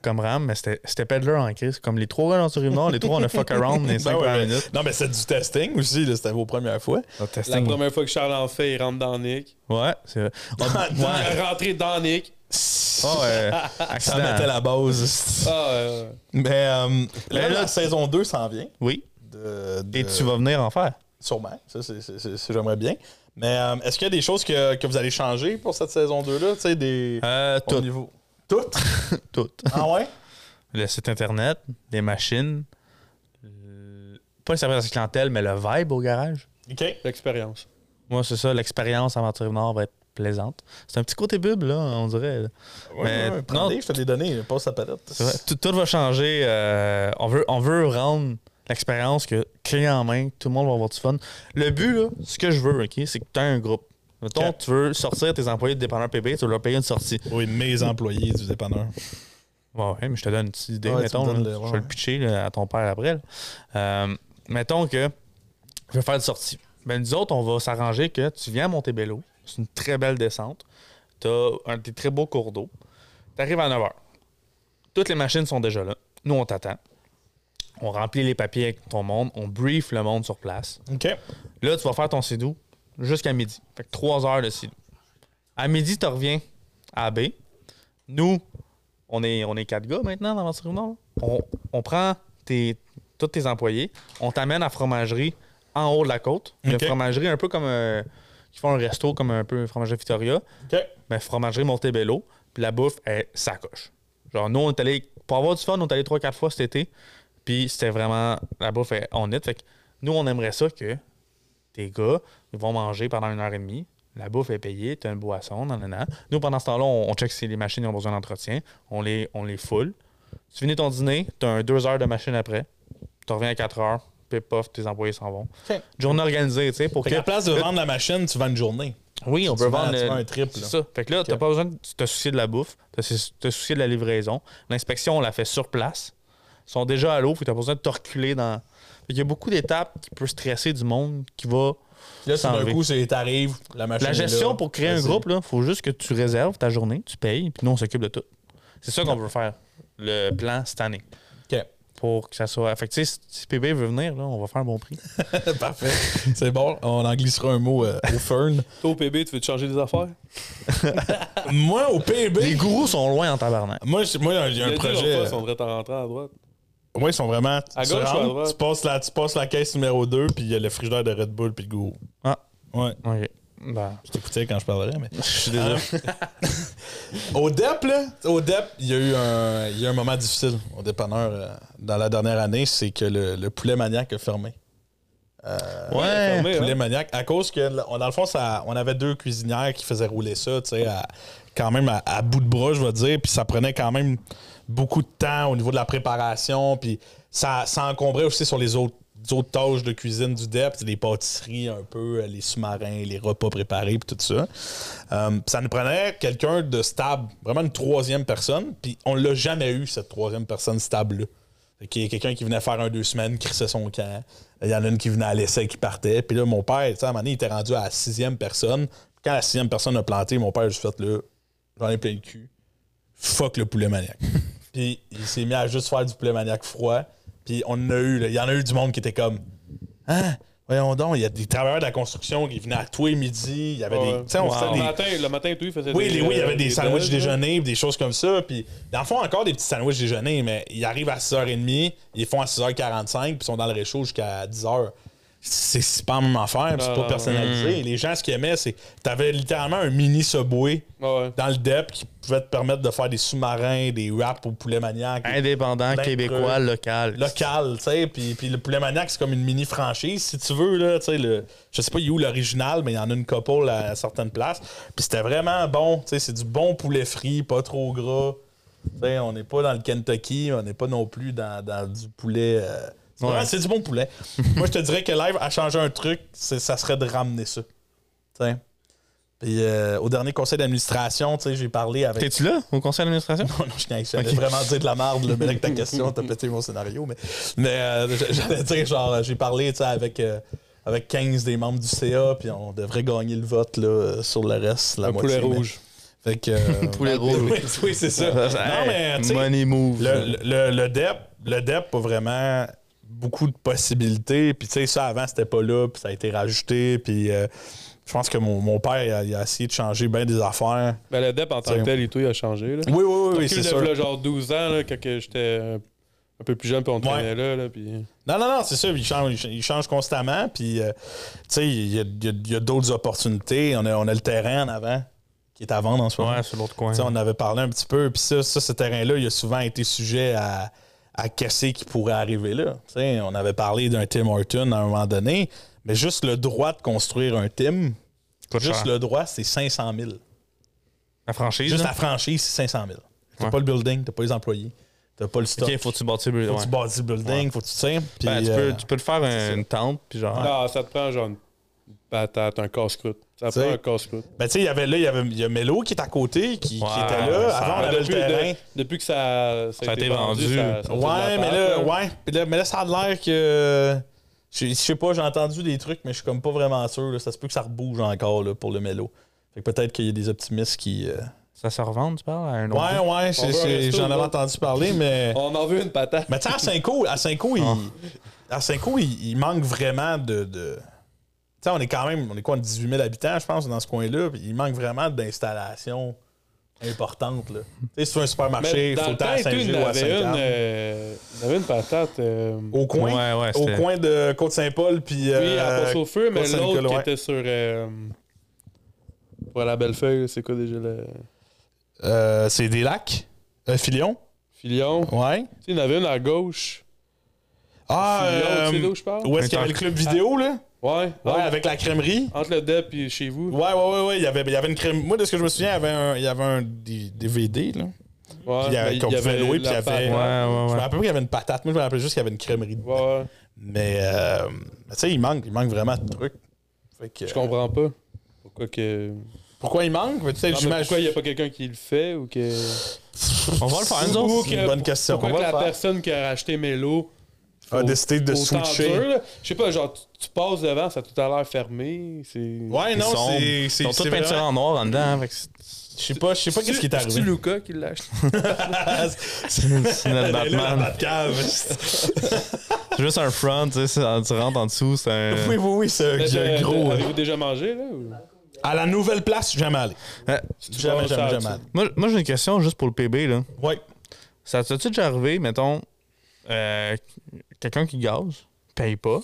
Speaker 2: comme RAM, mais c'était c'était Peddler en crise. Comme les trois gars dans ce rive nord, les trois, on a fuck around dans les
Speaker 3: Ben
Speaker 2: cinq
Speaker 3: ouais,
Speaker 2: premières
Speaker 3: mais-
Speaker 2: minutes.
Speaker 3: Non, mais c'est du testing aussi, là, c'était vos premières fois.
Speaker 2: On
Speaker 1: la
Speaker 2: testait.
Speaker 1: première fois que Charles en fait, il rentre dans Nick.
Speaker 2: Ouais, c'est vrai. On-
Speaker 1: Il est rentré dans Nick.
Speaker 2: Ah ouais,
Speaker 3: Ça
Speaker 2: accident.
Speaker 3: mettait la base.
Speaker 1: Ah, euh,
Speaker 3: Mais euh, là,
Speaker 2: Mais là-
Speaker 3: la saison 2 s'en vient.
Speaker 2: Oui,
Speaker 3: De, de-
Speaker 2: et tu vas venir en faire.
Speaker 3: Sûrement, ça, c'est- c'est- c'est- c'est- j'aimerais bien. Mais euh, est-ce qu'il y a des choses que, que vous allez changer pour cette saison 2-là? Tu sais, des...
Speaker 2: Euh,
Speaker 3: au
Speaker 2: tout.
Speaker 3: niveau... Tout?
Speaker 2: Tout.
Speaker 3: Ah ouais?
Speaker 2: Le site internet, les machines, euh, pas le service à la clientèle, mais le vibe au garage.
Speaker 3: OK.
Speaker 1: L'expérience.
Speaker 2: Moi, c'est ça, l'expérience Aventure Nord va être plaisante. C'est un petit côté buble, là, on dirait. là. Mais
Speaker 3: Ouais, ouais, prends
Speaker 2: non.
Speaker 3: des, je te les donné, passe la palette.
Speaker 2: C'est vrai, Tout, tout va changer. euh, on, veut, on veut rendre l'expérience que clé en main, tout le monde va avoir du fun. Le but, là, ce que je veux, ok, c'est que tu as un groupe. Mettons,
Speaker 3: Ok.
Speaker 2: tu veux sortir tes employés de dépanneur PB, tu veux leur payer une sortie.
Speaker 3: Oui, mes employés du dépanneur.
Speaker 2: Ouais, ouais, mais je te donne une petite idée.
Speaker 3: Ouais, tu
Speaker 2: mettons,
Speaker 3: me donnes
Speaker 2: là.
Speaker 3: le- ouais,
Speaker 2: je vais le
Speaker 3: ouais.
Speaker 2: pitcher là, à ton père après. là. Euh, mettons que je vais faire une sortie. Ben, nous autres, on va s'arranger que tu viens à Montebello. C'est une très belle descente. Tu as un des très beaux cours d'eau. Tu arrives à 9 h. Toutes les machines sont déjà là. Nous, on t'attend. On remplit les papiers avec ton monde. On brief le monde sur place.
Speaker 3: OK.
Speaker 2: Là, tu vas faire ton sidou jusqu'à midi. Fait que 3 heures de sidou. À midi, tu reviens à B. Nous, on est, on est quatre gars maintenant dans l'aventure Nord. On, on prend tes, tous tes employés, on t'amène à fromagerie en haut de la côte. Une
Speaker 3: Ok.
Speaker 2: fromagerie un peu comme. euh, qui font un resto comme un peu fromagerie Victoria,
Speaker 3: OK.
Speaker 2: mais Ben, fromagerie Montebello. Puis la bouffe, elle sacoche. Genre, nous, on est allé. Pour avoir du fun, on est allé 3-4 fois cet été. Puis c'était vraiment. La bouffe est honnête. Fait que nous, on aimerait ça que tes gars ils vont manger pendant une heure et demie. La bouffe est payée, t'as une boisson, nanana. Nous, pendant ce temps-là, on, on check si les machines ont besoin d'entretien. On les, on les foule. Tu finis ton dîner, t'as un deux heures de machine après. Tu reviens à 4 heures, puis pof, tes employés s'en vont.
Speaker 3: Ok.
Speaker 2: Journée organisée, tu sais, pour
Speaker 3: Fait
Speaker 2: que.
Speaker 3: qu'à la place de
Speaker 2: Là,
Speaker 3: vendre la machine, tu vends une journée.
Speaker 2: Oui, on
Speaker 3: tu
Speaker 2: peut
Speaker 3: vends-
Speaker 2: vendre.
Speaker 3: tu
Speaker 2: euh,
Speaker 3: vends un triple,
Speaker 2: c'est
Speaker 3: là.
Speaker 2: ça. Fait que là, t'as
Speaker 3: Ok.
Speaker 2: pas besoin de te soucier de la bouffe, t'as su- te soucier de la livraison. L'inspection, on la fait sur place. Ils sont déjà à l'eau, tu t'as pas besoin de te reculer dans. Il y a beaucoup d'étapes qui peuvent stresser du monde qui va.
Speaker 3: Puis là, tout d'un
Speaker 2: S'enlever.
Speaker 3: coup, c'est t'arrives, la machine.
Speaker 2: La
Speaker 3: est Ah, là.
Speaker 2: gestion pour créer un
Speaker 3: Vas-y.
Speaker 2: groupe, il faut juste que tu réserves ta journée, tu payes, puis nous, on s'occupe de tout. C'est ça qu'on veut faire, le plan cette année.
Speaker 3: Ah. OK.
Speaker 2: Pour que ça soit. Fait que, tu sais, si- si PB veut venir, là, on va faire un bon prix.
Speaker 3: Parfait. C'est bon. On en glissera un mot euh, au fern.
Speaker 1: Toi, au PB, tu veux te changer des affaires?
Speaker 3: Moi, au
Speaker 2: Les
Speaker 3: PB.
Speaker 2: gourous sont loin en tabarnak.
Speaker 3: Moi, j'ai moi, j'ai
Speaker 1: Il
Speaker 3: un
Speaker 1: a dit l'autre
Speaker 3: projet. euh.
Speaker 1: fois, si on devrait t'en rentrer à droite.
Speaker 3: Oui, ils sont vraiment.
Speaker 1: À
Speaker 3: tu
Speaker 1: gauche ou à
Speaker 3: rentres,
Speaker 1: droite?
Speaker 3: tu, passes la, tu passes la caisse numéro 2, puis il y a le frigidaire de Red Bull, puis le gourou.
Speaker 2: Ah.
Speaker 3: Ouais.
Speaker 2: OK. Ben,
Speaker 3: Je t'écoutais quand je parlerais, mais.
Speaker 2: je suis désolé.
Speaker 3: Au DEP, là, au DEP, il y a eu un, il y a eu un moment difficile au dépanneur euh, dans la dernière année, c'est que le, le poulet maniaque a fermé.
Speaker 2: ouais.
Speaker 1: fermé.
Speaker 3: poulet
Speaker 1: hein?
Speaker 3: maniaque, à cause que, là, on- dans le fond, ça, on avait deux cuisinières qui faisaient rouler ça, tu sais, à- quand même à, à bout de bras, je vais dire, puis ça prenait quand même beaucoup de temps au niveau de la préparation, puis ça, ça encombrait aussi sur les autres les autres tâches de cuisine du DEP, les pâtisseries un peu, les sous-marins, les repas préparés, puis tout ça. Euh, ça nous prenait quelqu'un de stable, vraiment une troisième personne, puis on l'a jamais eu, cette troisième personne stable-là. Fait qu'il y a quelqu'un qui venait faire un deux semaines, qui crissait son camp. Il y en a une qui venait à l'essai, qui partait. Puis là, mon père, tu sais, à un moment donné, il était rendu à la sixième personne. Quand la sixième personne a planté, mon père, a juste fait là, j'en ai plein le cul. Fuck le poulet maniaque. puis il s'est mis à juste faire du poulet maniaque froid. Puis on en a eu, là, il y en a eu du monde qui était comme Hein? Voyons donc, il y a des travailleurs de la construction qui venaient à tous les midis. Il y avait Ben, des.
Speaker 1: Ouais.
Speaker 3: Tu sais, on se fait
Speaker 1: Le
Speaker 3: des-
Speaker 1: matin, le matin, tout, il faisait
Speaker 3: oui, les- oui, il y avait des,
Speaker 1: des
Speaker 3: sandwichs
Speaker 1: dodges, là.
Speaker 3: déjeuner, des choses comme ça. Puis, dans le fond, encore des petits sandwichs déjeuner, mais ils arrivent à 6h30, ils font à 6h45, puis ils sont dans le réchaud jusqu'à 10h. C'est c'est pas la même affaire, puis c'est pas
Speaker 1: Ah,
Speaker 3: personnalisé. Les gens, ce qu'ils aimaient, c'est t'avais littéralement un mini subway
Speaker 1: Ah ouais.
Speaker 3: dans le DEP qui pouvait te permettre de faire des sous-marins, des wraps au poulet maniaque.
Speaker 2: Indépendant,
Speaker 3: Ben,
Speaker 2: québécois, local.
Speaker 3: Local, tu sais, puis, puis le poulet maniaque, c'est comme une mini franchise, si tu veux, là, tu sais, le- je sais pas il est où l'original, mais il y en a une couple à, certaines places, puis c'était vraiment bon, tu sais, c'est du bon poulet frit, pas trop gras, tu sais, on n'est pas dans le Kentucky, on n'est pas non plus dans, dans du poulet, euh, c'est
Speaker 2: Ouais.
Speaker 3: vraiment- c'est du bon poulet. Moi, je te dirais que Live a changé un truc, c'est- ça serait de ramener ça, tu sais. Puis euh, au dernier conseil d'administration, tu sais, j'ai parlé avec...
Speaker 2: T'es-tu là au conseil d'administration?
Speaker 3: Oh Non, non, je n'ai
Speaker 2: Ok.
Speaker 3: vraiment dire de la merde, là, mais avec ta question, t'as pété mon scénario. Mais, mais euh, j- j'allais dire, genre, euh, j'ai parlé tu sais, avec, euh, avec 15 des membres du CA, puis on devrait gagner le vote là, euh, sur le reste, la
Speaker 1: Un
Speaker 3: moitié.
Speaker 1: poulet
Speaker 3: mais-
Speaker 1: rouge.
Speaker 3: Fait que, euh,
Speaker 2: Poulet rouge, oui.
Speaker 3: Oui, oui, c'est ça. non, mais tu sais,
Speaker 2: Money move.
Speaker 3: le, le, le DEP, le DEP a vraiment beaucoup de possibilités. Puis tu sais, ça avant, c'était pas là, puis ça a été rajouté. Puis euh, je pense que mon, mon père, il a, il a essayé de changer bien des affaires.
Speaker 1: Ben, le DEP en tant que tel et tout, il a changé. Là.
Speaker 3: Oui, oui, oui, oui
Speaker 1: Recul
Speaker 3: c'est
Speaker 1: de
Speaker 3: sûr.
Speaker 1: v'là genre 12 ans, là, quand que j'étais euh, un peu plus jeune, puis on traînait là. là puis...
Speaker 3: Non, non, non, c'est sûr. Il change, il change constamment. Puis, euh, tu sais, il y a, il y a- il y a d'autres opportunités. On a, on a le terrain en avant. qui est à vendre en ce moment.
Speaker 1: Ouais, c'est l'autre coin.
Speaker 3: Tu sais, on avait parlé un petit peu, puis ça, ça, ce terrain-là, il a souvent été sujet à, à casser qui pourrait arriver là. Tu sais, on avait parlé d'un Tim Horton à un moment donné, mais juste le droit de construire un Tim,
Speaker 1: Coûte
Speaker 3: juste
Speaker 1: cher.
Speaker 3: le droit, c'est 500 000.
Speaker 2: La franchise.
Speaker 3: Juste
Speaker 2: là.
Speaker 3: la franchise, c'est 500 000. T'as
Speaker 1: Ouais.
Speaker 3: pas le building, t'as pas les employés, t'as pas le stock.
Speaker 2: Ok, faut que tu bâtisses.
Speaker 3: Faut
Speaker 2: ouais.
Speaker 3: que tu bâtis le building, faut que tu sais. puis,
Speaker 2: Ben, tu,
Speaker 3: euh,
Speaker 2: peux, tu peux le faire un- une tente, puis genre.
Speaker 1: Non, ça te prend genre une patate, un casse-croûte. Ça te
Speaker 3: T'sais,
Speaker 1: prend un casse-croûte.
Speaker 3: ben, tu sais, il y avait là, il y avait il y a Melo qui est à côté, qui, qui
Speaker 2: Ouais,
Speaker 3: était là.
Speaker 2: ça-
Speaker 3: Avant, on avait le
Speaker 1: depuis,
Speaker 3: terrain.
Speaker 1: de- depuis que ça,
Speaker 2: Ça a été vendu.
Speaker 1: ça-
Speaker 3: Ouais,
Speaker 1: ça-
Speaker 3: mais là, ouais. Puis là, mais là, ça a l'air que. Je je sais pas, j'ai entendu des trucs, mais je suis comme pas vraiment sûr. là. Ça se peut que ça rebouge encore là, pour le mélo. Fait que peut-être qu'il y a des optimistes qui. euh,
Speaker 2: Ça se revend, tu parles, à un autre.
Speaker 3: Ouais, ouais,
Speaker 1: veut
Speaker 3: c'est-
Speaker 1: un
Speaker 3: c'est-
Speaker 1: resto,
Speaker 3: j'en avais
Speaker 1: là.
Speaker 3: entendu parler, mais.
Speaker 1: On en veut une patate.
Speaker 3: Mais tu sais, à Cinco, à Cinco, il, à Cinco, il, il manque vraiment de. de... Tu sais, on est quand même. On est quoi, 18 000 habitants, je pense, dans ce coin-là. puis Il manque vraiment d'installations importantes, là. Tu sais, si tu veux un supermarché,
Speaker 1: Mais
Speaker 3: il
Speaker 1: dans
Speaker 3: faut
Speaker 1: le
Speaker 3: le temps
Speaker 1: temps
Speaker 3: à
Speaker 1: et tout, il
Speaker 3: Saint-Gilles
Speaker 1: y
Speaker 3: ou à
Speaker 1: avait une,
Speaker 3: Saint-Anne.
Speaker 1: euh, il y avait une patate. euh,
Speaker 3: Au coin,
Speaker 2: Ouais, ouais,
Speaker 3: au
Speaker 2: c'était-
Speaker 3: coin de Côte-Saint-Paul, puis.
Speaker 1: oui, à
Speaker 3: euh,
Speaker 1: passe au feu, mais
Speaker 3: Côte Saint-Nicolas,
Speaker 1: l'autre qui
Speaker 3: ouais.
Speaker 1: était sur. euh, pour la belle feuille, c'est quoi déjà le.
Speaker 3: euh, c'est des lacs. Euh, Filion.
Speaker 1: Filion.
Speaker 3: Ouais.
Speaker 1: Tu sais, Il y en avait une à gauche.
Speaker 3: Ah,
Speaker 1: Filion,
Speaker 3: euh,
Speaker 1: tu sais d'où je parle? Ah,
Speaker 3: où est-ce qu'il y avait le club vidéo, là?
Speaker 1: Ouais.
Speaker 3: Ouais,
Speaker 1: entre-
Speaker 3: avec la crèmerie.
Speaker 1: Entre le DEP et chez vous.
Speaker 3: Ouais, ouais, ouais, ouais. Il y avait, il y avait une crème. Moi, de ce que je me souviens, il y avait un, il y avait un des, des VD, là.
Speaker 1: Ouais,
Speaker 3: Puis il y avait-
Speaker 1: mais
Speaker 3: qu'on pouvait louer, puis
Speaker 1: la
Speaker 3: il y avait-
Speaker 2: Ouais,
Speaker 1: patate.
Speaker 2: ouais,
Speaker 3: euh, Je me
Speaker 2: ouais.
Speaker 3: rappelle pas qu'il y avait une patate. Moi, je me rappelle juste qu'il y avait une crèmerie.
Speaker 1: Ouais, ouais.
Speaker 3: Mais, euh, tu sais, il manque, il manque vraiment de trucs. Fait que,
Speaker 1: Je comprends pas. Pourquoi que.
Speaker 3: Pourquoi il manque? Tu sais,
Speaker 1: Non, mais
Speaker 3: j'imagine-
Speaker 1: pourquoi il n'y a pas quelqu'un qui le fait ou que.
Speaker 2: On va le faire, nous
Speaker 1: Ou
Speaker 2: autres.
Speaker 1: que-
Speaker 3: C'est une bonne question.
Speaker 1: Pourquoi
Speaker 3: On va
Speaker 1: que
Speaker 3: le
Speaker 1: la
Speaker 3: faire.
Speaker 1: personne qui a racheté Melo
Speaker 3: a
Speaker 1: Faut-
Speaker 3: décidé de
Speaker 1: autant
Speaker 3: switcher.
Speaker 1: dur, là? Je sais pas, genre, tu, tu passes devant, ça a tout à l'heure fermé. C'est.
Speaker 3: Ouais,
Speaker 2: Ils
Speaker 3: non,
Speaker 2: sont-
Speaker 3: c'est. c'est-
Speaker 2: Ils sont
Speaker 3: c'est
Speaker 2: tous
Speaker 3: vraiment-
Speaker 2: peinturés en noir en dedans. hein, fait que c'est-
Speaker 3: Je sais pas, je sais pas qu'est-ce qui est
Speaker 1: C'est
Speaker 3: arrivé.
Speaker 1: Luca qui l'a acheté.
Speaker 2: C'est notre
Speaker 3: Ben
Speaker 2: Batman. C'est juste un front, tu sais. c'est- Tu rentres en dessous, c'est un.
Speaker 3: Oui, oui, oui, c'est
Speaker 1: Peut-être,
Speaker 3: c'est
Speaker 1: euh,
Speaker 3: gros. hein.
Speaker 1: Avez-vous déjà mangé, là ou-
Speaker 3: À la nouvelle place, jamais allé.
Speaker 2: Euh,
Speaker 3: Jamais,
Speaker 1: penses
Speaker 3: jamais,
Speaker 1: à
Speaker 3: jamais
Speaker 1: ça?
Speaker 3: allé.
Speaker 2: Moi, moi, j'ai une question juste pour le PB, là.
Speaker 3: Ouais.
Speaker 2: Ça t'as-tu déjà arrivé, mettons, euh, quelqu'un qui gaze, paye pas?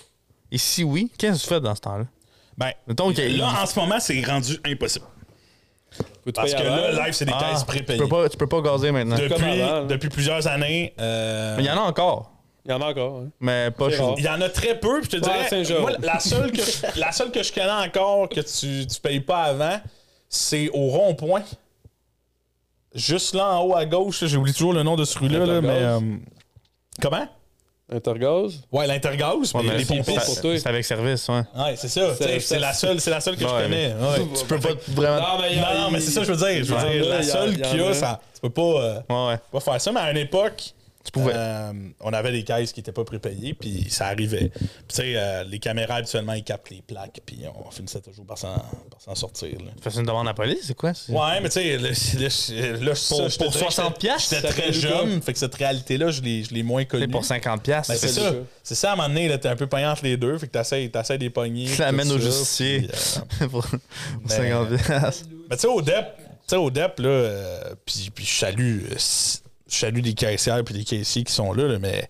Speaker 2: Et si oui, qu'est-ce que tu fais dans ce temps-là?
Speaker 3: Ben,
Speaker 2: Mettons qu'il-
Speaker 3: là, en ce moment, c'est rendu impossible.
Speaker 1: Faut-tu
Speaker 3: Parce que
Speaker 1: payer avant?
Speaker 3: là, live, c'est des
Speaker 2: Ah,
Speaker 3: caisses
Speaker 2: tu,
Speaker 3: prépayées.
Speaker 2: peux pas, tu peux pas gazer maintenant. Mais
Speaker 1: Comme
Speaker 3: Depuis,
Speaker 1: avant, là.
Speaker 3: depuis plusieurs années, euh,
Speaker 2: Il y en a encore,
Speaker 1: Il y en a encore. hein.
Speaker 2: mais pas
Speaker 1: C'est
Speaker 2: chez nous.
Speaker 1: rare.
Speaker 3: il y en a très peu. puis Je te
Speaker 1: Pas à
Speaker 3: dirais,
Speaker 1: Saint-Jérôme.
Speaker 3: moi, la seule, que je, la seule que je connais encore que tu, tu payes pas avant, c'est au rond-point. Juste là, en haut à gauche, là, j'ai oublié toujours le nom de ce rue-là, là, mais...
Speaker 1: Intergaz.
Speaker 3: euh, comment?
Speaker 1: Intergaz.
Speaker 3: Ouais, l'intergaz,
Speaker 2: Ouais,
Speaker 3: mais
Speaker 2: mais
Speaker 3: les
Speaker 2: c'est-
Speaker 3: pompiers...
Speaker 1: pour
Speaker 2: c'est-
Speaker 1: toi.
Speaker 2: C'est avec service, ouais.
Speaker 3: Ouais, c'est ça.
Speaker 1: C'est-
Speaker 3: tu sais,
Speaker 1: ça-
Speaker 3: C'est la seule, c'est la seule que
Speaker 2: Ouais,
Speaker 3: je connais. ouais.
Speaker 2: Tu peux pas vraiment.
Speaker 1: Non, mais il y en
Speaker 3: Non,
Speaker 1: a-
Speaker 3: non, mais c'est ça que je veux dire. Je veux
Speaker 1: Ouais.
Speaker 3: dire, la
Speaker 1: Il y en-
Speaker 3: seule
Speaker 1: il y en
Speaker 3: qu'il y a,
Speaker 1: a.
Speaker 3: ça, tu peux pas, euh,
Speaker 2: Ouais, ouais.
Speaker 3: pas faire ça. Mais à une époque,
Speaker 2: Tu pouvais.
Speaker 3: euh, on avait des caisses qui n'étaient pas prépayées, puis ça arrivait. Puis, tu sais, euh, les caméras, habituellement, ils captent les plaques, puis on finissait toujours par s'en par s'en sortir. là.
Speaker 2: Tu fais une demande à la police, c'est quoi? c'est-
Speaker 3: Ouais, mais tu sais, le- le- là, ça,
Speaker 2: Pour-
Speaker 3: je te
Speaker 2: pour
Speaker 3: dirais que
Speaker 2: 60 piastres,
Speaker 3: J'étais
Speaker 1: ça fait
Speaker 3: très
Speaker 1: du
Speaker 3: jeune, fait que cette réalité-là, je l'ai je l'ai moins
Speaker 2: Tu
Speaker 3: connue.
Speaker 2: sais, pour 50$, piastres,
Speaker 3: Ben, c'est
Speaker 2: c'est
Speaker 3: ça. C'est ça, à un moment donné, là, t'es un peu payant entre les deux, fait que t'essayes t'essayes des poignées.
Speaker 2: Tu l'amènes au justicier.
Speaker 3: euh,
Speaker 2: pour, pour
Speaker 3: ben,
Speaker 2: 50$. piastres.
Speaker 3: Mais tu sais, au DEP, tu sais, au DEP, là, euh, puis, puis je salue, euh, s- je salue des caissières puis des caissiers qui sont là, là, mais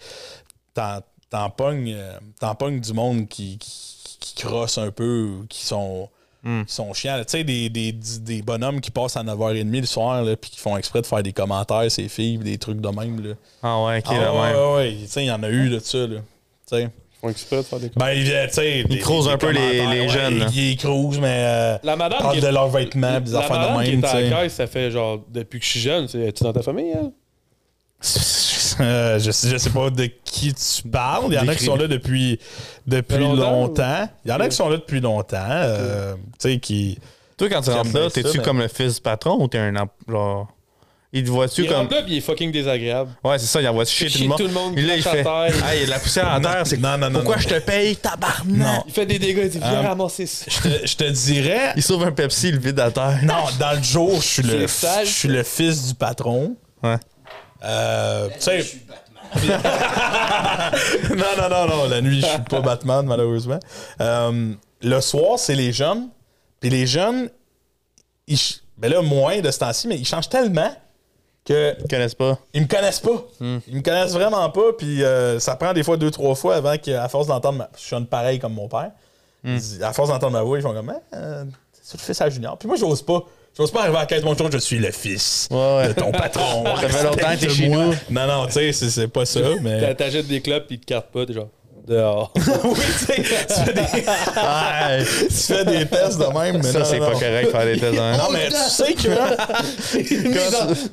Speaker 3: t'en, t'en pognes, euh, t'en pognes du monde qui, qui, qui crosse un peu, ou qui sont,
Speaker 2: Mm.
Speaker 3: qui sont chiants. là. Tu sais, des, des, des bonhommes qui passent à 9h30 le soir, là, puis qui font exprès de faire des commentaires, ces filles, des trucs de même, là.
Speaker 2: Ah ouais, ok,
Speaker 3: Ah,
Speaker 2: la même.
Speaker 3: ouais, ouais, tu sais, il y en a eu de ça, là. Tu sais.
Speaker 1: Ils font exprès de faire des
Speaker 3: Ben, il- tu sais. des-
Speaker 2: crousent
Speaker 3: des
Speaker 2: un peu les-
Speaker 3: commentaires,
Speaker 2: les
Speaker 3: ouais,
Speaker 2: jeunes, là.
Speaker 3: Ils, ils crousent, mais. euh,
Speaker 1: La madame qui
Speaker 3: parlent de
Speaker 1: est,
Speaker 3: leurs vêtements, pis des
Speaker 1: la
Speaker 3: affaires
Speaker 1: madame
Speaker 3: de
Speaker 1: qui
Speaker 3: même,
Speaker 1: est
Speaker 3: tu
Speaker 1: à la
Speaker 3: sais.
Speaker 1: caisse, ça fait genre depuis que je suis jeune. C'est, es-tu dans ta famille, hein? elle?
Speaker 3: Euh, je, sais, je sais pas de qui tu parles. Il y en a qui
Speaker 2: Décris.
Speaker 3: sont là depuis, depuis
Speaker 1: Fait longtemps,
Speaker 3: longtemps. Il y en a qui sont là depuis longtemps. euh, tu sais, qui.
Speaker 2: Toi, quand tu
Speaker 3: J'aime
Speaker 2: rentres
Speaker 3: bien
Speaker 2: là,
Speaker 3: ça,
Speaker 2: t'es-tu
Speaker 3: mais-
Speaker 2: comme le fils du patron ou t'es un. emp- Genre. Il te voit-tu
Speaker 1: Il
Speaker 2: comme.
Speaker 1: rentre là, puis il est fucking désagréable.
Speaker 2: Ouais, c'est ça, il envoie chier tout le monde.
Speaker 1: tout le monde,
Speaker 2: Et là, il
Speaker 1: crache
Speaker 2: fait.
Speaker 1: à terre.
Speaker 2: Ah, il y a de la poussière à terre, c'est
Speaker 3: Non, non, non.
Speaker 2: Pourquoi
Speaker 3: non.
Speaker 2: je te paye, tabarnak?
Speaker 1: Il fait des dégâts, il dit Viens
Speaker 3: Euh,
Speaker 1: ramasser ça.
Speaker 3: Je te, je te dirais.
Speaker 2: Il sauve un Pepsi, il le vide à terre.
Speaker 3: Non, dans le jour, je suis le,
Speaker 1: C'est sale,
Speaker 3: je suis le fils du patron.
Speaker 2: Ouais.
Speaker 3: Euh, tu sais,
Speaker 5: Je suis Batman.
Speaker 3: non, non, non, non. La nuit, je suis pas Batman, malheureusement. Euh, le soir, c'est les jeunes. Puis les jeunes, ils, ch- ben là, moins de ce temps-ci, mais ils changent tellement que
Speaker 2: Ils connaissent pas.
Speaker 3: ils me connaissent pas.
Speaker 2: Hmm.
Speaker 3: Ils me connaissent vraiment pas. Puis euh, ça prend des fois deux, trois fois avant qu'à force d'entendre ma. Je suis un
Speaker 2: Hmm.
Speaker 3: pareil hein, comme mon père. Ils- À force d'entendre ma voix, ils font comme. Ah, euh, c'est ça le fils à Junior. Puis moi, j'ose pas. Je n'ose pas arriver à la caisse, bonjour, je suis le fils
Speaker 2: Ouais, ouais.
Speaker 3: de ton patron.
Speaker 2: Ça fait longtemps que t'es chez
Speaker 3: Respecte-moi.
Speaker 2: nous.
Speaker 3: Non, non, tu sais, c'est- c'est pas ça, mais.
Speaker 1: T'a- T'achètes des clubs pis ils te cartent pas, t'es genre. Dehors.
Speaker 3: oui, tu sais, tu fais des-
Speaker 2: Ah,
Speaker 3: tu fais des tests de même, mais
Speaker 2: ça,
Speaker 3: non,
Speaker 2: c'est
Speaker 3: non,
Speaker 2: pas
Speaker 3: non.
Speaker 2: correct faire des tests. hein.
Speaker 3: Non, mais tu sais que.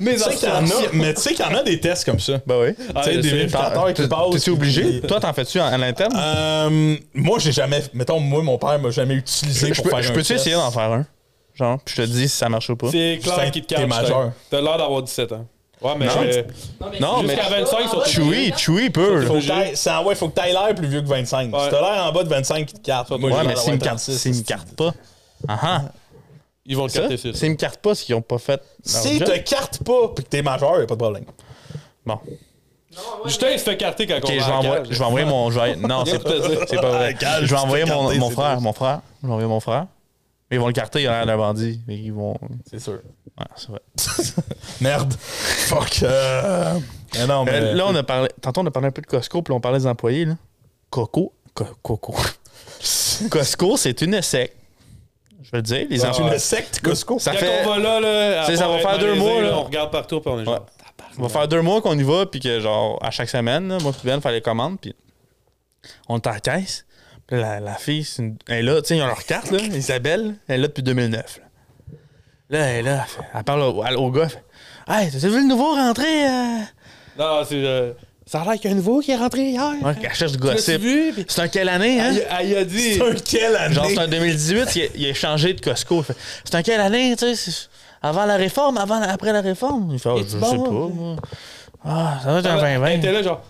Speaker 1: mes
Speaker 3: tu sais qu'il y en a- Mais tu sais qu'il y en a des tests comme ça.
Speaker 2: Ben oui.
Speaker 1: Ah,
Speaker 3: tu sais,
Speaker 1: je
Speaker 3: des
Speaker 1: sais.
Speaker 3: vérificateurs qui
Speaker 2: T'en-
Speaker 3: passent.
Speaker 2: T'es-tu
Speaker 3: puis-
Speaker 2: obligé? Toi, t'en fais-tu en- à l'interne?
Speaker 3: Euh, moi, j'ai jamais. Mettons, moi, mon père m'a jamais utilisé
Speaker 2: Je
Speaker 3: pour faire
Speaker 2: peux- je
Speaker 3: un
Speaker 2: peux-tu
Speaker 3: test.
Speaker 2: essayer d'en faire un? Genre, puis je te dis si ça marche ou pas.
Speaker 1: C'est
Speaker 3: Putain,
Speaker 1: clair qu'ils te
Speaker 3: t'es
Speaker 1: cartent.
Speaker 3: majeur.
Speaker 1: T'as l'air d'avoir 17 ans. Ouais, mais.
Speaker 3: Non.
Speaker 1: euh,
Speaker 2: Non, mais-
Speaker 1: Jusqu'à 25,
Speaker 4: Ah,
Speaker 1: ils sont
Speaker 2: Chewy, Chewy peut. là.
Speaker 3: Faut que t'ailles- ça, ouais, faut que t'ailles l'air plus vieux que 25.
Speaker 1: Ouais.
Speaker 3: Si t'as l'air en bas de 25 qui te carte, moi,
Speaker 2: Ouais,
Speaker 3: j'ai
Speaker 2: mais
Speaker 3: l'air
Speaker 2: s'ils me
Speaker 3: d'avoir
Speaker 2: cartent
Speaker 3: 36.
Speaker 2: s'ils me cartent pas. Ah ah.
Speaker 1: Ils vont le
Speaker 2: Ça,
Speaker 1: carter, c'est ça.
Speaker 2: S'ils me cartent pas, c'est qu'ils ont pas fait. leur
Speaker 3: Si
Speaker 2: job.
Speaker 3: te cartes pas pis que t'es majeur, y'a pas de problème.
Speaker 2: Bon.
Speaker 1: Justin, il se fait carter quand
Speaker 2: Ok,
Speaker 1: on
Speaker 2: je
Speaker 1: va
Speaker 2: vais,
Speaker 1: à la
Speaker 2: envoyer,
Speaker 1: cage.
Speaker 2: je vais envoyer mon. je vais- non, c'est pas, c'est pas vrai.
Speaker 3: Calme,
Speaker 2: Je vais envoyer
Speaker 3: tu t'es
Speaker 2: mon,
Speaker 3: carté,
Speaker 2: mon
Speaker 3: c'est
Speaker 2: frère,
Speaker 3: tout.
Speaker 2: mon frère. Je vais envoyer mon frère. Ils vont le carter, il a l'air d'un bandit. Mais ils vont.
Speaker 3: C'est sûr.
Speaker 2: Ouais, c'est vrai.
Speaker 3: Merde. Fuck. euh, mais non, mais.
Speaker 2: Euh, là, on a parlé. Tantôt, on a parlé un peu de Costco, puis on parlait des employés, là. Coco. Co- Coco. Costco, c'est une sec. Je veux dire, les
Speaker 3: C'est
Speaker 2: employés.
Speaker 3: une secte Costco.
Speaker 2: Ça
Speaker 1: Quand
Speaker 2: fait.
Speaker 1: on va là, là. à
Speaker 2: Tu sais, ça
Speaker 1: part
Speaker 2: va
Speaker 1: être
Speaker 2: faire deux
Speaker 1: malaisé,
Speaker 2: mois, là.
Speaker 1: On regarde partout puis on est
Speaker 2: Ouais.
Speaker 1: genre.
Speaker 2: On va faire deux mois qu'on y va, puis que genre, à chaque semaine, là, moi, puis Ben, faire les commandes, puis on est à la caisse. Puis là, la, la fille, c'est une- elle est là, tu sais, ils ont leur carte, là, Isabelle, elle est là depuis 2009. Là, Là, elle est là, elle, fait- elle parle au, elle- au gars, elle fait Hey, t'as vu le nouveau rentré euh?
Speaker 1: Non, c'est. euh, Ça a l'air qu'il y a un nouveau qui est rentré hier.
Speaker 2: Ouais, Elle cherche du
Speaker 1: T'as-tu
Speaker 2: gossip.
Speaker 1: vu? Puis-
Speaker 2: C'est un quelle année, hein?
Speaker 1: Elle elle a dit.
Speaker 3: C'est un quelle année?
Speaker 2: Genre, c'est un 2018, il a, il a changé de Costco. Il fait, C'est un quelle année, tu sais? c'est- Avant la réforme, avant, la- après la réforme? Il fait, Ah, je
Speaker 1: Es-tu
Speaker 2: sais
Speaker 1: bon,
Speaker 2: pas,
Speaker 1: hein?
Speaker 2: moi. Ah, ça doit être un
Speaker 1: Elle
Speaker 2: 2020.
Speaker 1: était là, genre.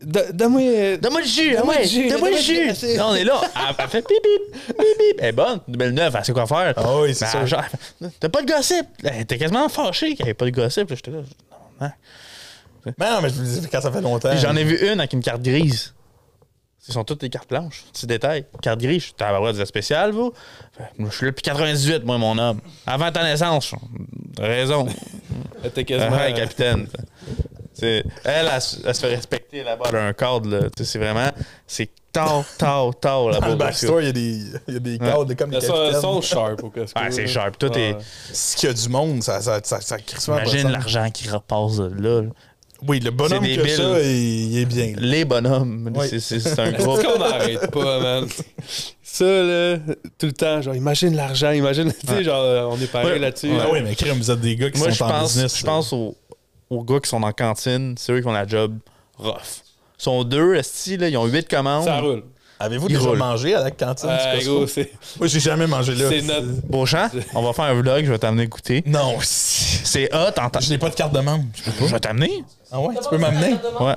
Speaker 1: Don- Donne-moi. euh,
Speaker 2: Donne-moi le jus,
Speaker 1: Donne-moi
Speaker 2: ah ouais,
Speaker 1: le jus,
Speaker 2: donne-moi le jus.
Speaker 1: donne-moi le jus.
Speaker 2: Là, on est là, Ah, elle, elle fait bip bip, bip bip. Elle est bonne, 2009, elle sait quoi faire.
Speaker 3: Ah oui, c'est
Speaker 2: Ben,
Speaker 3: sûr.
Speaker 2: genre, elle fait, T'as pas de gossip. Elle était quasiment fâchée qu'il n'y avait pas de gossip. Là, J'étais là, non, non.
Speaker 3: Mais non, mais je vous dis, quand ça fait longtemps.
Speaker 2: Puis J'en ai vu une avec une carte grise. Ce sont toutes des cartes blanches. Petit détail. Carte grise, je suis à la de spécial, vous. Fait, moi, Je suis là depuis 98, moi, mon homme. Avant ta naissance. je- Raison.
Speaker 1: Elle était quasiment.
Speaker 2: Ouais, capitaine. C'est- Elle, elle, se- elle se fait respecter là-bas. Elle a un cadre, là. Tu sais, C'est vraiment. C'est tard, tard, tard
Speaker 3: Dans
Speaker 2: là-bas.
Speaker 3: Ah, le backstore, il y a des, il y a des cadres comme les
Speaker 1: Elles sont- elles sont
Speaker 3: capitaines.
Speaker 1: sharp au Costco.
Speaker 2: Ah, c'est
Speaker 1: là.
Speaker 2: sharp. Tout est.
Speaker 1: Ouais.
Speaker 3: Si qu'il y a du monde, ça, ça, ça, ça crie souvent pas de
Speaker 2: Imagine
Speaker 3: sens.
Speaker 2: l'argent qui repasse de là. là.
Speaker 3: Oui, le bonhomme
Speaker 2: C'est
Speaker 3: que
Speaker 2: débile.
Speaker 3: ça, il, il est bien. là.
Speaker 2: Les bonhommes.
Speaker 3: Ouais.
Speaker 2: c'est- C'est c'est un
Speaker 1: Est-ce
Speaker 2: groupe.
Speaker 1: qu'on n'arrête pas, man? Ça, là, tout le temps, genre, imagine l'argent, imagine, tu sais, genre, euh, on est pareil
Speaker 2: Ouais.
Speaker 1: là-dessus.
Speaker 3: Ah oui, mais crime, vous êtes des gars qui
Speaker 2: Moi, je
Speaker 3: sont en
Speaker 2: pense,
Speaker 3: business.
Speaker 2: je
Speaker 3: là.
Speaker 2: pense aux, aux gars qui sont en cantine, c'est eux qui ont la job rough. Ils sont deux, esti, là, ils ont huit commandes.
Speaker 1: Ça roule.
Speaker 3: Avez-vous
Speaker 2: Il
Speaker 3: déjà
Speaker 2: roule.
Speaker 3: mangé à la cantine du
Speaker 2: Ah,
Speaker 1: Euh,
Speaker 3: Costco?
Speaker 1: gros, c'est
Speaker 3: Moi, j'ai jamais mangé là.
Speaker 1: c'est notre.
Speaker 2: Beauchamp, on va faire un vlog, je vais t'amener goûter.
Speaker 3: Non, si.
Speaker 2: C'est hot, en ta-
Speaker 3: Je n'ai pas de carte de membre.
Speaker 2: je vais t'amener.
Speaker 3: Ah ouais, tu peux m'amener?
Speaker 2: Ouais. Ouais.
Speaker 3: Ouais,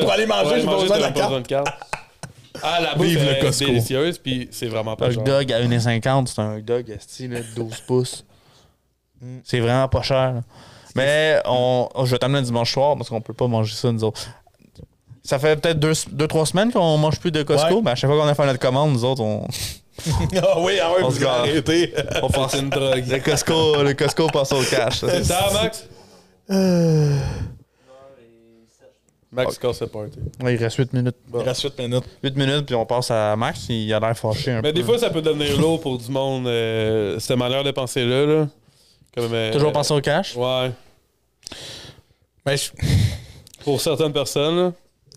Speaker 3: pour aller manger,
Speaker 1: Ouais,
Speaker 3: j'ai pas besoin de la
Speaker 1: t'as pas
Speaker 3: carte.
Speaker 1: besoin de carte. Ah, la bouffe
Speaker 3: Vive le
Speaker 1: est
Speaker 3: Costco. Ah,
Speaker 1: délicieuse, puis c'est vraiment
Speaker 2: Un
Speaker 1: pas
Speaker 2: hot
Speaker 1: cher.
Speaker 2: dog à 1,50$, c'est un hot dog, esti, là, de 12 pouces.
Speaker 1: Mm.
Speaker 2: C'est vraiment pas cher. là. Mais on, oh, je vais t'amener le dimanche soir parce qu'on peut pas manger ça, nous autres. Ça fait peut-être 2-3 semaines qu'on mange plus de Costco,
Speaker 3: Ouais.
Speaker 2: mais à chaque fois qu'on a fait notre commande, nous autres, on,
Speaker 3: Ah oui, ah oui,
Speaker 2: On
Speaker 3: vous
Speaker 2: se
Speaker 3: avez
Speaker 2: gare.
Speaker 3: arrêté.
Speaker 2: on passe
Speaker 1: C'est une drogue.
Speaker 2: Le Costco, le Costco passe au cash. ça.
Speaker 1: C'est
Speaker 3: Euh.
Speaker 1: ça, Max?
Speaker 3: Ah.
Speaker 1: Max casse le party.
Speaker 2: Ouais, il reste 8 minutes.
Speaker 3: Il reste 8 minutes.
Speaker 2: 8 minutes, puis on passe à Max. Il a l'air fâché un
Speaker 1: Mais
Speaker 2: peu.
Speaker 1: des fois, ça peut devenir lourd pour du monde. euh, C'était malheur de penser là, là. Comme, euh,
Speaker 2: Toujours penser au cash.
Speaker 1: Ouais.
Speaker 3: Mais je-
Speaker 1: Pour certaines personnes,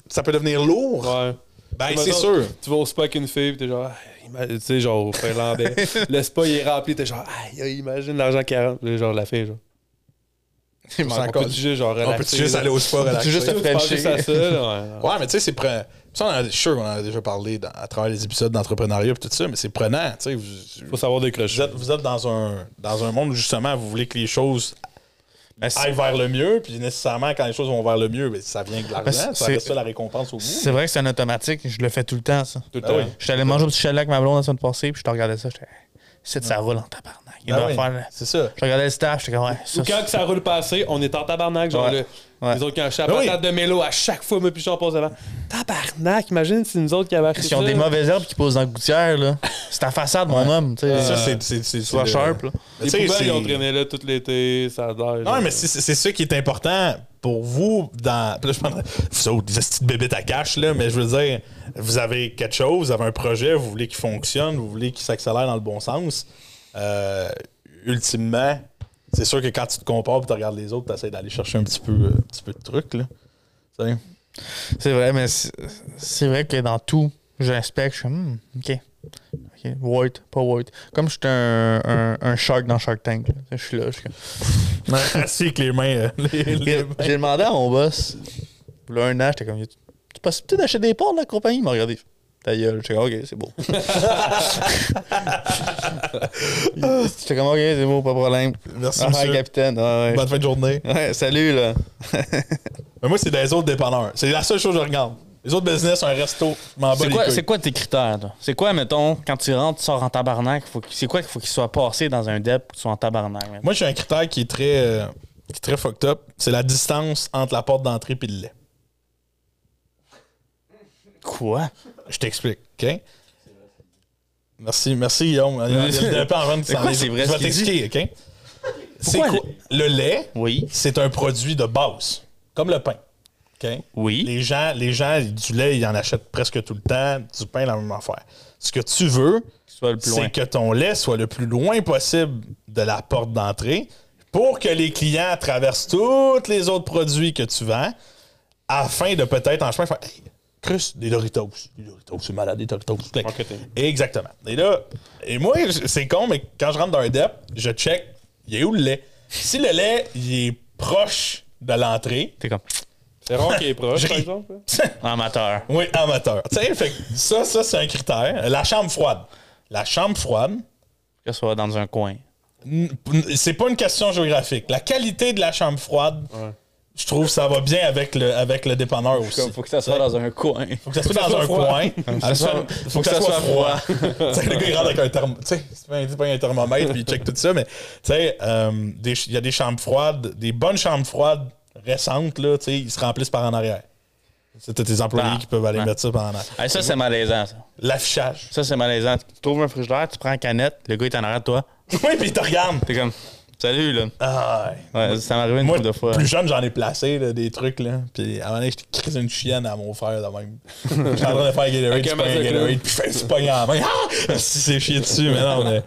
Speaker 3: ça peut devenir lourd.
Speaker 1: là. Ouais.
Speaker 3: Ben,
Speaker 1: Mettons,
Speaker 3: c'est sûr.
Speaker 1: Tu vas au spa avec une fille, pis t'es genre, Ah, ima- tu sais, genre au finlandais. le spa, il est rempli, t'es genre, aïe, aïe, imagine l'argent 40. Là, genre, la fille, genre.
Speaker 3: On
Speaker 1: On peut juste, genre, relaxer.
Speaker 3: Ah, On peut juste
Speaker 1: là.
Speaker 3: aller au sport relaxer.
Speaker 2: juste
Speaker 1: Tu penses
Speaker 2: Frencher.
Speaker 1: juste à ça, là, ouais.
Speaker 3: Ouais, mais tu sais, c'est prenant. Ça, on en a, sure, on en a déjà parlé dans- à travers les épisodes d'entrepreneuriat et tout ça, mais c'est prenant. Tu sais, vous,
Speaker 1: Faut savoir
Speaker 3: vous
Speaker 1: décrocher.
Speaker 3: êtes, vous êtes dans, un, dans un monde où justement vous voulez que les choses
Speaker 2: Mais c'est-
Speaker 3: aillent vers le mieux, puis nécessairement, quand les choses vont vers le mieux, ben, ça vient de
Speaker 2: Ben,
Speaker 3: l'argent,
Speaker 2: c'est-
Speaker 3: ça reste ça la récompense au bout.
Speaker 2: C'est vrai que c'est un automatique. Je le fais tout le temps, ça.
Speaker 1: Tout le
Speaker 3: Ah
Speaker 1: temps.
Speaker 3: oui.
Speaker 2: Je suis allé manger au petit chalet avec ma blonde la semaine passée, puis je te regardais ça. J'étais, c'est ça roule en tabarnak. Il
Speaker 3: Ah
Speaker 2: doit
Speaker 3: oui,
Speaker 2: faire le-
Speaker 3: C'est ça.
Speaker 2: Je regardais le staff, j'étais comme, ouais,
Speaker 1: Ou
Speaker 2: ça.
Speaker 1: quand que ça roule passé, on est en tabarnak, genre,
Speaker 2: Ouais.
Speaker 1: le-
Speaker 2: Ouais.
Speaker 1: les autres qui ont acheté la
Speaker 3: Ah oui.
Speaker 1: patate de mélo à chaque fois, moi, puis j'en passe avant. Tabarnak, imagine si nous autres qui avaient acheté.
Speaker 2: S'ils ont
Speaker 1: ça.
Speaker 2: des mauvaises herbes qui posent dans la gouttière, là. C'est ta façade, mon homme. tu sais.
Speaker 3: Ça,
Speaker 2: Euh,
Speaker 3: c'est- c'est- c'est.
Speaker 2: Sois
Speaker 3: c'est-
Speaker 2: sharp, là.
Speaker 3: Mais
Speaker 1: Les
Speaker 3: tu sais,
Speaker 1: poubelles, ils ont
Speaker 3: c'est-
Speaker 1: traîné là tout l'été, ça a l'air.
Speaker 3: Non,
Speaker 1: genre.
Speaker 3: mais c'est- c'est c'est ça qui est important pour vous dans. Puis là, je prendrais- vous autres, des petites bébites à cash, là, mais je veux dire, vous avez quelque chose, vous avez un projet, vous voulez qu'il fonctionne, vous voulez qu'il s'accélère dans le bon sens. Euh, ultimement, c'est sûr que quand tu te compares et tu regardes les autres, tu essaies d'aller chercher un petit peu, euh, un petit peu de trucs. Là. Tu sais.
Speaker 2: Euh, C'est vrai, mais c'est- c'est vrai que dans tout, j'inspecte, je suis comme, Hmm, OK. OK, white, pas white. Comme je suis un, un, un shark dans Shark Tank. là. Je suis là, je suis comme-
Speaker 3: Assis avec les mains. euh, les- les-
Speaker 2: J'ai demandé à mon boss, là, un an, j'étais comme, tu possible peut-être d'acheter des ports de la compagnie? Il m'a regardé, ta gueule. J'étais comme, OK, c'est beau. j'étais comme, OK, c'est beau, pas de problème.
Speaker 3: Merci,
Speaker 2: Ah,
Speaker 3: monsieur.
Speaker 2: capitaine, ah, ouais.
Speaker 3: Bonne fin de journée.
Speaker 2: Ouais, salut, là.
Speaker 3: Mais moi, c'est des autres dépanneurs. C'est la seule chose que je regarde. Les autres business, un resto, je m'en bats
Speaker 2: C'est
Speaker 3: les
Speaker 2: quoi,
Speaker 3: couilles.
Speaker 2: c'est quoi tes critères, toi? C'est quoi, mettons, quand tu rentres, tu sors en tabarnak, faut qu'il- c'est quoi qu'il faut qu'il soit passé dans un dep pour que tu sois en tabarnak? man?
Speaker 3: Moi, j'ai un critère qui est très, euh, qui est très fucked up. C'est la distance entre la porte d'entrée et le lait.
Speaker 2: Quoi?
Speaker 3: Je t'explique, OK? Merci, merci Guillaume. Il y a il y a le développeur en train de s'en
Speaker 2: quoi,
Speaker 3: aller.
Speaker 2: c'est vrai
Speaker 3: Je
Speaker 2: ce
Speaker 3: vais
Speaker 2: qu'il dit?
Speaker 3: t'expliquer, OK? C'est
Speaker 2: Pourquoi
Speaker 3: quoi? Le lait,
Speaker 2: Oui,
Speaker 3: c'est un produit de base, comme le pain. OK?
Speaker 2: oui.
Speaker 3: Les gens, les gens, du lait, ils en achètent presque tout le temps. Du pain, la même affaire. Ce que tu veux,
Speaker 2: Soit le plus loin.
Speaker 3: c'est que ton lait soit le plus loin possible de la porte d'entrée pour que les clients traversent tous les autres produits que tu vends afin de peut-être en chemin faire Hey, Chris, des Doritos. Des Doritos, c'est malade, des Doritos. Clic.
Speaker 1: Marketing.
Speaker 3: Exactement. Et là, et moi, je- c'est con, mais quand je rentre dans un DEP, je check, il est où le lait? Si le lait, il est proche de l'entrée,
Speaker 2: T'es comme
Speaker 1: C'est rare qu'il est proche,
Speaker 3: Je
Speaker 1: par
Speaker 3: ris.
Speaker 1: exemple. hein.
Speaker 2: amateur.
Speaker 3: Oui, amateur. Tu sais, fait que ça, ça c'est un critère. La chambre froide. La chambre froide,
Speaker 2: Que ce soit dans un coin.
Speaker 3: n- n- c'est pas une question géographique. La qualité de la chambre froide,
Speaker 1: Ouais.
Speaker 3: je trouve que ça va bien avec le, avec le dépanneur aussi.
Speaker 2: faut que ça soit dans un coin.
Speaker 3: Faut que ça soit dans un coin. Elle soit- Faut que ça soit froid. Tu sais, le gars, il rentre avec un thermomètre. Tu sais, c'est pas un- c'est pas un thermomètre, puis il check tout ça, mais tu sais, euh, des ch- il y a des chambres froides, des bonnes chambres froides récentes, là, tu sais, ils se remplissent par en arrière. C'est tous tes employés
Speaker 2: Ah.
Speaker 3: qui peuvent aller
Speaker 2: Ah.
Speaker 3: mettre ça par en arrière.
Speaker 2: ça, c'est malaisant, ça.
Speaker 3: L'affichage.
Speaker 2: Ça, c'est malaisant. Tu trouves un frigidaire, tu prends une canette, le gars est en arrière de toi.
Speaker 3: Oui, puis il te regarde.
Speaker 2: T'es comme Salut là.
Speaker 3: Ah, ouais.
Speaker 2: Ouais, ça m'est arrivé une
Speaker 3: Moi,
Speaker 2: couple de fois.
Speaker 3: plus jeune, j'en ai placé là, des trucs. là. Puis à un moment donné, j'étais crisé une chienne à mon frère de même. J'étais en train de faire un Gatorade,
Speaker 1: Ok,
Speaker 3: je prends un
Speaker 1: Mazda
Speaker 3: Gatorade,
Speaker 1: Club.
Speaker 3: puis je fais du pogne en main. Ah! Si c'est chié dessus, mais non, mais.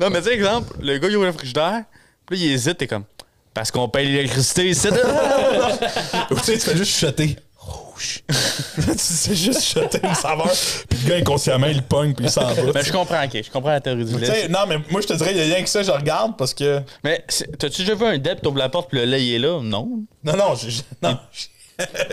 Speaker 2: Non, mais tu sais, exemple, le gars il ouvre le frigidaire, puis là, il hésite, t'es comme Parce qu'on paye l'électricité ici.
Speaker 3: Ou tu sais, tu fais juste chuter. Rouge. tu sais juste chuter une saveur. Puis le gars, inconsciemment, il pogne, puis il s'en va.
Speaker 2: mais je comprends, ok, je comprends la théorie du
Speaker 3: Tu
Speaker 2: lait.
Speaker 3: sais, non, mais moi, je te dirais, il y a rien que ça, je regarde parce que.
Speaker 2: Mais c'est- t'as-tu déjà vu un dep, t'ouvres la porte, puis le lait il est là? Non.
Speaker 3: Non, non, j'ai. j'ai- Non.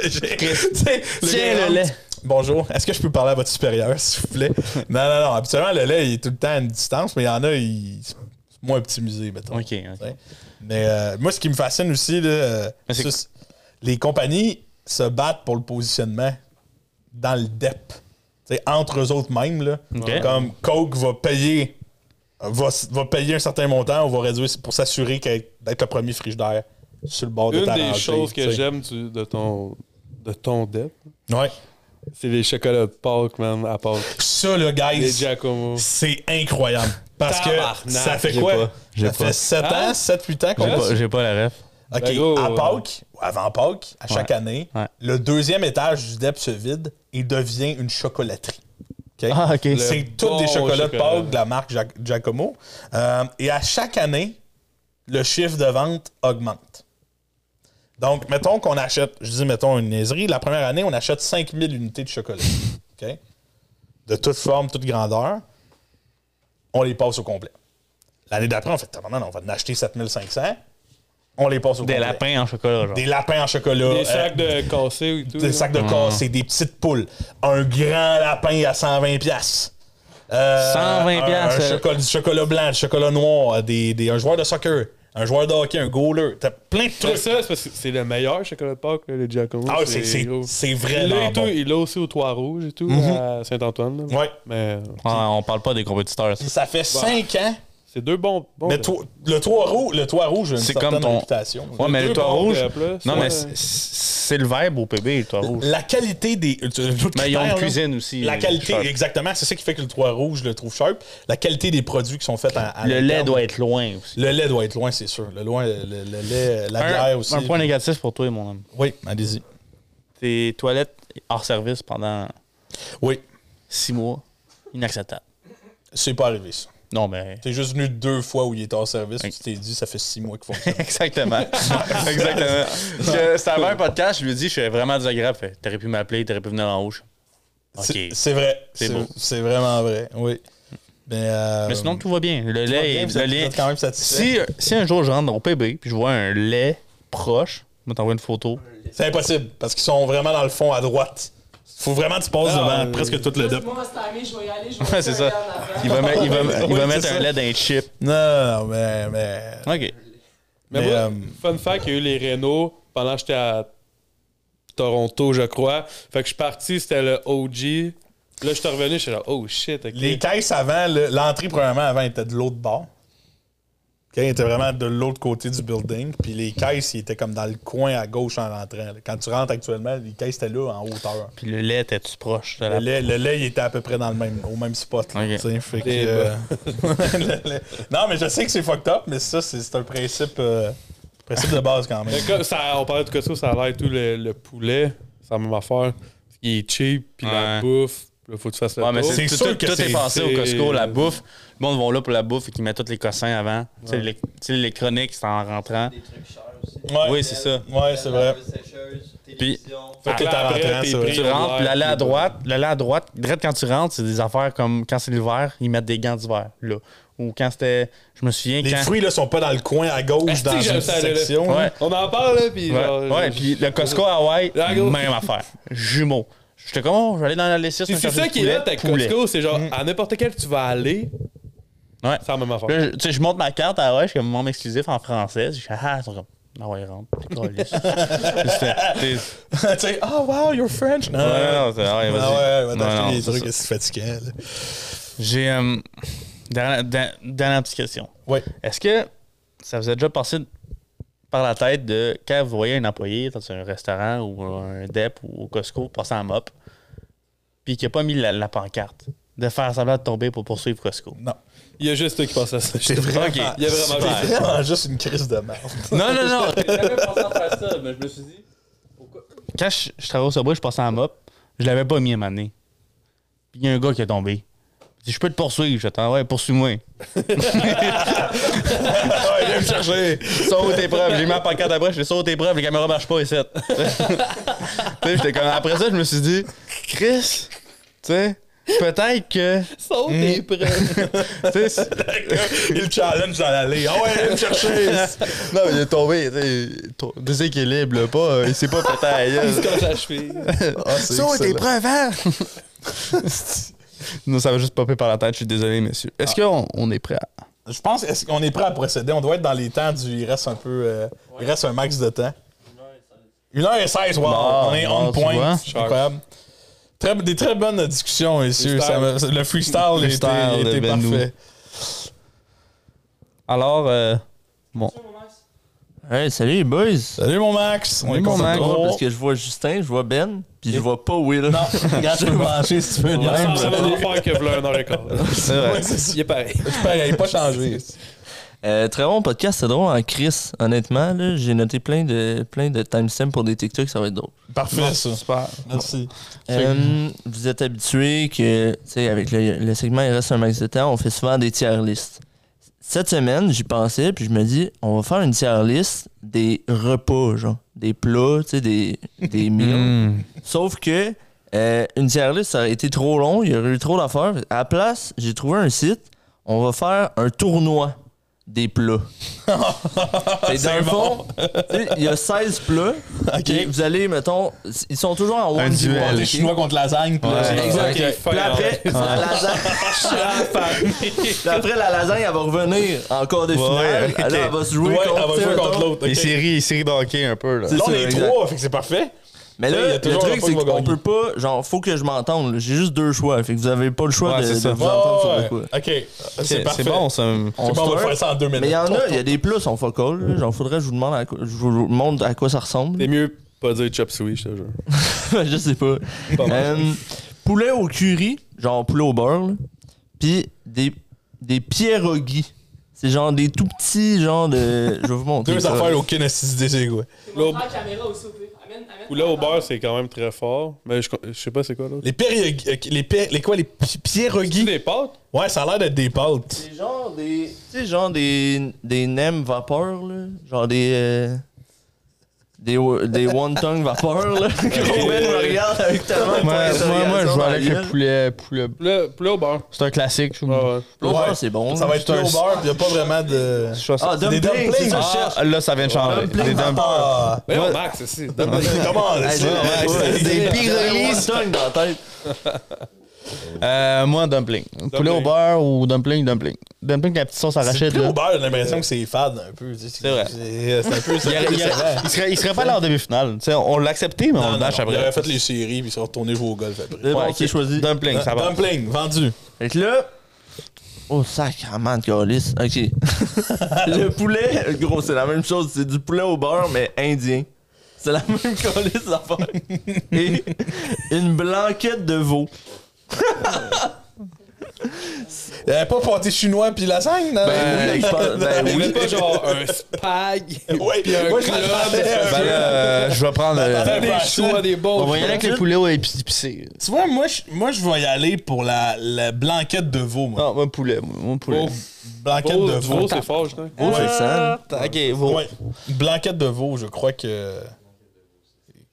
Speaker 3: J'ai- tu sais,
Speaker 2: Tiens,
Speaker 3: gars,
Speaker 2: le lait.
Speaker 3: Bonjour, est-ce que je peux parler à votre supérieur, s'il vous plaît? Non, non, non. Habituellement, le lait, il est tout le temps à une distance, mais il y en a, il c'est moins optimisé, mettons.
Speaker 2: Ok, ok.
Speaker 3: Ouais. Mais euh, moi, ce qui me fascine aussi, là, euh,
Speaker 2: Mais c'est-
Speaker 3: ça, c'est- les compagnies se battent pour le positionnement dans le DEP. Tu sais, entre eux autres même. Là.
Speaker 2: Ok.
Speaker 3: Comme Coke va payer va, va payer un certain montant, on va réduire c'est pour s'assurer qu'elle- d'être le premier frigidaire sur le bord de ta
Speaker 1: Une des
Speaker 3: rangée,
Speaker 1: choses que
Speaker 3: tu sais.
Speaker 1: j'aime du- de ton, de ton dep,
Speaker 3: Ouais.
Speaker 1: c'est les chocolats Park, man, à Pâques.
Speaker 3: Ça, le
Speaker 1: Les
Speaker 3: guys,
Speaker 1: Giacomo.
Speaker 3: c'est incroyable. Parce que
Speaker 1: Tabarnak.
Speaker 3: ça fait
Speaker 2: J'ai
Speaker 3: quoi?
Speaker 2: pas, j'ai
Speaker 3: Ça
Speaker 2: pas.
Speaker 3: fait 7 ans,
Speaker 1: Hein?
Speaker 3: 7-8 ans qu'on
Speaker 2: J'ai
Speaker 3: va
Speaker 2: pas, j'ai pas la ref.
Speaker 3: OK,
Speaker 1: Ben go,
Speaker 3: à
Speaker 1: euh,
Speaker 3: Pâques, ou avant Pâques, à chaque
Speaker 2: Ouais.
Speaker 3: année,
Speaker 2: Ouais.
Speaker 3: le deuxième étage du DEP se vide et devient une chocolaterie. OK?
Speaker 2: Ah, ok.
Speaker 3: C'est
Speaker 1: Le
Speaker 3: tous des
Speaker 1: bon
Speaker 3: chocolats de
Speaker 1: chocolat.
Speaker 3: Pâques de la marque Gia- Giacomo. Euh, et à chaque année, le chiffre de vente augmente. Donc, mettons qu'on achète, je dis mettons une niaiserie, la première année, on achète 5000 unités de chocolat. OK? De toute forme, toute grandeur. On les passe au complet. L'année d'après, on fait, Tabarnak, on va en acheter 7500. On les passe au
Speaker 2: Des
Speaker 3: complet.
Speaker 2: lapins en chocolat, genre.
Speaker 3: Des lapins en chocolat.
Speaker 1: Des
Speaker 3: euh,
Speaker 1: sacs de cassé et tout.
Speaker 3: des
Speaker 1: là.
Speaker 3: sacs de casse, des petites poules. Un grand lapin à 120 pièces.
Speaker 2: 120
Speaker 3: Un,
Speaker 2: piastres, euh.
Speaker 3: chocolat, du chocolat blanc, du chocolat noir, euh, des, des- un joueur de soccer, un joueur de hockey, un goaler. T'as plein de
Speaker 1: C'est
Speaker 3: trucs.
Speaker 1: ça, c'est parce que c'est le meilleur chocolat de Pâques, là, le Giacomo.
Speaker 3: Ah, c'est- c'est
Speaker 1: gros.
Speaker 3: c'est
Speaker 1: Il l'a
Speaker 3: vraiment
Speaker 1: et tout,
Speaker 3: bon.
Speaker 1: il l'a aussi au Trois-Rouges et tout,
Speaker 2: Mhm.
Speaker 1: à Saint-Antoine. là.
Speaker 3: Ouais.
Speaker 1: Mais euh,
Speaker 2: Ah, on parle pas des compétiteurs. ça.
Speaker 3: Puis ça fait 5 ans.
Speaker 1: c'est deux bons. bons
Speaker 3: Mais
Speaker 1: là.
Speaker 3: toi- le toit rouge, le toit rouge a une
Speaker 2: ben. C'est
Speaker 3: certaine
Speaker 2: comme ton-
Speaker 3: réputation.
Speaker 2: Ouais, mais
Speaker 1: deux
Speaker 2: le toit
Speaker 1: bons
Speaker 2: rouge.
Speaker 1: peuples, là,
Speaker 2: Non,
Speaker 1: ça,
Speaker 2: mais
Speaker 1: euh,
Speaker 2: c'est- c'est le verbe au PB, le toit rouge.
Speaker 3: La qualité des. euh, tu- tout
Speaker 2: Mais ils ont
Speaker 3: critère,
Speaker 2: une
Speaker 3: là.
Speaker 2: cuisine aussi.
Speaker 3: La
Speaker 2: euh,
Speaker 3: qualité,
Speaker 2: sharp.
Speaker 3: exactement. C'est ça qui fait que le toit rouge, je le trouve sharp. La qualité des produits qui sont faits à, à
Speaker 2: Le lait
Speaker 3: l'interne.
Speaker 2: doit être loin aussi.
Speaker 3: Le lait doit être loin, c'est sûr. Le, loin, le, le lait, euh, la
Speaker 2: Un,
Speaker 3: bière aussi.
Speaker 2: un point négatif pour toi, mon homme.
Speaker 3: Oui, allez-y.
Speaker 2: Tes toilettes hors service pendant
Speaker 3: Oui,
Speaker 2: six mois, inacceptable.
Speaker 3: c'est pas arrivé, ça.
Speaker 2: Non, mais.
Speaker 3: T'es juste venu deux fois où il était en service, tu t'es dit, ça fait six mois qu'ils font ça.
Speaker 2: Exactement. Exactement. Parce que C'était avant un podcast, je lui ai dit, je suis vraiment désagréable. Fait, T'aurais pu m'appeler, t'aurais pu venir en haut. Je-
Speaker 3: C'est-
Speaker 2: OK.
Speaker 3: C'est vrai.
Speaker 2: C'est
Speaker 3: C'est
Speaker 2: beau.
Speaker 3: c'est vraiment vrai, oui. Mais, euh,
Speaker 2: Mais sinon, tout va bien. Le
Speaker 3: tu vois
Speaker 2: lait,
Speaker 3: bien, vous
Speaker 2: le
Speaker 3: êtes- vous
Speaker 2: lait.
Speaker 3: êtes quand même satisfait.
Speaker 2: Si, euh, si un jour je rentre au PB puis je vois un lait proche, je vais t'envoyer une photo.
Speaker 3: C'est impossible, parce qu'ils sont vraiment dans le fond à droite. Faut vraiment que tu passes
Speaker 1: Ah,
Speaker 3: devant
Speaker 1: oui.
Speaker 3: presque tout le dep.
Speaker 4: Moi, cette année, je vais y aller. Je vais
Speaker 2: Ouais, c'est ça.
Speaker 4: regarder en avant.
Speaker 2: Il va, mettre- il va- il va
Speaker 3: Ouais,
Speaker 2: mettre
Speaker 3: c'est
Speaker 2: un
Speaker 3: ça.
Speaker 2: lait dans les chips.
Speaker 3: Non, non, non, mais. mais...
Speaker 2: OK.
Speaker 1: Mais,
Speaker 3: Mais,
Speaker 1: moi,
Speaker 3: euh,
Speaker 1: fun fact, il y a eu les Renault pendant que j'étais à Toronto, je crois. Fait que je suis parti, c'était le OG. Là, je suis revenu, je suis là, oh shit, ok.
Speaker 3: Les caisses avant, le- l'entrée, premièrement, avant, était de l'autre bord. OK, elle était vraiment de l'autre côté du building. Puis les caisses, ils étaient comme dans le coin à gauche en rentrant. là. Quand tu rentres actuellement, les caisses étaient là, en hauteur.
Speaker 2: Puis le lait, t'es-tu proche? de
Speaker 3: Le
Speaker 2: la-
Speaker 3: lait, le lait, il était à peu près dans le même, au même spot. là,
Speaker 2: Ah. Ok.
Speaker 3: tu sais, fait que,
Speaker 1: Les
Speaker 3: euh,
Speaker 1: ben.
Speaker 3: le lait- non, mais je sais que c'est fucked up, mais ça, c'est c'est un principe, euh, principe de base quand même.
Speaker 1: Mais comme ça, on parlait de Costco, ça a l'air et tout, le, le poulet, c'est la même affaire. Il est cheap, puis la
Speaker 2: Ouais.
Speaker 1: bouffe, là, faut que tu fasses le
Speaker 2: Ouais, mais
Speaker 1: tour.
Speaker 2: c'est
Speaker 3: C'est
Speaker 2: tout,
Speaker 3: sûr
Speaker 2: tout-
Speaker 3: que
Speaker 2: tout
Speaker 3: c'est-
Speaker 2: est passé au Costco,
Speaker 1: c'est-
Speaker 2: la bouffe. Le monde va là pour la bouffe et qui met tous les cossins avant. Tu sais, l'élec- tu sais, l'électronique, c'est en rentrant.
Speaker 5: Des trucs chers aussi.
Speaker 3: Ouais.
Speaker 2: Oui, c'est ça.
Speaker 3: Ouais, c'est vrai.
Speaker 5: Sécheuse, télévision.
Speaker 3: Fait que là, t'es
Speaker 1: Après,
Speaker 3: rentrant,
Speaker 1: t'es
Speaker 3: c'est vrai.
Speaker 1: pris.
Speaker 2: Tu
Speaker 1: Ouais,
Speaker 2: rentres, puis l'aller à
Speaker 1: ouais.
Speaker 2: droite, l'aller à droite, direct quand tu rentres, c'est des affaires comme quand c'est l'hiver, ils mettent des gants d'hiver, là. Ou quand c'était. Je me souviens
Speaker 3: Les
Speaker 2: quand.
Speaker 3: fruits, là, sont pas dans le coin à gauche,
Speaker 1: Est-ce
Speaker 3: dans
Speaker 1: que
Speaker 3: une
Speaker 1: j'aime ça, le lait?
Speaker 3: section. là.
Speaker 2: Ouais.
Speaker 1: On en parle, là, puis
Speaker 2: Ouais,
Speaker 1: hein? genre, euh,
Speaker 2: ouais,
Speaker 1: je-
Speaker 2: puis le Costco à Hawaii,
Speaker 1: Là, gros.
Speaker 2: même affaire. Jumeaux. J'étais comme, oh, je vais aller dans la lessive.
Speaker 1: C'est
Speaker 2: me
Speaker 1: c'est
Speaker 2: chercher
Speaker 1: ça
Speaker 2: du
Speaker 1: qui est
Speaker 2: poulet,
Speaker 1: hot avec
Speaker 2: poulet.
Speaker 1: Costco, c'est genre, à n'importe quel tu vas aller,
Speaker 2: Ouais.
Speaker 1: c'est la même affaire.
Speaker 2: Puis là, je- tu sais, je monte ma carte à Hawaii, je suis comme, membre exclusif en français. Je suis, ah, ils sont comme, ah ouais, rentre. T'es câlisse. Puis c'était- t'es-
Speaker 3: tu sais, oh wow, you're French. Non,
Speaker 2: Ouais,
Speaker 3: non,
Speaker 2: non, c'est- ah ouais,
Speaker 3: non,
Speaker 2: vas-y.
Speaker 3: ouais,
Speaker 2: Non,
Speaker 3: ouais, t'as
Speaker 2: non,
Speaker 3: acheté des
Speaker 2: c'est
Speaker 3: trucs,
Speaker 2: ça.
Speaker 3: c'est fatigant. là.
Speaker 2: J'ai. euh, dernière, dernière- dernière petite question.
Speaker 3: Ouais.
Speaker 2: Est-ce que ça vous est déjà passé par la tête de quand vous voyez un employé dans un restaurant ou un DEP ou au Costco passer en mop, puis qui n'a pas mis la, la pancarte, de faire semblant de tomber pour poursuivre Costco?
Speaker 3: Non.
Speaker 1: Il y a juste eux qui pensent à ça.
Speaker 3: C'est vraiment,
Speaker 2: Ok.
Speaker 1: Il y a
Speaker 3: Ah, c'est
Speaker 1: vraiment juste-
Speaker 3: vraiment juste une crise de merde.
Speaker 2: Non, non, non!
Speaker 5: J'ai jamais pensé à faire ça, mais je me suis dit, pourquoi
Speaker 2: quand je, je travaillais au Subway, je passais en mop, je l'avais pas mis à m'amener. Puis il y a un gars qui est tombé. Il dit, je peux te poursuivre. J'attends, ouais, poursuis-moi.
Speaker 3: ouais, viens me chercher.
Speaker 2: Saute tes preuves. J'ai mis en pancarte après, je fais saute tes preuves, les caméras marchent pas ici. Tu sais, j'étais comme. Après ça, je me suis dit, Chris, tu sais, peut-être que. Hmm.
Speaker 1: Saute tes preuves.
Speaker 2: tu sais, c'est-
Speaker 3: Il challenge dans l'allée. Ah ouais, viens me chercher.
Speaker 2: non, mais il est tombé, tu sais, to- déséquilibre, là, pas. euh, Il s'est pas pété à la gueule.
Speaker 1: C'est comme la cheville.
Speaker 3: Ah, c'est
Speaker 2: Saute tes
Speaker 3: excellent.
Speaker 2: preuves, hein? Non, ça va juste popper par la tête, je suis désolé, messieurs. Est-ce qu'on on est prêt à.
Speaker 3: Je pense, est-ce qu'on est prêt à procéder? On doit être dans les temps du. Il reste un peu. euh, Il reste un max de temps. 1h16, wow!
Speaker 2: Bon,
Speaker 3: on est
Speaker 2: bon,
Speaker 3: on
Speaker 2: tu
Speaker 3: point.
Speaker 2: vois.
Speaker 3: C'est incroyable. Très, des très bonnes discussions, messieurs.
Speaker 1: Freestyle.
Speaker 3: Ça me- le freestyle,
Speaker 2: Le freestyle
Speaker 3: était,
Speaker 2: de
Speaker 3: était
Speaker 2: Ben Nous.
Speaker 3: parfait.
Speaker 2: Alors, euh, bon.
Speaker 6: Hey, salut les boys!
Speaker 3: Salut mon Max!
Speaker 2: Salut, mon
Speaker 3: content de
Speaker 2: Max.
Speaker 3: te voir.
Speaker 6: Drôle, parce que je vois Justin, je vois Ben, puis je vois pas Will.
Speaker 3: Non, regarde, je peux manger si tu veux.
Speaker 1: Ça
Speaker 3: Même,
Speaker 1: ressemble à une affaire que v'là un heure et quart.
Speaker 2: C'est vrai.
Speaker 3: Ouais, c'est ça.
Speaker 1: Il est pareil.
Speaker 3: C'est pareil, pas changé.
Speaker 6: Euh, très bon podcast, c'est drôle en Chris, honnêtement. là, J'ai noté plein de, plein de timestamps pour des TikTok, ça va être drôle.
Speaker 3: Parfait, ça.
Speaker 2: Super.
Speaker 3: Merci.
Speaker 6: Euh, vous êtes habitué que, tu sais, avec le, le segment Il reste un max de temps, on fait souvent des tier listes. Cette semaine, j'y pensais, puis je me dis, on va faire une tier list des repas, genre, des plats, tu sais, des, des meals. Sauf que euh, une tier list, ça aurait été trop long, il y aurait eu trop d'affaires. À la place, j'ai trouvé un site, on va faire un tournoi des plats. Fait que dans le fond, tu sais, il y a 16 plats. puis Vous allez, mettons, ils sont toujours en one
Speaker 2: duel.
Speaker 6: to one,
Speaker 3: Les
Speaker 6: ok?
Speaker 3: Chinois contre lasagne. puis là, c'est-
Speaker 6: Exact.
Speaker 1: Ok,
Speaker 6: Puis
Speaker 1: fair.
Speaker 6: après, la lasagne. Puis après, la lasagne, elle va revenir en quart de finale.
Speaker 2: Ouais,
Speaker 6: Là,
Speaker 2: ok.
Speaker 6: elle va se jouer
Speaker 3: Ouais,
Speaker 6: contre,
Speaker 3: elle va jouer
Speaker 6: mettons.
Speaker 3: contre l'autre.
Speaker 2: Les
Speaker 3: ok.
Speaker 2: séries, les séries de hockey un peu, là.
Speaker 6: C'est
Speaker 3: Là, on
Speaker 6: ça,
Speaker 3: est
Speaker 6: exact.
Speaker 3: trois, fait que c'est parfait.
Speaker 6: Mais
Speaker 3: Tu sais, il y
Speaker 6: là,
Speaker 3: a
Speaker 6: le
Speaker 3: toujours un
Speaker 6: truc,
Speaker 3: pas
Speaker 6: c'est
Speaker 3: qui va
Speaker 6: qu'on
Speaker 3: gagner.
Speaker 6: peut pas. Genre, faut que je m'entende. là. J'ai juste deux choix. Fait que vous avez pas le choix
Speaker 2: Ouais,
Speaker 6: de,
Speaker 2: c'est
Speaker 6: de
Speaker 2: ça.
Speaker 6: vous entendre
Speaker 3: Ouais,
Speaker 6: sur le coup.
Speaker 3: ouais. Oh, OK, c'est
Speaker 2: C'est
Speaker 3: parfait.
Speaker 2: c'est bon, ça.
Speaker 6: On
Speaker 3: C'est bon, on va
Speaker 6: start.
Speaker 3: faire ça en deux minutes.
Speaker 6: Mais il y en a, il y a des plus en fuck all. là. Genre, faudrait que je vous demande à quoi, je vous montre à quoi ça ressemble.
Speaker 1: C'est mieux pas dire chop suey, je te jure.
Speaker 6: je sais pas.
Speaker 1: Pas mal.
Speaker 6: Euh, poulet au curry, genre poulet au beurre, là. puis des, des pierogies. C'est genre des tout petits, genre de. Je vais vous montrer.
Speaker 3: Deux
Speaker 6: ça.
Speaker 3: affaires, aucune assise des égouts.
Speaker 4: C'est mon frère caméra aussi, au pire. Elle amène- amène-
Speaker 1: Poulet au beurre, c'est quand même très fort. Mais je, je sais pas c'est quoi l'autre.
Speaker 3: Les pierogi- euh, les, pier- les quoi les pi-
Speaker 1: C'est
Speaker 3: pierogi
Speaker 1: des pâtes?
Speaker 3: Ouais, ça a l'air d'être des pâtes.
Speaker 6: C'est genre des. Tu sais, genre des. Des nems vapeur, là. Genre des. euh, des, wo- des one-tongue vapeur, là. Combien me regarde avec tellement de
Speaker 2: Moi,
Speaker 6: points
Speaker 2: moi, moi, je vais
Speaker 6: d'interrogation dans
Speaker 2: avec
Speaker 6: la
Speaker 2: le
Speaker 6: gueule.
Speaker 2: poulet. poulet.
Speaker 1: Poulet, poulet au beurre.
Speaker 2: C'est un classique. je-
Speaker 1: Ah ouais.
Speaker 6: Le beurre,
Speaker 3: Ouais.
Speaker 6: c'est bon.
Speaker 3: Ça va être
Speaker 2: un-
Speaker 3: poulet au beurre, il n'y a pas vraiment
Speaker 2: je
Speaker 3: de.
Speaker 2: sais-
Speaker 6: Ah,
Speaker 3: Des
Speaker 6: dumpling!
Speaker 3: dumplings,
Speaker 6: c'est ça.
Speaker 3: je cherche.
Speaker 2: Ah, là, ça vient de changer.
Speaker 6: Dumpling
Speaker 2: Des dumplings.
Speaker 3: Ah,
Speaker 1: Mais
Speaker 2: Ouais.
Speaker 1: non, Max, c'est. donne-
Speaker 3: comment
Speaker 6: Ah,
Speaker 3: ça?
Speaker 6: ouais, ouais,
Speaker 3: Max?
Speaker 6: c'est-
Speaker 2: pires
Speaker 6: j'avais
Speaker 2: releases.
Speaker 6: one-tongue dans la tête.
Speaker 2: Euh, moi, dumpling. Poulet au beurre ou dumpling, dumpling. Dumpling, la petite sauce
Speaker 3: C'est
Speaker 2: arachide.
Speaker 3: plus
Speaker 2: là.
Speaker 3: au beurre, j'ai l'impression que c'est fade un peu. tu sais, C'est
Speaker 2: vrai.
Speaker 3: C'est c'est un peu.
Speaker 2: Il, y aurait- il y aurait- il serait, il serait pas allé en demi-finale. Tu sais, on l'a accepté, mais on
Speaker 3: Non,
Speaker 2: le
Speaker 3: non,
Speaker 2: lâche
Speaker 3: il aurait
Speaker 2: après.
Speaker 3: fait les séries puis il serait retourné jouer au golf après.
Speaker 6: C'est
Speaker 2: Ouais,
Speaker 6: bon,
Speaker 2: ok.
Speaker 6: c'est choisi.
Speaker 2: Dumpling, ça va.
Speaker 3: Dumpling, vendu.
Speaker 6: Fait que là. Oh, sacrement de calice. Ok. le poulet, gros, c'est la même chose. C'est du poulet au beurre, mais indien. C'est la même calice d'affaires. Et une blanquette de veau.
Speaker 3: Il avait Euh, pas pâté chinois puis lasagne, non?
Speaker 6: Ben, je pense- ben
Speaker 1: Il y avait
Speaker 6: oui.
Speaker 1: pas genre un spag,
Speaker 3: Ouais,
Speaker 1: puis un
Speaker 3: moi, je m'attendais
Speaker 1: club.
Speaker 3: à-
Speaker 2: Ben là, euh, je vais prendre.
Speaker 6: Bah,
Speaker 2: euh,
Speaker 3: Attends,
Speaker 1: Des choix, des bons.
Speaker 2: on va y aller avec le poulet au épi- épicé.
Speaker 3: Tu vois, moi, je, moi, je vais y aller pour la, la blanquette de veau, moi.
Speaker 2: Non, mon poulet. Mon poulet.
Speaker 1: Beau,
Speaker 3: Blanquette
Speaker 1: beau,
Speaker 3: de
Speaker 1: du
Speaker 3: veau.
Speaker 1: gros, c'est fort, je crois.
Speaker 6: Oh, c'est ça.
Speaker 2: Ok, vous.
Speaker 3: Ouais. Une blanquette de veau, je crois que.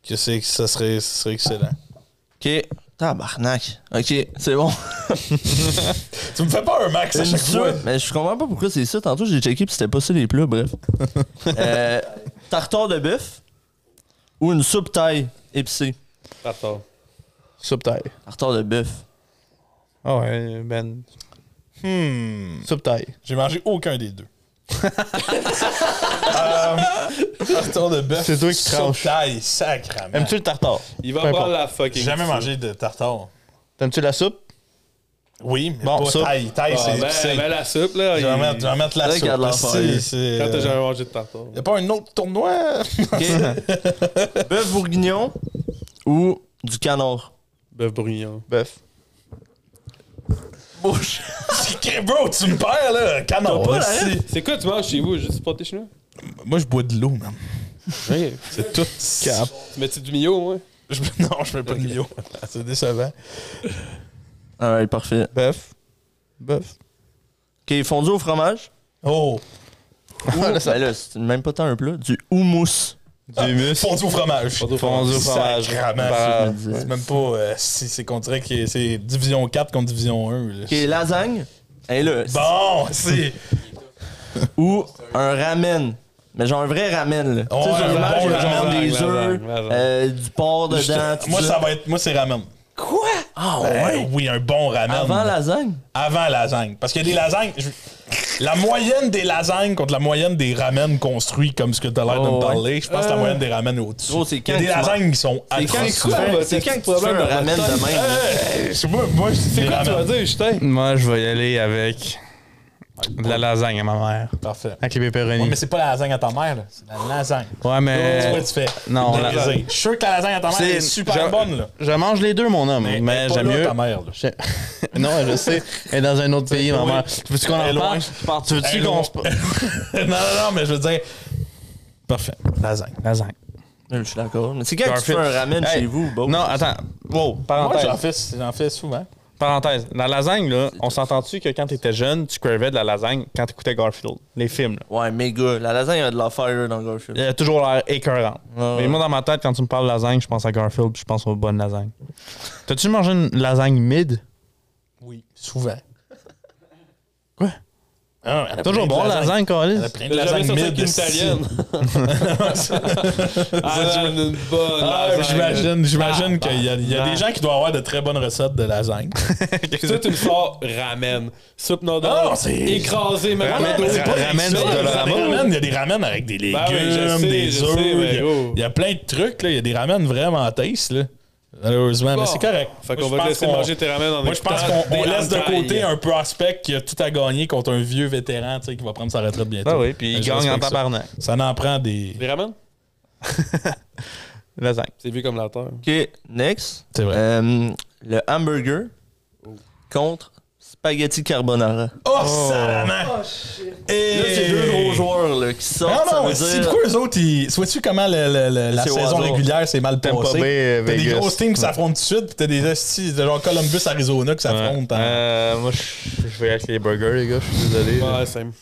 Speaker 3: que, c'est, que ça, serait, ça serait excellent.
Speaker 6: Ok. Tabarnak. Ok, c'est bon.
Speaker 3: Tu me fais pas un max à
Speaker 6: Une
Speaker 3: chaque fois.
Speaker 6: soupe. Mais je comprends pas pourquoi c'est ça. Tantôt, j'ai checké puis c'était pas ça les plats, bref. Euh, tartare de bœuf ou une soupe taille épicée.
Speaker 1: Tartare.
Speaker 2: Soupe taille.
Speaker 6: Tartare de bœuf.
Speaker 2: Ah ouais, Ben.
Speaker 3: Hmm.
Speaker 2: Soupe taille.
Speaker 3: J'ai mangé aucun des deux. euh, tartare de bœuf.
Speaker 2: C'est toi qui
Speaker 3: soupe
Speaker 2: tranches.
Speaker 3: Taille, sacrément.
Speaker 2: Aimes-tu le tartare?
Speaker 1: Il va
Speaker 2: Peu
Speaker 1: prendre
Speaker 2: importe.
Speaker 1: la fucking.
Speaker 3: J'ai jamais mangé de tartare.
Speaker 2: T'aimes-tu la soupe?
Speaker 3: Oui, mais
Speaker 2: Bon,
Speaker 3: pas
Speaker 2: ça.
Speaker 3: taille. Taille,
Speaker 1: Ah,
Speaker 3: c'est
Speaker 1: ben,
Speaker 3: épicé.
Speaker 1: ben, la soupe, là.
Speaker 3: Je vais en
Speaker 1: il-
Speaker 3: mettre, je vais en mettre la
Speaker 6: Ça,
Speaker 3: soupe.
Speaker 6: regarde l'enfer.
Speaker 3: Si, c'est- euh,
Speaker 1: Quand t'as jamais mangé de tartare.
Speaker 3: Y a pas un autre tournoi?
Speaker 6: Ok. Bœuf bourguignon ou du canard.
Speaker 1: Bœuf bourguignon.
Speaker 2: Bœuf.
Speaker 6: Bouche.
Speaker 3: Ok, Bro, tu me perds, là. Canon.
Speaker 6: pas la
Speaker 1: C'est quoi tu manges chez vous? Juste du pâté chinois?
Speaker 3: Moi, je bois de l'eau, man. C'est tout.
Speaker 2: Cap.
Speaker 1: Tu mets-tu du mio, moi?
Speaker 3: Je- non, je mets pas de bio. C'est décevant.
Speaker 6: Alright, parfait.
Speaker 2: Bœuf. Bœuf.
Speaker 6: Ok, fondu au fromage.
Speaker 3: Oh!
Speaker 6: Ou, ben là, c'est même pas tant un plat. Du houmous.
Speaker 2: Du muscle.
Speaker 3: Ah, Fondu au fromage.
Speaker 1: Fondu au
Speaker 2: Fondu au fromage.
Speaker 3: Sacrament.
Speaker 2: Bah,
Speaker 6: je me disais.
Speaker 3: C'est même pas. euh, c'est c'est qu'on dirait que c'est division 4 contre division 1. là.
Speaker 6: Ok, lasagne. Et là,
Speaker 3: Bon, c'est.
Speaker 6: ou un ramen. Mais genre un vrai ramen, là.
Speaker 3: Ouais,
Speaker 6: tu sais,
Speaker 3: un
Speaker 6: j'ai l'image
Speaker 3: bon
Speaker 6: de genre
Speaker 3: ramen,
Speaker 6: des
Speaker 1: lasagne,
Speaker 6: œufs,
Speaker 1: lasagne.
Speaker 6: euh, du porc dedans.
Speaker 3: Je-
Speaker 6: tout
Speaker 3: moi, ça va être. Moi, c'est ramen.
Speaker 6: Quoi? Ah
Speaker 3: Ben,
Speaker 6: ouais?
Speaker 3: oui, un bon ramen.
Speaker 6: Avant lasagne?
Speaker 3: Avant lasagne. Parce que des lasagnes. je- La moyenne des lasagnes contre la moyenne des ramen construits, comme ce que t'as l'air de
Speaker 6: Oh,
Speaker 3: me
Speaker 6: ouais.
Speaker 3: parler, je pense que la moyenne des ramen est au-dessus.
Speaker 6: Gros, c'est
Speaker 3: Il y a
Speaker 6: quand
Speaker 3: des
Speaker 6: que tu
Speaker 3: lasagnes qui sont
Speaker 6: C'est quand
Speaker 3: atroces.
Speaker 6: que tu fais- c'est quand que tu fais un ramen de même? là?
Speaker 3: Euh, je- moi, moi, c'est
Speaker 1: C'est
Speaker 3: des
Speaker 1: quoi tu vas
Speaker 3: ramen.
Speaker 1: dire, Justin?
Speaker 2: Moi, je vais y aller avec de la lasagne à ma mère.
Speaker 3: Parfait.
Speaker 2: Avec les pepperonis.
Speaker 3: Ouais, mais c'est pas la lasagne à ta mère, là. C'est la lasagne.
Speaker 2: Ouais, mais-
Speaker 3: C'est quoi tu fais?
Speaker 2: Euh, non,
Speaker 3: Des
Speaker 2: la-
Speaker 3: raisins. Je suis sûr que ta lasagne à ta mère
Speaker 2: C'est-
Speaker 3: est super
Speaker 2: genre-
Speaker 3: bonne, là.
Speaker 2: Je mange les deux, mon homme, mais,
Speaker 3: elle est pas
Speaker 2: j'aime
Speaker 3: là,
Speaker 2: mieux.
Speaker 3: ta mère, là.
Speaker 2: J'ai- non, je sais. Elle est dans un autre pays, ma
Speaker 3: oui.
Speaker 2: mère. Tu veux-tu qu'on
Speaker 3: Elle est
Speaker 2: en
Speaker 3: loin.
Speaker 2: parle? Tu
Speaker 3: Elle
Speaker 2: veux-tu
Speaker 3: est
Speaker 2: qu'on
Speaker 3: loin.
Speaker 2: se.
Speaker 3: non, non, non, mais je veux dire. Parfait. Lasagne.
Speaker 2: Lasagne.
Speaker 6: Euh, Je suis d'accord. Mais c'est quand que tu
Speaker 2: Garfield.
Speaker 6: fais un ramen
Speaker 2: Hey.
Speaker 6: chez vous, bon.
Speaker 2: Non, attends. Wow,
Speaker 3: Moi,
Speaker 2: parenthèse.
Speaker 3: j'en fais, j'en fais souvent.
Speaker 2: Parenthèse. La lasagne, là, on s'entend-tu que quand t'étais jeune, tu cravais de la lasagne quand t'écoutais Garfield, les films, là?
Speaker 6: Ouais, méga. La lasagne a de la fire dans Garfield.
Speaker 2: Il a toujours l'air écœurant.
Speaker 6: Ah,
Speaker 2: Mais
Speaker 6: ouais.
Speaker 2: moi, dans ma tête, quand tu me parles de lasagne, je pense à Garfield puis je pense aux bonnes lasagnes. T'as-tu mangé une lasagne mid?
Speaker 3: Oui, souvent.
Speaker 2: Quoi?
Speaker 3: Ah, elle a
Speaker 2: Toujours
Speaker 3: plein
Speaker 2: bon,
Speaker 3: de
Speaker 2: la
Speaker 3: lasagnes.
Speaker 2: lasagne, Carlis.
Speaker 3: Elle a plein de
Speaker 1: J'ai jamais
Speaker 3: lasagnes
Speaker 1: sorti
Speaker 3: mid
Speaker 1: avec une
Speaker 3: de scie.
Speaker 1: italienne. Ah, elle une bonne
Speaker 3: Ah,
Speaker 1: lasagne.
Speaker 3: j'imagine, j'imagine
Speaker 1: Ah,
Speaker 3: qu'il y a, il y a
Speaker 1: bah,
Speaker 3: des gens qui doivent avoir de très bonnes recettes de lasagne.
Speaker 1: Toi, tu me sors ramen. Soupe noodle.
Speaker 3: Ah, non, c'est-
Speaker 1: Écrasé, même
Speaker 2: Ramen,
Speaker 1: d'eau.
Speaker 2: c'est pas
Speaker 1: Ben,
Speaker 2: ramen, c'est
Speaker 3: Ça,
Speaker 2: de
Speaker 3: il y
Speaker 2: la
Speaker 3: a des
Speaker 2: ramen.
Speaker 3: ramen, Il y a des ramen avec des légumes,
Speaker 1: Ben oui, je sais,
Speaker 3: des
Speaker 1: je sais, ben mais
Speaker 3: œufs.
Speaker 1: gros.
Speaker 3: Il y a plein de trucs. là. Il y a des ramen vraiment à taste, là. Malheureusement, mais
Speaker 1: Bon.
Speaker 3: c'est correct.
Speaker 1: Fait qu'on
Speaker 3: Moi, je
Speaker 1: va te
Speaker 3: pense
Speaker 1: laisser
Speaker 3: qu'on-
Speaker 1: manger tes ramen en
Speaker 3: Moi, je pense
Speaker 1: écoutant
Speaker 3: qu'on on
Speaker 1: des
Speaker 3: laisse de
Speaker 1: hamburgers.
Speaker 3: côté un prospect qui a tout à gagner contre un vieux vétéran tu sais, qui va prendre sa retraite bientôt.
Speaker 2: Ah oui, puis il
Speaker 3: Je
Speaker 2: gagne en
Speaker 3: respecte ça.
Speaker 2: tabarnak.
Speaker 3: Ça n'en prend des.
Speaker 1: Les ramen?
Speaker 2: Lasagne.
Speaker 1: C'est vu comme la terre.
Speaker 6: Ok, next.
Speaker 3: C'est vrai.
Speaker 6: Euh, le hamburger contre Spaghetti carbonara.
Speaker 3: Oh, salamand!
Speaker 5: Oh shit.
Speaker 3: Et...
Speaker 6: Là, c'est deux gros joueurs là, qui
Speaker 3: Non,
Speaker 6: sortent.
Speaker 3: non,
Speaker 6: ça veut
Speaker 3: c'est
Speaker 6: dire...
Speaker 3: pourquoi eux autres, ils... Sais-tu comment le- le- le- la
Speaker 6: C'est au
Speaker 3: saison
Speaker 6: hasard.
Speaker 3: régulière s'est mal
Speaker 2: Tampa
Speaker 3: passée?
Speaker 2: Bay,
Speaker 3: T'as des
Speaker 2: Vegas.
Speaker 3: grosses teams qui s'affrontent tout de suite, pis t'as des hosties de genre Columbus, Arizona qui s'affrontent. en-
Speaker 2: Euh, moi, je je vais acheter les burgers, les gars. Je suis désolé.
Speaker 1: Ouais, simple.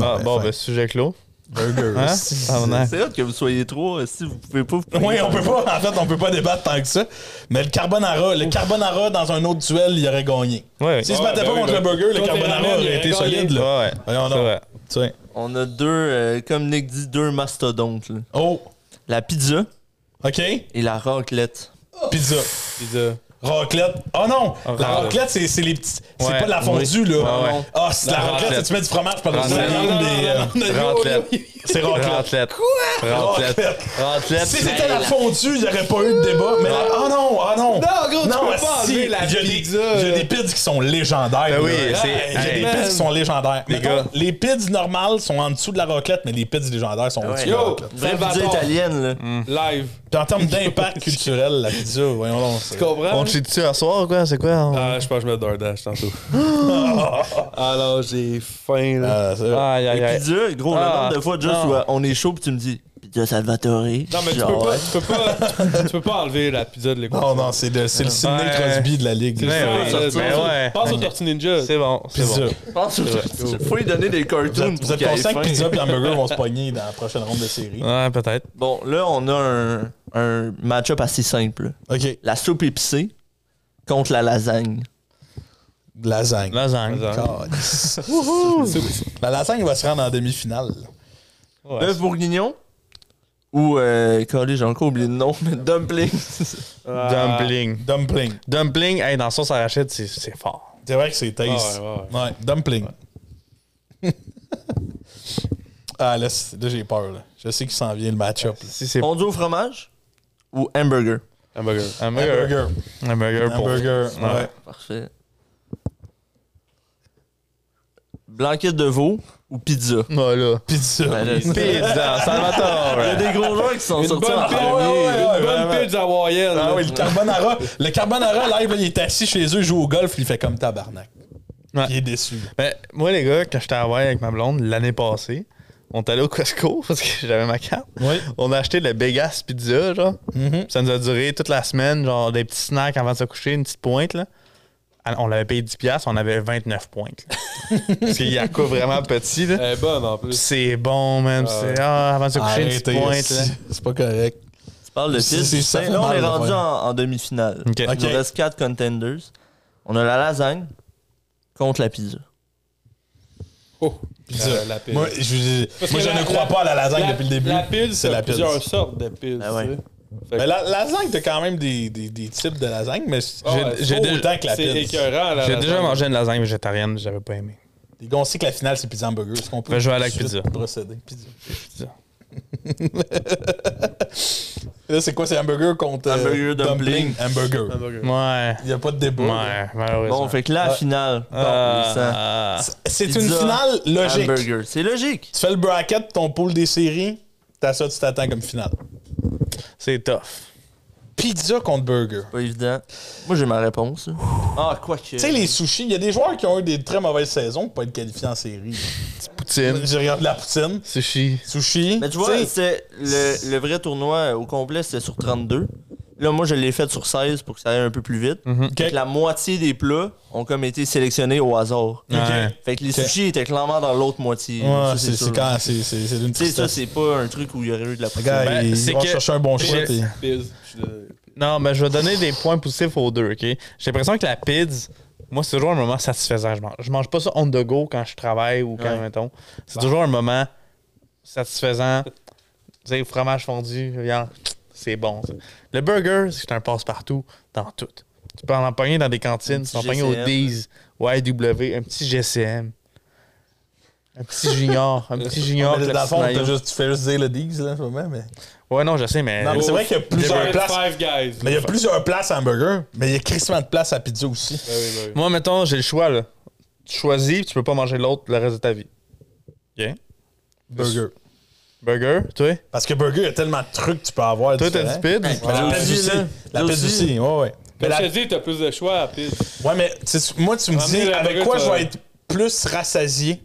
Speaker 2: Ah,
Speaker 3: ben,
Speaker 2: bon,
Speaker 3: fin.
Speaker 2: ben, sujet clos.
Speaker 3: Burger.
Speaker 2: Hein?
Speaker 3: hosties.
Speaker 2: Ah, on a-
Speaker 6: C'est hâte que vous soyez trois. Si vous pouvez pas, vous
Speaker 2: ben,
Speaker 6: pouvez
Speaker 3: Oui, on peut pas, en fait, on peut pas débattre tant que ça. Mais le Carbonara, le Carbonara, dans un autre duel, il aurait gagné.
Speaker 2: Ouais. Ah,
Speaker 3: S'il se
Speaker 1: Ouais,
Speaker 3: battait
Speaker 1: ben
Speaker 3: pas
Speaker 1: oui,
Speaker 3: contre
Speaker 1: ben-
Speaker 3: le burger, le
Speaker 1: Toi, t'es
Speaker 3: Carbonara
Speaker 1: ramen, il
Speaker 3: aurait
Speaker 1: aurait
Speaker 3: été
Speaker 1: gagné.
Speaker 3: solide,
Speaker 2: Ouais,
Speaker 3: là.
Speaker 2: ouais.
Speaker 3: Voyons
Speaker 2: C'est
Speaker 3: donc.
Speaker 2: vrai.
Speaker 3: Tu sais.
Speaker 6: On a deux, euh, comme Nick dit, deux mastodontes. là.
Speaker 3: Oh,
Speaker 6: La pizza
Speaker 3: OK.
Speaker 6: et la raclette.
Speaker 3: Pizza.
Speaker 1: Pizza.
Speaker 3: Raclette. Oh non! La
Speaker 2: raclette.
Speaker 3: raclette, c'est c'est les petits. C'est
Speaker 2: Ouais,
Speaker 3: pas de la fondue,
Speaker 2: oui.
Speaker 3: là.
Speaker 2: Ouais, ouais.
Speaker 3: Ah, c'est de la
Speaker 2: La
Speaker 3: raclette,
Speaker 2: raclette.
Speaker 3: c'est tu mets du fromage par-dessus
Speaker 2: Raclette.
Speaker 3: la
Speaker 1: Non,
Speaker 3: viande,
Speaker 1: non,
Speaker 3: mais, euh,
Speaker 2: Raclette.
Speaker 3: C'est raclette.
Speaker 2: Raclette. Raclette.
Speaker 3: Raclette.
Speaker 2: Raclette.
Speaker 3: Si c'était la fondue, il n'y aurait pas eu de débat. Mais la- oh non, oh non.
Speaker 1: Non, gros, tu peux pas
Speaker 3: si,
Speaker 1: enlever la
Speaker 3: il y a des-
Speaker 1: pizza.
Speaker 3: Il y a des pids qui sont légendaires.
Speaker 2: Ben oui,
Speaker 3: là.
Speaker 2: c'est-
Speaker 3: Il y a des
Speaker 2: hey.
Speaker 3: pids qui sont légendaires.
Speaker 2: Les
Speaker 3: Mettons,
Speaker 2: gars.
Speaker 3: les pids normales sont en dessous de la raclette, mais les pids légendaires sont au-dessus. de la
Speaker 1: Yo!
Speaker 3: raclette.
Speaker 6: Vraie
Speaker 1: Salvatore.
Speaker 6: pizza italienne. Là.
Speaker 1: Live.
Speaker 3: Puis en termes d'impact culturel, la pizza, voyons donc. c'est-
Speaker 1: Tu comprends?
Speaker 2: On te chie dessus à soir, quoi? C'est quoi? on-
Speaker 1: Ah, je pense que je mets DoorDash tantôt. Alors, j'ai faim, là.
Speaker 3: Ah, c'est vrai.
Speaker 2: Aïe, aïe, aïe.
Speaker 6: Pizza, gros,
Speaker 2: Ah,
Speaker 6: le nombre de fois juste
Speaker 2: non.
Speaker 6: où, euh, on est chaud puis tu me dis pizza Salvatore.
Speaker 1: Non, mais tu peux,
Speaker 6: Genre,
Speaker 1: pas,
Speaker 6: ouais.
Speaker 1: tu, peux pas, tu peux pas enlever la pizza de l'école.
Speaker 3: Non, non, c'est le, c'est le Sidney
Speaker 2: Ouais.
Speaker 3: Crosby de la ligue.
Speaker 2: Ouais,
Speaker 1: Ah,
Speaker 2: oui.
Speaker 1: ça,
Speaker 2: Mais
Speaker 1: tu penses au-
Speaker 2: ouais.
Speaker 1: Pense au
Speaker 2: Ok.
Speaker 1: Tortue Ninja.
Speaker 2: C'est bon, c'est
Speaker 3: Pizza.
Speaker 2: bon.
Speaker 6: Pense au- Faut lui donner des
Speaker 3: Vous
Speaker 6: cartoons.
Speaker 3: êtes, vous
Speaker 6: pour
Speaker 3: êtes
Speaker 6: qu'il ait
Speaker 3: conscient que
Speaker 6: faim.
Speaker 3: pizza et hamburger vont se pogner dans la prochaine ronde de série.
Speaker 2: Ouais, peut-être.
Speaker 6: Bon, là, on a un, un match-up assez simple.
Speaker 3: OK.
Speaker 6: La soupe épicée contre la lasagne.
Speaker 3: Lasagne.
Speaker 2: Lasagne.
Speaker 3: Calice. La lasagne va se rendre en demi-finale.
Speaker 2: Ouais.
Speaker 6: Bœuf bourguignon ou, euh, collé, j'ai encore oublié le nom, mais dumpling.
Speaker 1: Ah.
Speaker 2: Dumpling.
Speaker 3: Dumpling.
Speaker 2: Dumpling, hey, dans la sauce arachide, c'est- c'est fort.
Speaker 3: C'est vrai que c'est taste.
Speaker 1: Ah ouais, ouais,
Speaker 3: ouais, dumpling. ah, là, c'est- là, j'ai peur. Là. Je sais qu'il s'en vient le match-up. là.
Speaker 2: Si c'est
Speaker 6: Fondue au fromage ou hamburger?
Speaker 1: Hamburger.
Speaker 2: un burger.
Speaker 3: Hamburger.
Speaker 2: Un burger pour.
Speaker 3: Hamburger.
Speaker 2: Ouais.
Speaker 3: Ouais.
Speaker 6: Parfait. Blanquette de veau ou pizza?
Speaker 2: Ouais, là.
Speaker 3: Pizza.
Speaker 6: Ben là, c'est-
Speaker 2: Pizza,
Speaker 6: Il y a
Speaker 2: Salvatore.
Speaker 6: des gros joueurs qui sont
Speaker 1: Une bonne,
Speaker 6: sortis en
Speaker 1: pizza-
Speaker 6: premier.
Speaker 1: Ah, ouais, ouais,
Speaker 3: premier,
Speaker 1: une
Speaker 3: ouais,
Speaker 1: bonne
Speaker 3: vraiment.
Speaker 1: pizza hawaïenne.
Speaker 3: Ah
Speaker 1: là.
Speaker 3: oui, le carbonara. le carbonara, live, là, il est assis chez eux, il joue au golf, il fait comme tabarnak.
Speaker 2: Ouais.
Speaker 3: Il est déçu.
Speaker 2: Ben, moi, les gars, quand j'étais à Hawaii avec ma blonde l'année passée, on est allé au Costco parce que j'avais ma carte.
Speaker 3: Oui.
Speaker 2: On a acheté le Vegas Pizza, genre.
Speaker 3: Mhm.
Speaker 2: Ça nous a duré toute la semaine, genre des petits snacks avant de se coucher, une petite pointe, là. Ah, On l'avait payé 10$, piastres, on avait 29 pointes. là. Parce qu'il y a quoi vraiment petit, là.
Speaker 1: Elle est bonne, en
Speaker 2: Puis
Speaker 1: plus.
Speaker 2: c'est bon, même.
Speaker 1: Ah.
Speaker 2: c'est, ah, avant de se coucher,
Speaker 3: Arrêtez,
Speaker 2: une petite pointe, là.
Speaker 3: c'est c'est pas correct.
Speaker 6: Tu parles de
Speaker 3: C'est-
Speaker 6: pizza.
Speaker 3: c'est-
Speaker 6: Ben,
Speaker 3: ça fait
Speaker 6: Là, on
Speaker 3: mal,
Speaker 6: est
Speaker 3: là,
Speaker 6: rendu
Speaker 3: ouais.
Speaker 6: en, en demi-finale.
Speaker 2: Ok.
Speaker 3: Ok.
Speaker 6: Il nous reste 4 contenders. On a la lasagne contre la pizza.
Speaker 1: Oh,
Speaker 3: Pizza.
Speaker 1: Euh, la pile.
Speaker 3: Moi, je, je-
Speaker 1: Parce
Speaker 3: moi,
Speaker 1: que
Speaker 3: je
Speaker 1: la-
Speaker 3: ne crois pas à la lasagne
Speaker 1: La-
Speaker 3: depuis le début.
Speaker 1: La pile,
Speaker 3: c'est
Speaker 1: c'est
Speaker 3: la pile.
Speaker 1: plusieurs sortes de piles.
Speaker 6: Ah ouais.
Speaker 1: tu sais.
Speaker 3: Mais la la lasagne, t'as quand même des, des, des types de lasagne, mais j'ai
Speaker 1: Ah ouais,
Speaker 3: j'ai
Speaker 1: c'est
Speaker 3: autant
Speaker 1: autant
Speaker 3: que la
Speaker 1: C'est
Speaker 3: pizza.
Speaker 1: écœurant, la
Speaker 2: J'ai déjà
Speaker 1: lasagne.
Speaker 2: mangé une lasagne végétarienne, j'avais pas aimé.
Speaker 3: Les gars, on sait que la finale, c'est pizza hamburger. Est-ce qu'on peut
Speaker 2: Ben, je vais aller
Speaker 3: tout de
Speaker 2: avec
Speaker 3: suite
Speaker 2: pizza.
Speaker 3: procéder? Pizza. Là, c'est quoi? C'est hamburger contre euh,
Speaker 6: Hamburger, dumpling.
Speaker 3: Hamburger.
Speaker 1: Hamburger.
Speaker 2: Ouais.
Speaker 3: Il n'y a pas de débat. là.
Speaker 2: Ouais, malheureusement.
Speaker 6: Bon, fait que là,
Speaker 3: Ouais.
Speaker 6: finale. Bon,
Speaker 2: Ah,
Speaker 6: on sent.
Speaker 2: ah.
Speaker 3: C'est
Speaker 6: Pizza,
Speaker 3: une finale logique.
Speaker 6: Hamburger. C'est logique.
Speaker 3: Tu fais le bracket, ton pool des séries, t'as ça, tu t'attends comme finale.
Speaker 2: c'est tough.
Speaker 3: Pizza contre burger.
Speaker 6: Pas évident. Moi, j'ai ma réponse. là. Ah, quoi que.
Speaker 3: Tu sais,
Speaker 2: Euh.
Speaker 3: les sushis, il y a des joueurs qui ont eu des très mauvaises saisons pour pas être qualifiés en série.
Speaker 2: Poutine,
Speaker 3: J'ai regardé la poutine.
Speaker 2: sushi.
Speaker 3: Sushi.
Speaker 6: Mais tu vois,
Speaker 3: sais,
Speaker 6: c'est le, le vrai tournoi au complet, c'était sur 32. Là, moi, je l'ai fait sur 16 pour que ça aille un peu plus vite.
Speaker 2: Mm-hmm.
Speaker 6: Fait que la moitié des plats ont comme été sélectionnés au hasard.
Speaker 2: Ouais.
Speaker 6: Fait que les
Speaker 3: Ok.
Speaker 6: sushis étaient clairement dans l'autre moitié.
Speaker 3: Ouais,
Speaker 6: Ça,
Speaker 3: c'est
Speaker 6: sûr.
Speaker 3: c'est quand c'est c'est c'est d'une
Speaker 6: Tu sais, ça,
Speaker 3: tristesse.
Speaker 6: c'est pas un truc où il y aurait eu de la
Speaker 3: Le
Speaker 6: poutine.
Speaker 3: gars,
Speaker 2: Ben,
Speaker 3: il
Speaker 2: c'est
Speaker 3: va
Speaker 2: que-
Speaker 3: chercher un bon choix.
Speaker 2: j'ai-
Speaker 3: puis-
Speaker 1: Pizza, je suis désolé.
Speaker 2: Non, mais je vais donner des points positifs aux deux, OK? J'ai l'impression que la pizza, moi, c'est toujours un moment satisfaisant. Je mange, je mange pas ça on the go quand je travaille ou quand,
Speaker 6: Ouais.
Speaker 2: mettons. C'est toujours un moment satisfaisant. Tu sais, fromage fondu, viande, c'est bon. ça. Le burger, c'est un passe-partout dans tout. Tu peux en empoigner dans des
Speaker 6: Un
Speaker 2: cantines, tu
Speaker 6: petit
Speaker 2: peux en empoigner au
Speaker 6: GCM.
Speaker 2: Deez, au IW, un petit GCM. Un petit junior, un petit junior.
Speaker 3: Mais
Speaker 2: avec
Speaker 3: dans
Speaker 2: le
Speaker 3: le fond,
Speaker 2: petit
Speaker 3: t'as
Speaker 2: maillot.
Speaker 3: juste- tu fais juste dire le Deez, là, en ce moment, mais.
Speaker 2: Ouais, non, je sais, mais.
Speaker 3: Non, Ah, mais c'est vrai qu'il y a plusieurs
Speaker 1: Different
Speaker 3: places.
Speaker 1: Five Guys.
Speaker 3: Mais il y a
Speaker 1: Ouais,
Speaker 3: plusieurs places à hamburger, mais il y a crissement de places à pizza aussi.
Speaker 1: ouais, ouais.
Speaker 2: Moi, mettons, j'ai le choix, là. Tu choisis, puis tu peux pas manger l'autre le reste de ta vie. OK.
Speaker 3: Burger.
Speaker 2: Burger, toi?
Speaker 3: Parce que burger, il y a tellement de trucs que tu peux avoir.
Speaker 2: Toi, t'as
Speaker 3: différents.
Speaker 2: du pide?
Speaker 3: La
Speaker 6: Ouais.
Speaker 3: pizza aussi.
Speaker 6: Là
Speaker 3: La pizza
Speaker 6: aussi.
Speaker 3: aussi, ouais, ouais.
Speaker 1: Mais
Speaker 3: la-
Speaker 1: je te dis, t'as plus de choix à la piste.
Speaker 3: Ouais, mais tu sais, moi, tu me
Speaker 1: Ramener
Speaker 3: dis
Speaker 1: le
Speaker 3: avec
Speaker 1: burger,
Speaker 3: quoi je
Speaker 1: toi.
Speaker 3: vais être plus rassasié?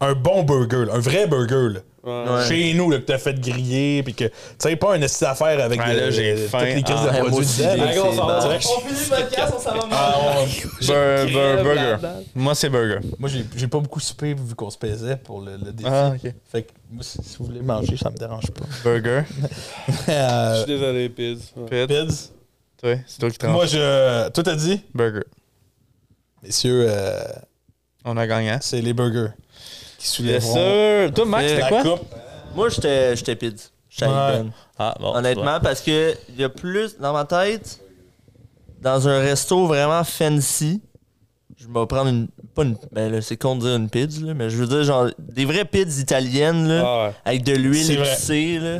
Speaker 3: Un bon burger, là, un vrai burger, là.
Speaker 1: Ouais.
Speaker 3: Chez nous, là, que t'as fait griller, puis que. Tu sais, pas une astuce d'affaires avec
Speaker 2: Ouais,
Speaker 3: le-
Speaker 2: là, j'ai
Speaker 3: le-
Speaker 2: faim.
Speaker 3: toutes les crises
Speaker 6: Ah,
Speaker 3: de
Speaker 6: moi
Speaker 3: produits
Speaker 6: aussi,
Speaker 3: dedans.
Speaker 6: j'ai-
Speaker 3: Là,
Speaker 6: c'est
Speaker 3: on
Speaker 6: bon.
Speaker 3: dirait que je-
Speaker 4: On finit le podcast, on s'en va manger.
Speaker 3: Ah, on-
Speaker 2: Bur- bur- burger. Moi, c'est burger.
Speaker 3: Moi, j'ai j'ai pas beaucoup soupé vu qu'on se pesait pour le, le défi.
Speaker 2: Ah, ok.
Speaker 3: Fait que, moi, si, si vous voulez manger, ça me dérange pas.
Speaker 2: Burger.
Speaker 1: Je
Speaker 3: Euh,
Speaker 1: suis désolé, Piz. Ouais.
Speaker 2: Pit.
Speaker 3: Pids,
Speaker 2: Toi, c'est toi qui te rends.
Speaker 3: moi, je. Toi, t'as dit?
Speaker 2: Burger.
Speaker 3: Messieurs, euh,
Speaker 2: On a gagné.
Speaker 3: c'est les burgers qui
Speaker 2: Bien
Speaker 3: soulèveront
Speaker 2: sûr. Toi, Max,
Speaker 6: Fait-
Speaker 2: c'était
Speaker 3: la
Speaker 2: quoi?
Speaker 3: coupe.
Speaker 6: Moi, j'étais j'étais pide. J'étais
Speaker 3: Ouais.
Speaker 6: avec Ben.
Speaker 2: Ah, bon.
Speaker 6: Honnêtement, parce que il y a plus dans ma tête, dans un resto vraiment fancy, je vais prendre une. Pas une. Ben là, c'est con de dire une pizza, là, mais je veux dire, genre, des vraies pizzas italiennes, là,
Speaker 1: Ah ouais.
Speaker 6: avec de l'huile
Speaker 3: C'est vrai.
Speaker 6: épicée, là.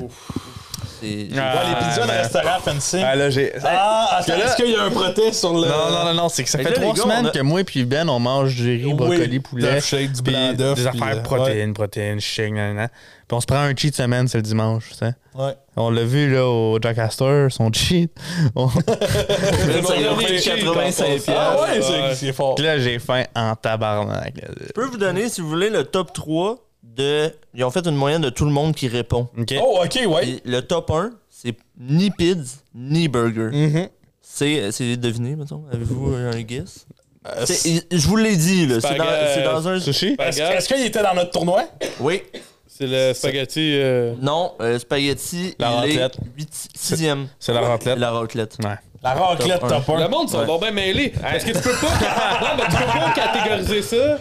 Speaker 6: C'est-
Speaker 2: Ah.
Speaker 3: Ouais, les pizzas de
Speaker 2: mais-
Speaker 3: restaurant fancy.
Speaker 2: Ah, là, j'ai.
Speaker 3: Ah, attends,
Speaker 2: que là-
Speaker 3: est-ce qu'il y a un protest sur le.
Speaker 2: Non, non, non, non, c'est que ça
Speaker 6: Fait
Speaker 2: fait
Speaker 6: que là,
Speaker 2: trois
Speaker 6: les gars,
Speaker 2: semaines
Speaker 6: on a-
Speaker 2: que moi et Ben, on mange du riz,
Speaker 3: Oui,
Speaker 2: brocoli, poulet.
Speaker 3: du shake, du
Speaker 2: Puis
Speaker 3: blanc d'œuf.
Speaker 2: des
Speaker 3: puis,
Speaker 2: affaires
Speaker 3: euh,
Speaker 2: protéines, protéines, shake, nan, nan, nan. Puis on se prend un cheat semaine, c'est le dimanche, tu sais.
Speaker 3: Ouais. ouais.
Speaker 2: On l'a vu là au Jack Astor, son cheat. On-
Speaker 6: Mais
Speaker 1: Ça
Speaker 6: ça
Speaker 1: a
Speaker 6: coûte
Speaker 1: coûté
Speaker 6: 85
Speaker 1: Ah,
Speaker 3: Ah
Speaker 6: piastres.
Speaker 3: ouais,
Speaker 1: ouais.
Speaker 3: c'est- c'est fort.
Speaker 2: Puis là, j'ai faim en tabarnak. là.
Speaker 6: Je peux vous donner, si vous voulez, le top 3 de. Ils ont fait une moyenne de tout le monde qui répond.
Speaker 2: OK.
Speaker 3: Oh, ok, ouais.
Speaker 6: Puis le top 1, c'est ni pizza, ni burger.
Speaker 3: Mm-hmm.
Speaker 6: C'est, c'est deviné, mettons. Avez-vous euh, un guess?
Speaker 3: Euh,
Speaker 6: C'est-
Speaker 3: c'est-
Speaker 6: je vous l'ai dit, là. C'est dans,
Speaker 1: Spaghetti.
Speaker 6: c'est dans un.
Speaker 2: Sushi?
Speaker 3: Est-ce
Speaker 1: Spaghetti,
Speaker 3: est-ce qu'il était dans notre tournoi?
Speaker 6: Oui.
Speaker 1: C'est le spaghetti. euh,
Speaker 6: Non, euh, spaghetti,
Speaker 2: La
Speaker 6: il est
Speaker 2: raclette.
Speaker 6: 8, 6e.
Speaker 2: C'est la raclette.
Speaker 6: La raclette.
Speaker 2: Ouais.
Speaker 3: La raclette
Speaker 6: Top un.
Speaker 3: top 1.
Speaker 1: Le monde sont
Speaker 6: Ouais.
Speaker 1: donc bien mêlés. Parce que tu peux pas, non, mais tu peux pas catégoriser ça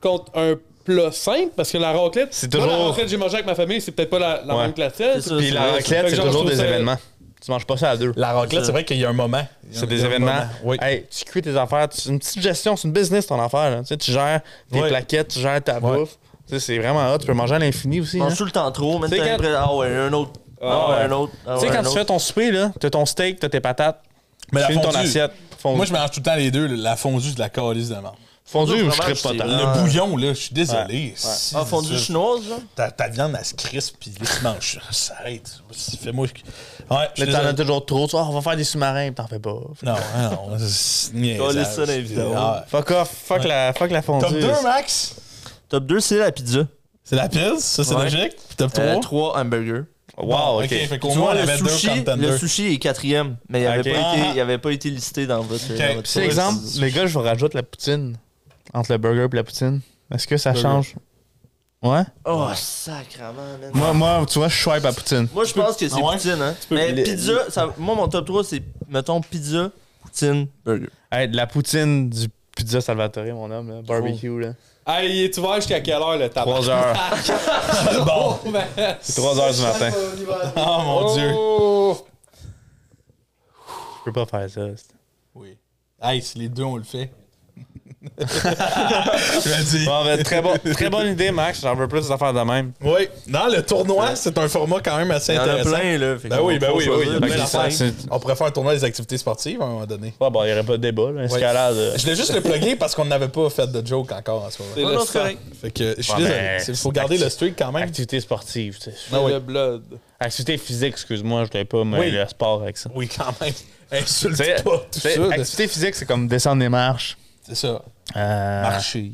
Speaker 1: contre un plat simple parce que la raclette.
Speaker 2: C'est
Speaker 1: Moi, la
Speaker 2: toujours-
Speaker 1: raclette que j'ai mangé avec ma famille, c'est peut-être pas la, la
Speaker 2: Ouais.
Speaker 1: même que la tienne.
Speaker 6: C'est ça.
Speaker 2: Puis la
Speaker 6: vrai,
Speaker 1: Fait
Speaker 2: raclette,
Speaker 1: que
Speaker 2: c'est
Speaker 1: genre,
Speaker 2: toujours
Speaker 1: je trouve
Speaker 2: des
Speaker 1: ça-
Speaker 2: événements. Tu manges pas ça à deux.
Speaker 3: La raclette, c'est vrai qu'il y a un moment. Il y a-
Speaker 2: C'est
Speaker 3: il y
Speaker 2: des
Speaker 3: a un
Speaker 2: événements.
Speaker 3: moment, Oui.
Speaker 2: Hey, tu cuis tes affaires. tu- une petite gestion, c'est une business ton affaire. Là. Tu, sais, tu gères tes
Speaker 3: Ouais.
Speaker 2: plaquettes, tu gères ta
Speaker 3: Ouais.
Speaker 2: bouffe. Tu sais, c'est vraiment hot. Tu peux manger à l'infini aussi.
Speaker 6: Je
Speaker 2: là.
Speaker 6: mange tout le temps trop, mais
Speaker 2: Tu sais,
Speaker 6: t'as
Speaker 2: quand-
Speaker 6: l'impression- Ah ouais, un autre. Ah ouais, un autre. Ah
Speaker 2: Tu sais,
Speaker 6: ouais,
Speaker 2: quand
Speaker 6: un
Speaker 2: tu
Speaker 6: autre.
Speaker 2: fais ton souper, là, t'as ton steak, t'as tes patates,
Speaker 3: Mais
Speaker 2: tu
Speaker 3: la
Speaker 2: finis ton
Speaker 3: fondue.
Speaker 2: assiette. Fondue,
Speaker 3: Moi, je mélange tout le temps les deux, la fondue de la calice de mort.
Speaker 2: fondue
Speaker 6: Au
Speaker 2: je
Speaker 6: fromage,
Speaker 2: tripe pas
Speaker 6: c'est-
Speaker 2: tant.
Speaker 6: Ah.
Speaker 3: Le bouillon, là, je suis désolé. Si-
Speaker 6: Ah, fondue
Speaker 3: si-
Speaker 6: chinoise, là?
Speaker 3: Ta, ta viande, elle se crispe, puis les manches. Ça arrête. Si, Fais-moi. Ouais, je suis
Speaker 2: Là, t'en as
Speaker 3: désolé.
Speaker 2: toujours trop. Tu vois, on va faire des sous-marins, t'en fais pas.
Speaker 3: Non, non, c'est
Speaker 6: Coller ça dans les vidéos.
Speaker 3: Ah.
Speaker 2: Fuck off, fuck, la, fuck la fondue.
Speaker 3: Top 2, Max?
Speaker 6: Top 2, c'est la pizza.
Speaker 3: C'est la pizza, ça, c'est
Speaker 6: Ouais.
Speaker 3: logique. Puis top 3?
Speaker 6: Euh, Trois hamburgers.
Speaker 2: Wow, ok.
Speaker 3: ok, fait qu'au
Speaker 6: Tu
Speaker 3: moins,
Speaker 6: vois,
Speaker 3: on
Speaker 6: le
Speaker 3: avait deux
Speaker 6: sushi, le
Speaker 3: contenders.
Speaker 6: sushi est quatrième, mais il avait,
Speaker 2: Ok.
Speaker 6: pas,
Speaker 3: Ah.
Speaker 6: été, il avait pas été listé dans votre. dans votre-
Speaker 2: Petit exemple, les gars, je vous rajoute la poutine. Entre le burger et la poutine. Est-ce que ça change? Ouais?
Speaker 6: Oh, sacrement, man.
Speaker 2: Moi, moi, tu vois, je swipe à poutine.
Speaker 6: Moi, je pense que c'est
Speaker 3: Ah ouais?
Speaker 6: poutine, hein. Mais
Speaker 2: les-
Speaker 6: pizza, ça- moi, mon top 3, c'est, mettons, pizza, poutine, burger.
Speaker 2: Hey, de la poutine du pizza Salvatore, mon homme, là. barbecue, là.
Speaker 1: Hey, il est ouvert jusqu'à quelle heure le tabac?
Speaker 2: 3 Oh. heures.
Speaker 3: Bon.
Speaker 2: C'est 3 heures du matin.
Speaker 3: Oh mon dieu.
Speaker 1: Oh!
Speaker 2: Je peux pas faire ça. c'est-
Speaker 3: Oui. Hey, si les deux, on le fait. Vas-y.
Speaker 2: Bon, ben, très, bon, très bonne idée, Max. J'en veux plus d'affaires de même.
Speaker 3: Oui. Non, le tournoi, c'est un format quand même assez
Speaker 6: Il y en a
Speaker 3: intéressant.
Speaker 6: plein, là. Fait
Speaker 3: Ben
Speaker 6: qu'on
Speaker 3: oui, ben
Speaker 6: peut
Speaker 3: oui,
Speaker 6: choisir.
Speaker 3: oui, il y a
Speaker 2: Fait
Speaker 3: plein
Speaker 2: que
Speaker 3: d'affaires.
Speaker 2: c'est- c'est-
Speaker 3: On pourrait faire un tournoi des activités sportives à un moment donné.
Speaker 2: Ouais, bon, il n'y aurait pas de débat, là. Escalade. euh.
Speaker 3: Je voulais juste le plugger parce qu'on n'avait pas fait de joke encore en ce moment.
Speaker 1: C'est
Speaker 6: Non,
Speaker 1: le
Speaker 6: Oh, non, c'est
Speaker 1: sang,
Speaker 6: correct.
Speaker 3: Fait que je suis
Speaker 2: Ouais,
Speaker 3: désolé.
Speaker 2: ben,
Speaker 3: Il faut garder le streak quand même.
Speaker 2: Activité sportive, tu sais.
Speaker 1: c'est
Speaker 3: Ah oui.
Speaker 1: le blood.
Speaker 2: Activité physique, excuse-moi, je l'ai pas mais
Speaker 3: Oui.
Speaker 2: le sport avec ça.
Speaker 3: Oui, quand même. Insulte
Speaker 2: T'sais,
Speaker 3: pas tout
Speaker 2: t'sais,
Speaker 3: ça. de-
Speaker 2: activité physique, c'est comme descendre des marches,
Speaker 3: C'est ça.
Speaker 2: euh,
Speaker 3: Marcher.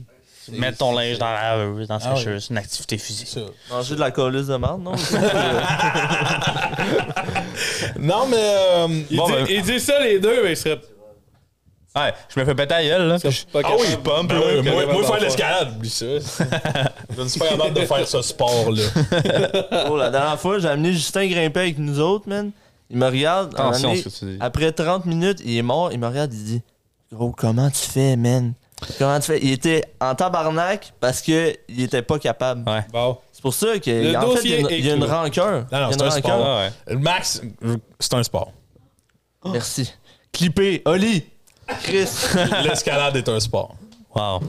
Speaker 2: mettre ton linge dans la laveuse, dans la
Speaker 3: Ah oui.
Speaker 2: sécheuse, une activité physique.
Speaker 3: C'est ça.
Speaker 6: Manger de la colisse de marde, non?
Speaker 3: Non, mais. euh,
Speaker 1: Il,
Speaker 2: Bon,
Speaker 1: dit,
Speaker 2: ben-
Speaker 1: il dit ça les deux, mais il serait
Speaker 2: Ouais, je me fais péter la gueule, là.
Speaker 1: serait
Speaker 2: puis
Speaker 1: pas
Speaker 3: Ah oui,
Speaker 1: capable.
Speaker 3: ben
Speaker 1: là,
Speaker 3: oui,
Speaker 1: que
Speaker 3: moi,
Speaker 1: capable
Speaker 3: moi
Speaker 1: d'en
Speaker 3: faire
Speaker 1: faire.
Speaker 3: l'escalade, oublie ça. Je ne suis pas capable de faire ce sport-là.
Speaker 6: oh, la dernière fois, j'ai amené Justin grimper avec nous autres, man. Il me regarde. à un
Speaker 2: Attention
Speaker 6: moment
Speaker 2: à
Speaker 6: donné,
Speaker 2: ce que tu dis.
Speaker 6: Après 30 minutes, il est mort. Il me regarde, il dit Gros, comment tu fais, man Comment tu fais Il était en tabarnak parce que il était pas capable.
Speaker 2: Ouais.
Speaker 1: Bon.
Speaker 6: C'est pour ça qu'il
Speaker 1: Le
Speaker 6: y a- en fait, il y
Speaker 1: dossier
Speaker 6: a une,
Speaker 1: est
Speaker 6: il y a une
Speaker 1: clos.
Speaker 6: rancœur.
Speaker 3: Non, non,
Speaker 6: Il y a
Speaker 3: c'est un
Speaker 6: une rancœur.
Speaker 3: sport.
Speaker 2: Ah ouais.
Speaker 3: Max, c'est un sport.
Speaker 2: Ah.
Speaker 6: Merci. Clippé, Oli, Chris,
Speaker 3: L'escalade est un sport.
Speaker 2: Wow.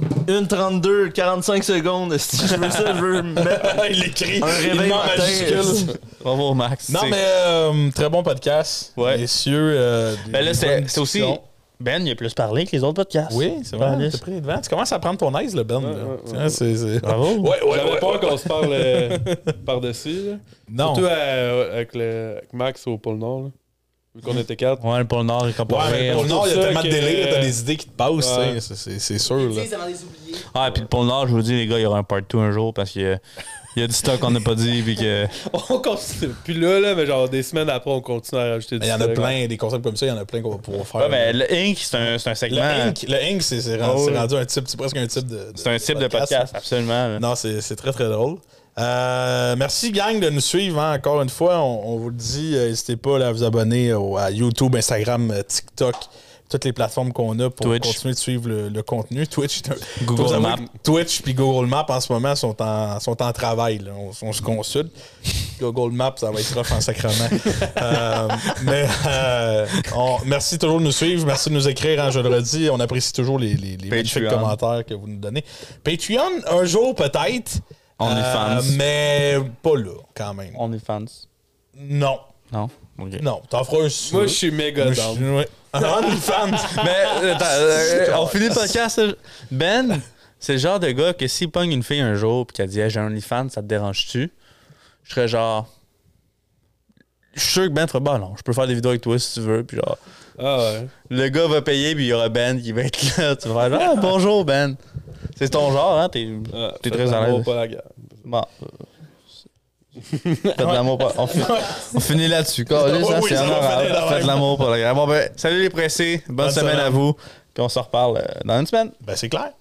Speaker 6: 1,32, 45 secondes. Si je veux ça, je veux me mettre
Speaker 3: il écrit.
Speaker 6: un
Speaker 3: il
Speaker 6: réveil
Speaker 3: demande majuscule.
Speaker 6: matin.
Speaker 2: Bravo, Max.
Speaker 3: Non,
Speaker 2: tu sais.
Speaker 3: mais euh, très bon podcast.
Speaker 2: Ouais.
Speaker 3: Messieurs. euh, des-
Speaker 2: Ben là,
Speaker 3: des
Speaker 2: c'est
Speaker 3: bonnes
Speaker 2: c'est aussi.
Speaker 3: discussions.
Speaker 2: Ben, il a plus parlé que les autres podcasts.
Speaker 3: Oui, c'est vrai.
Speaker 2: Alice.
Speaker 3: T'as pris les devants. Tu commences à prendre ton aise, le Ben. là.
Speaker 1: ouais, ouais.
Speaker 3: Tiens, c'est- c'est-
Speaker 2: Bravo.
Speaker 3: Ouais, ouais,
Speaker 1: J'avais
Speaker 3: ouais,
Speaker 1: peur
Speaker 3: ouais.
Speaker 1: qu'on se parle euh, par-dessus. là.
Speaker 3: Non.
Speaker 1: Surtout euh, avec, le, avec Max au pôle Nord. là. vu qu'on était quatre.
Speaker 2: Ouais, le pôle Nord est
Speaker 3: Ouais,
Speaker 2: comparé.
Speaker 3: mais pour le Nord, il y
Speaker 1: ça
Speaker 3: a tellement de
Speaker 1: que-
Speaker 3: délire, t'as des idées qui te passent,
Speaker 1: Ouais.
Speaker 3: tu sais, c'est- c'est c'est sûr.
Speaker 4: Ils
Speaker 3: Là.
Speaker 4: disent avant de les oublier.
Speaker 2: Ah, puis le pôle Nord, je vous dis, les gars, il y aura un part 2 un jour parce qu'il y a- il y a du stock qu'on n'a pas dit. Puis que.
Speaker 1: On continue. Puis là, là, mais genre des semaines après, on continue à rajouter
Speaker 3: Mais
Speaker 1: du
Speaker 3: Il y en a
Speaker 1: stock.
Speaker 3: plein, des concepts comme ça, il y en a plein qu'on va pouvoir faire.
Speaker 2: Ouais, mais le Inc, c'est un, c'est un
Speaker 3: le
Speaker 2: segment.
Speaker 3: Inc, le Inc, c'est c'est
Speaker 2: Ah
Speaker 3: rendu,
Speaker 2: ouais.
Speaker 3: c'est rendu un type, c'est presque un type de. de-
Speaker 2: C'est un type de podcast, absolument. là.
Speaker 3: Non, c'est c'est très très drôle. Euh, merci gang de nous suivre hein, encore une fois. On, on vous le dit, euh, n'hésitez pas là, à vous abonner au- à YouTube, Instagram, euh, TikTok, toutes les plateformes qu'on a pour
Speaker 2: Twitch.
Speaker 3: continuer de suivre le, le contenu. Twitch, est un-
Speaker 2: Google
Speaker 3: faut vous avouer
Speaker 2: Maps.
Speaker 3: que Twitch puis Google Maps en ce moment sont en, sont en travail. là. On, on se consulte. Google Maps, ça va être rough en sacrement. Euh, mais euh, on- merci toujours de nous suivre. Merci de nous écrire. hein, je le redis, on apprécie toujours les, les, les magnifiques
Speaker 2: Patreon.
Speaker 3: commentaires que vous nous donnez. Patreon, un jour peut-être.
Speaker 2: On est
Speaker 3: Euh,
Speaker 2: fans.
Speaker 3: Mais pas là, quand même.
Speaker 2: On est fans.
Speaker 3: Non.
Speaker 2: Non. Ok.
Speaker 3: Non, t'en feras un sou.
Speaker 1: Moi, je suis méga
Speaker 3: Moi, je
Speaker 1: down.
Speaker 3: ouais. On est fans.
Speaker 2: Mais euh, attends, euh, on finit le podcast. là. Ben, c'est le genre de gars que s'il pogne une fille un jour puis qu'elle dit hey, j'ai un OnlyFans, ça te dérange-tu? Je serais genre. Je suis sûr que Ben ferait bah non, je peux faire des vidéos avec toi si tu veux. Puis genre,
Speaker 1: Ah ouais.
Speaker 2: le gars va payer puis il y aura Ben qui va être là. Tu vas faire ah, bonjour Ben. C'est ton genre, hein? T'es
Speaker 1: Ah,
Speaker 2: T'es
Speaker 1: faites
Speaker 2: très à l'aise.
Speaker 1: l'amour, pas la guerre.
Speaker 2: bon. Faites de l'amour pour. On, fi- on finit là-dessus. Caliste,
Speaker 3: Oui,
Speaker 2: hein,
Speaker 3: oui,
Speaker 2: c'est
Speaker 3: ça va
Speaker 2: honorable.
Speaker 3: finir de même.
Speaker 2: Faites de l'amour pour la guerre. Bon, ben, salut les pressés. Bonne,
Speaker 3: Bonne
Speaker 2: semaine,
Speaker 3: semaine.
Speaker 2: à vous. Puis on se reparle euh, dans une semaine.
Speaker 3: Ben, c'est clair.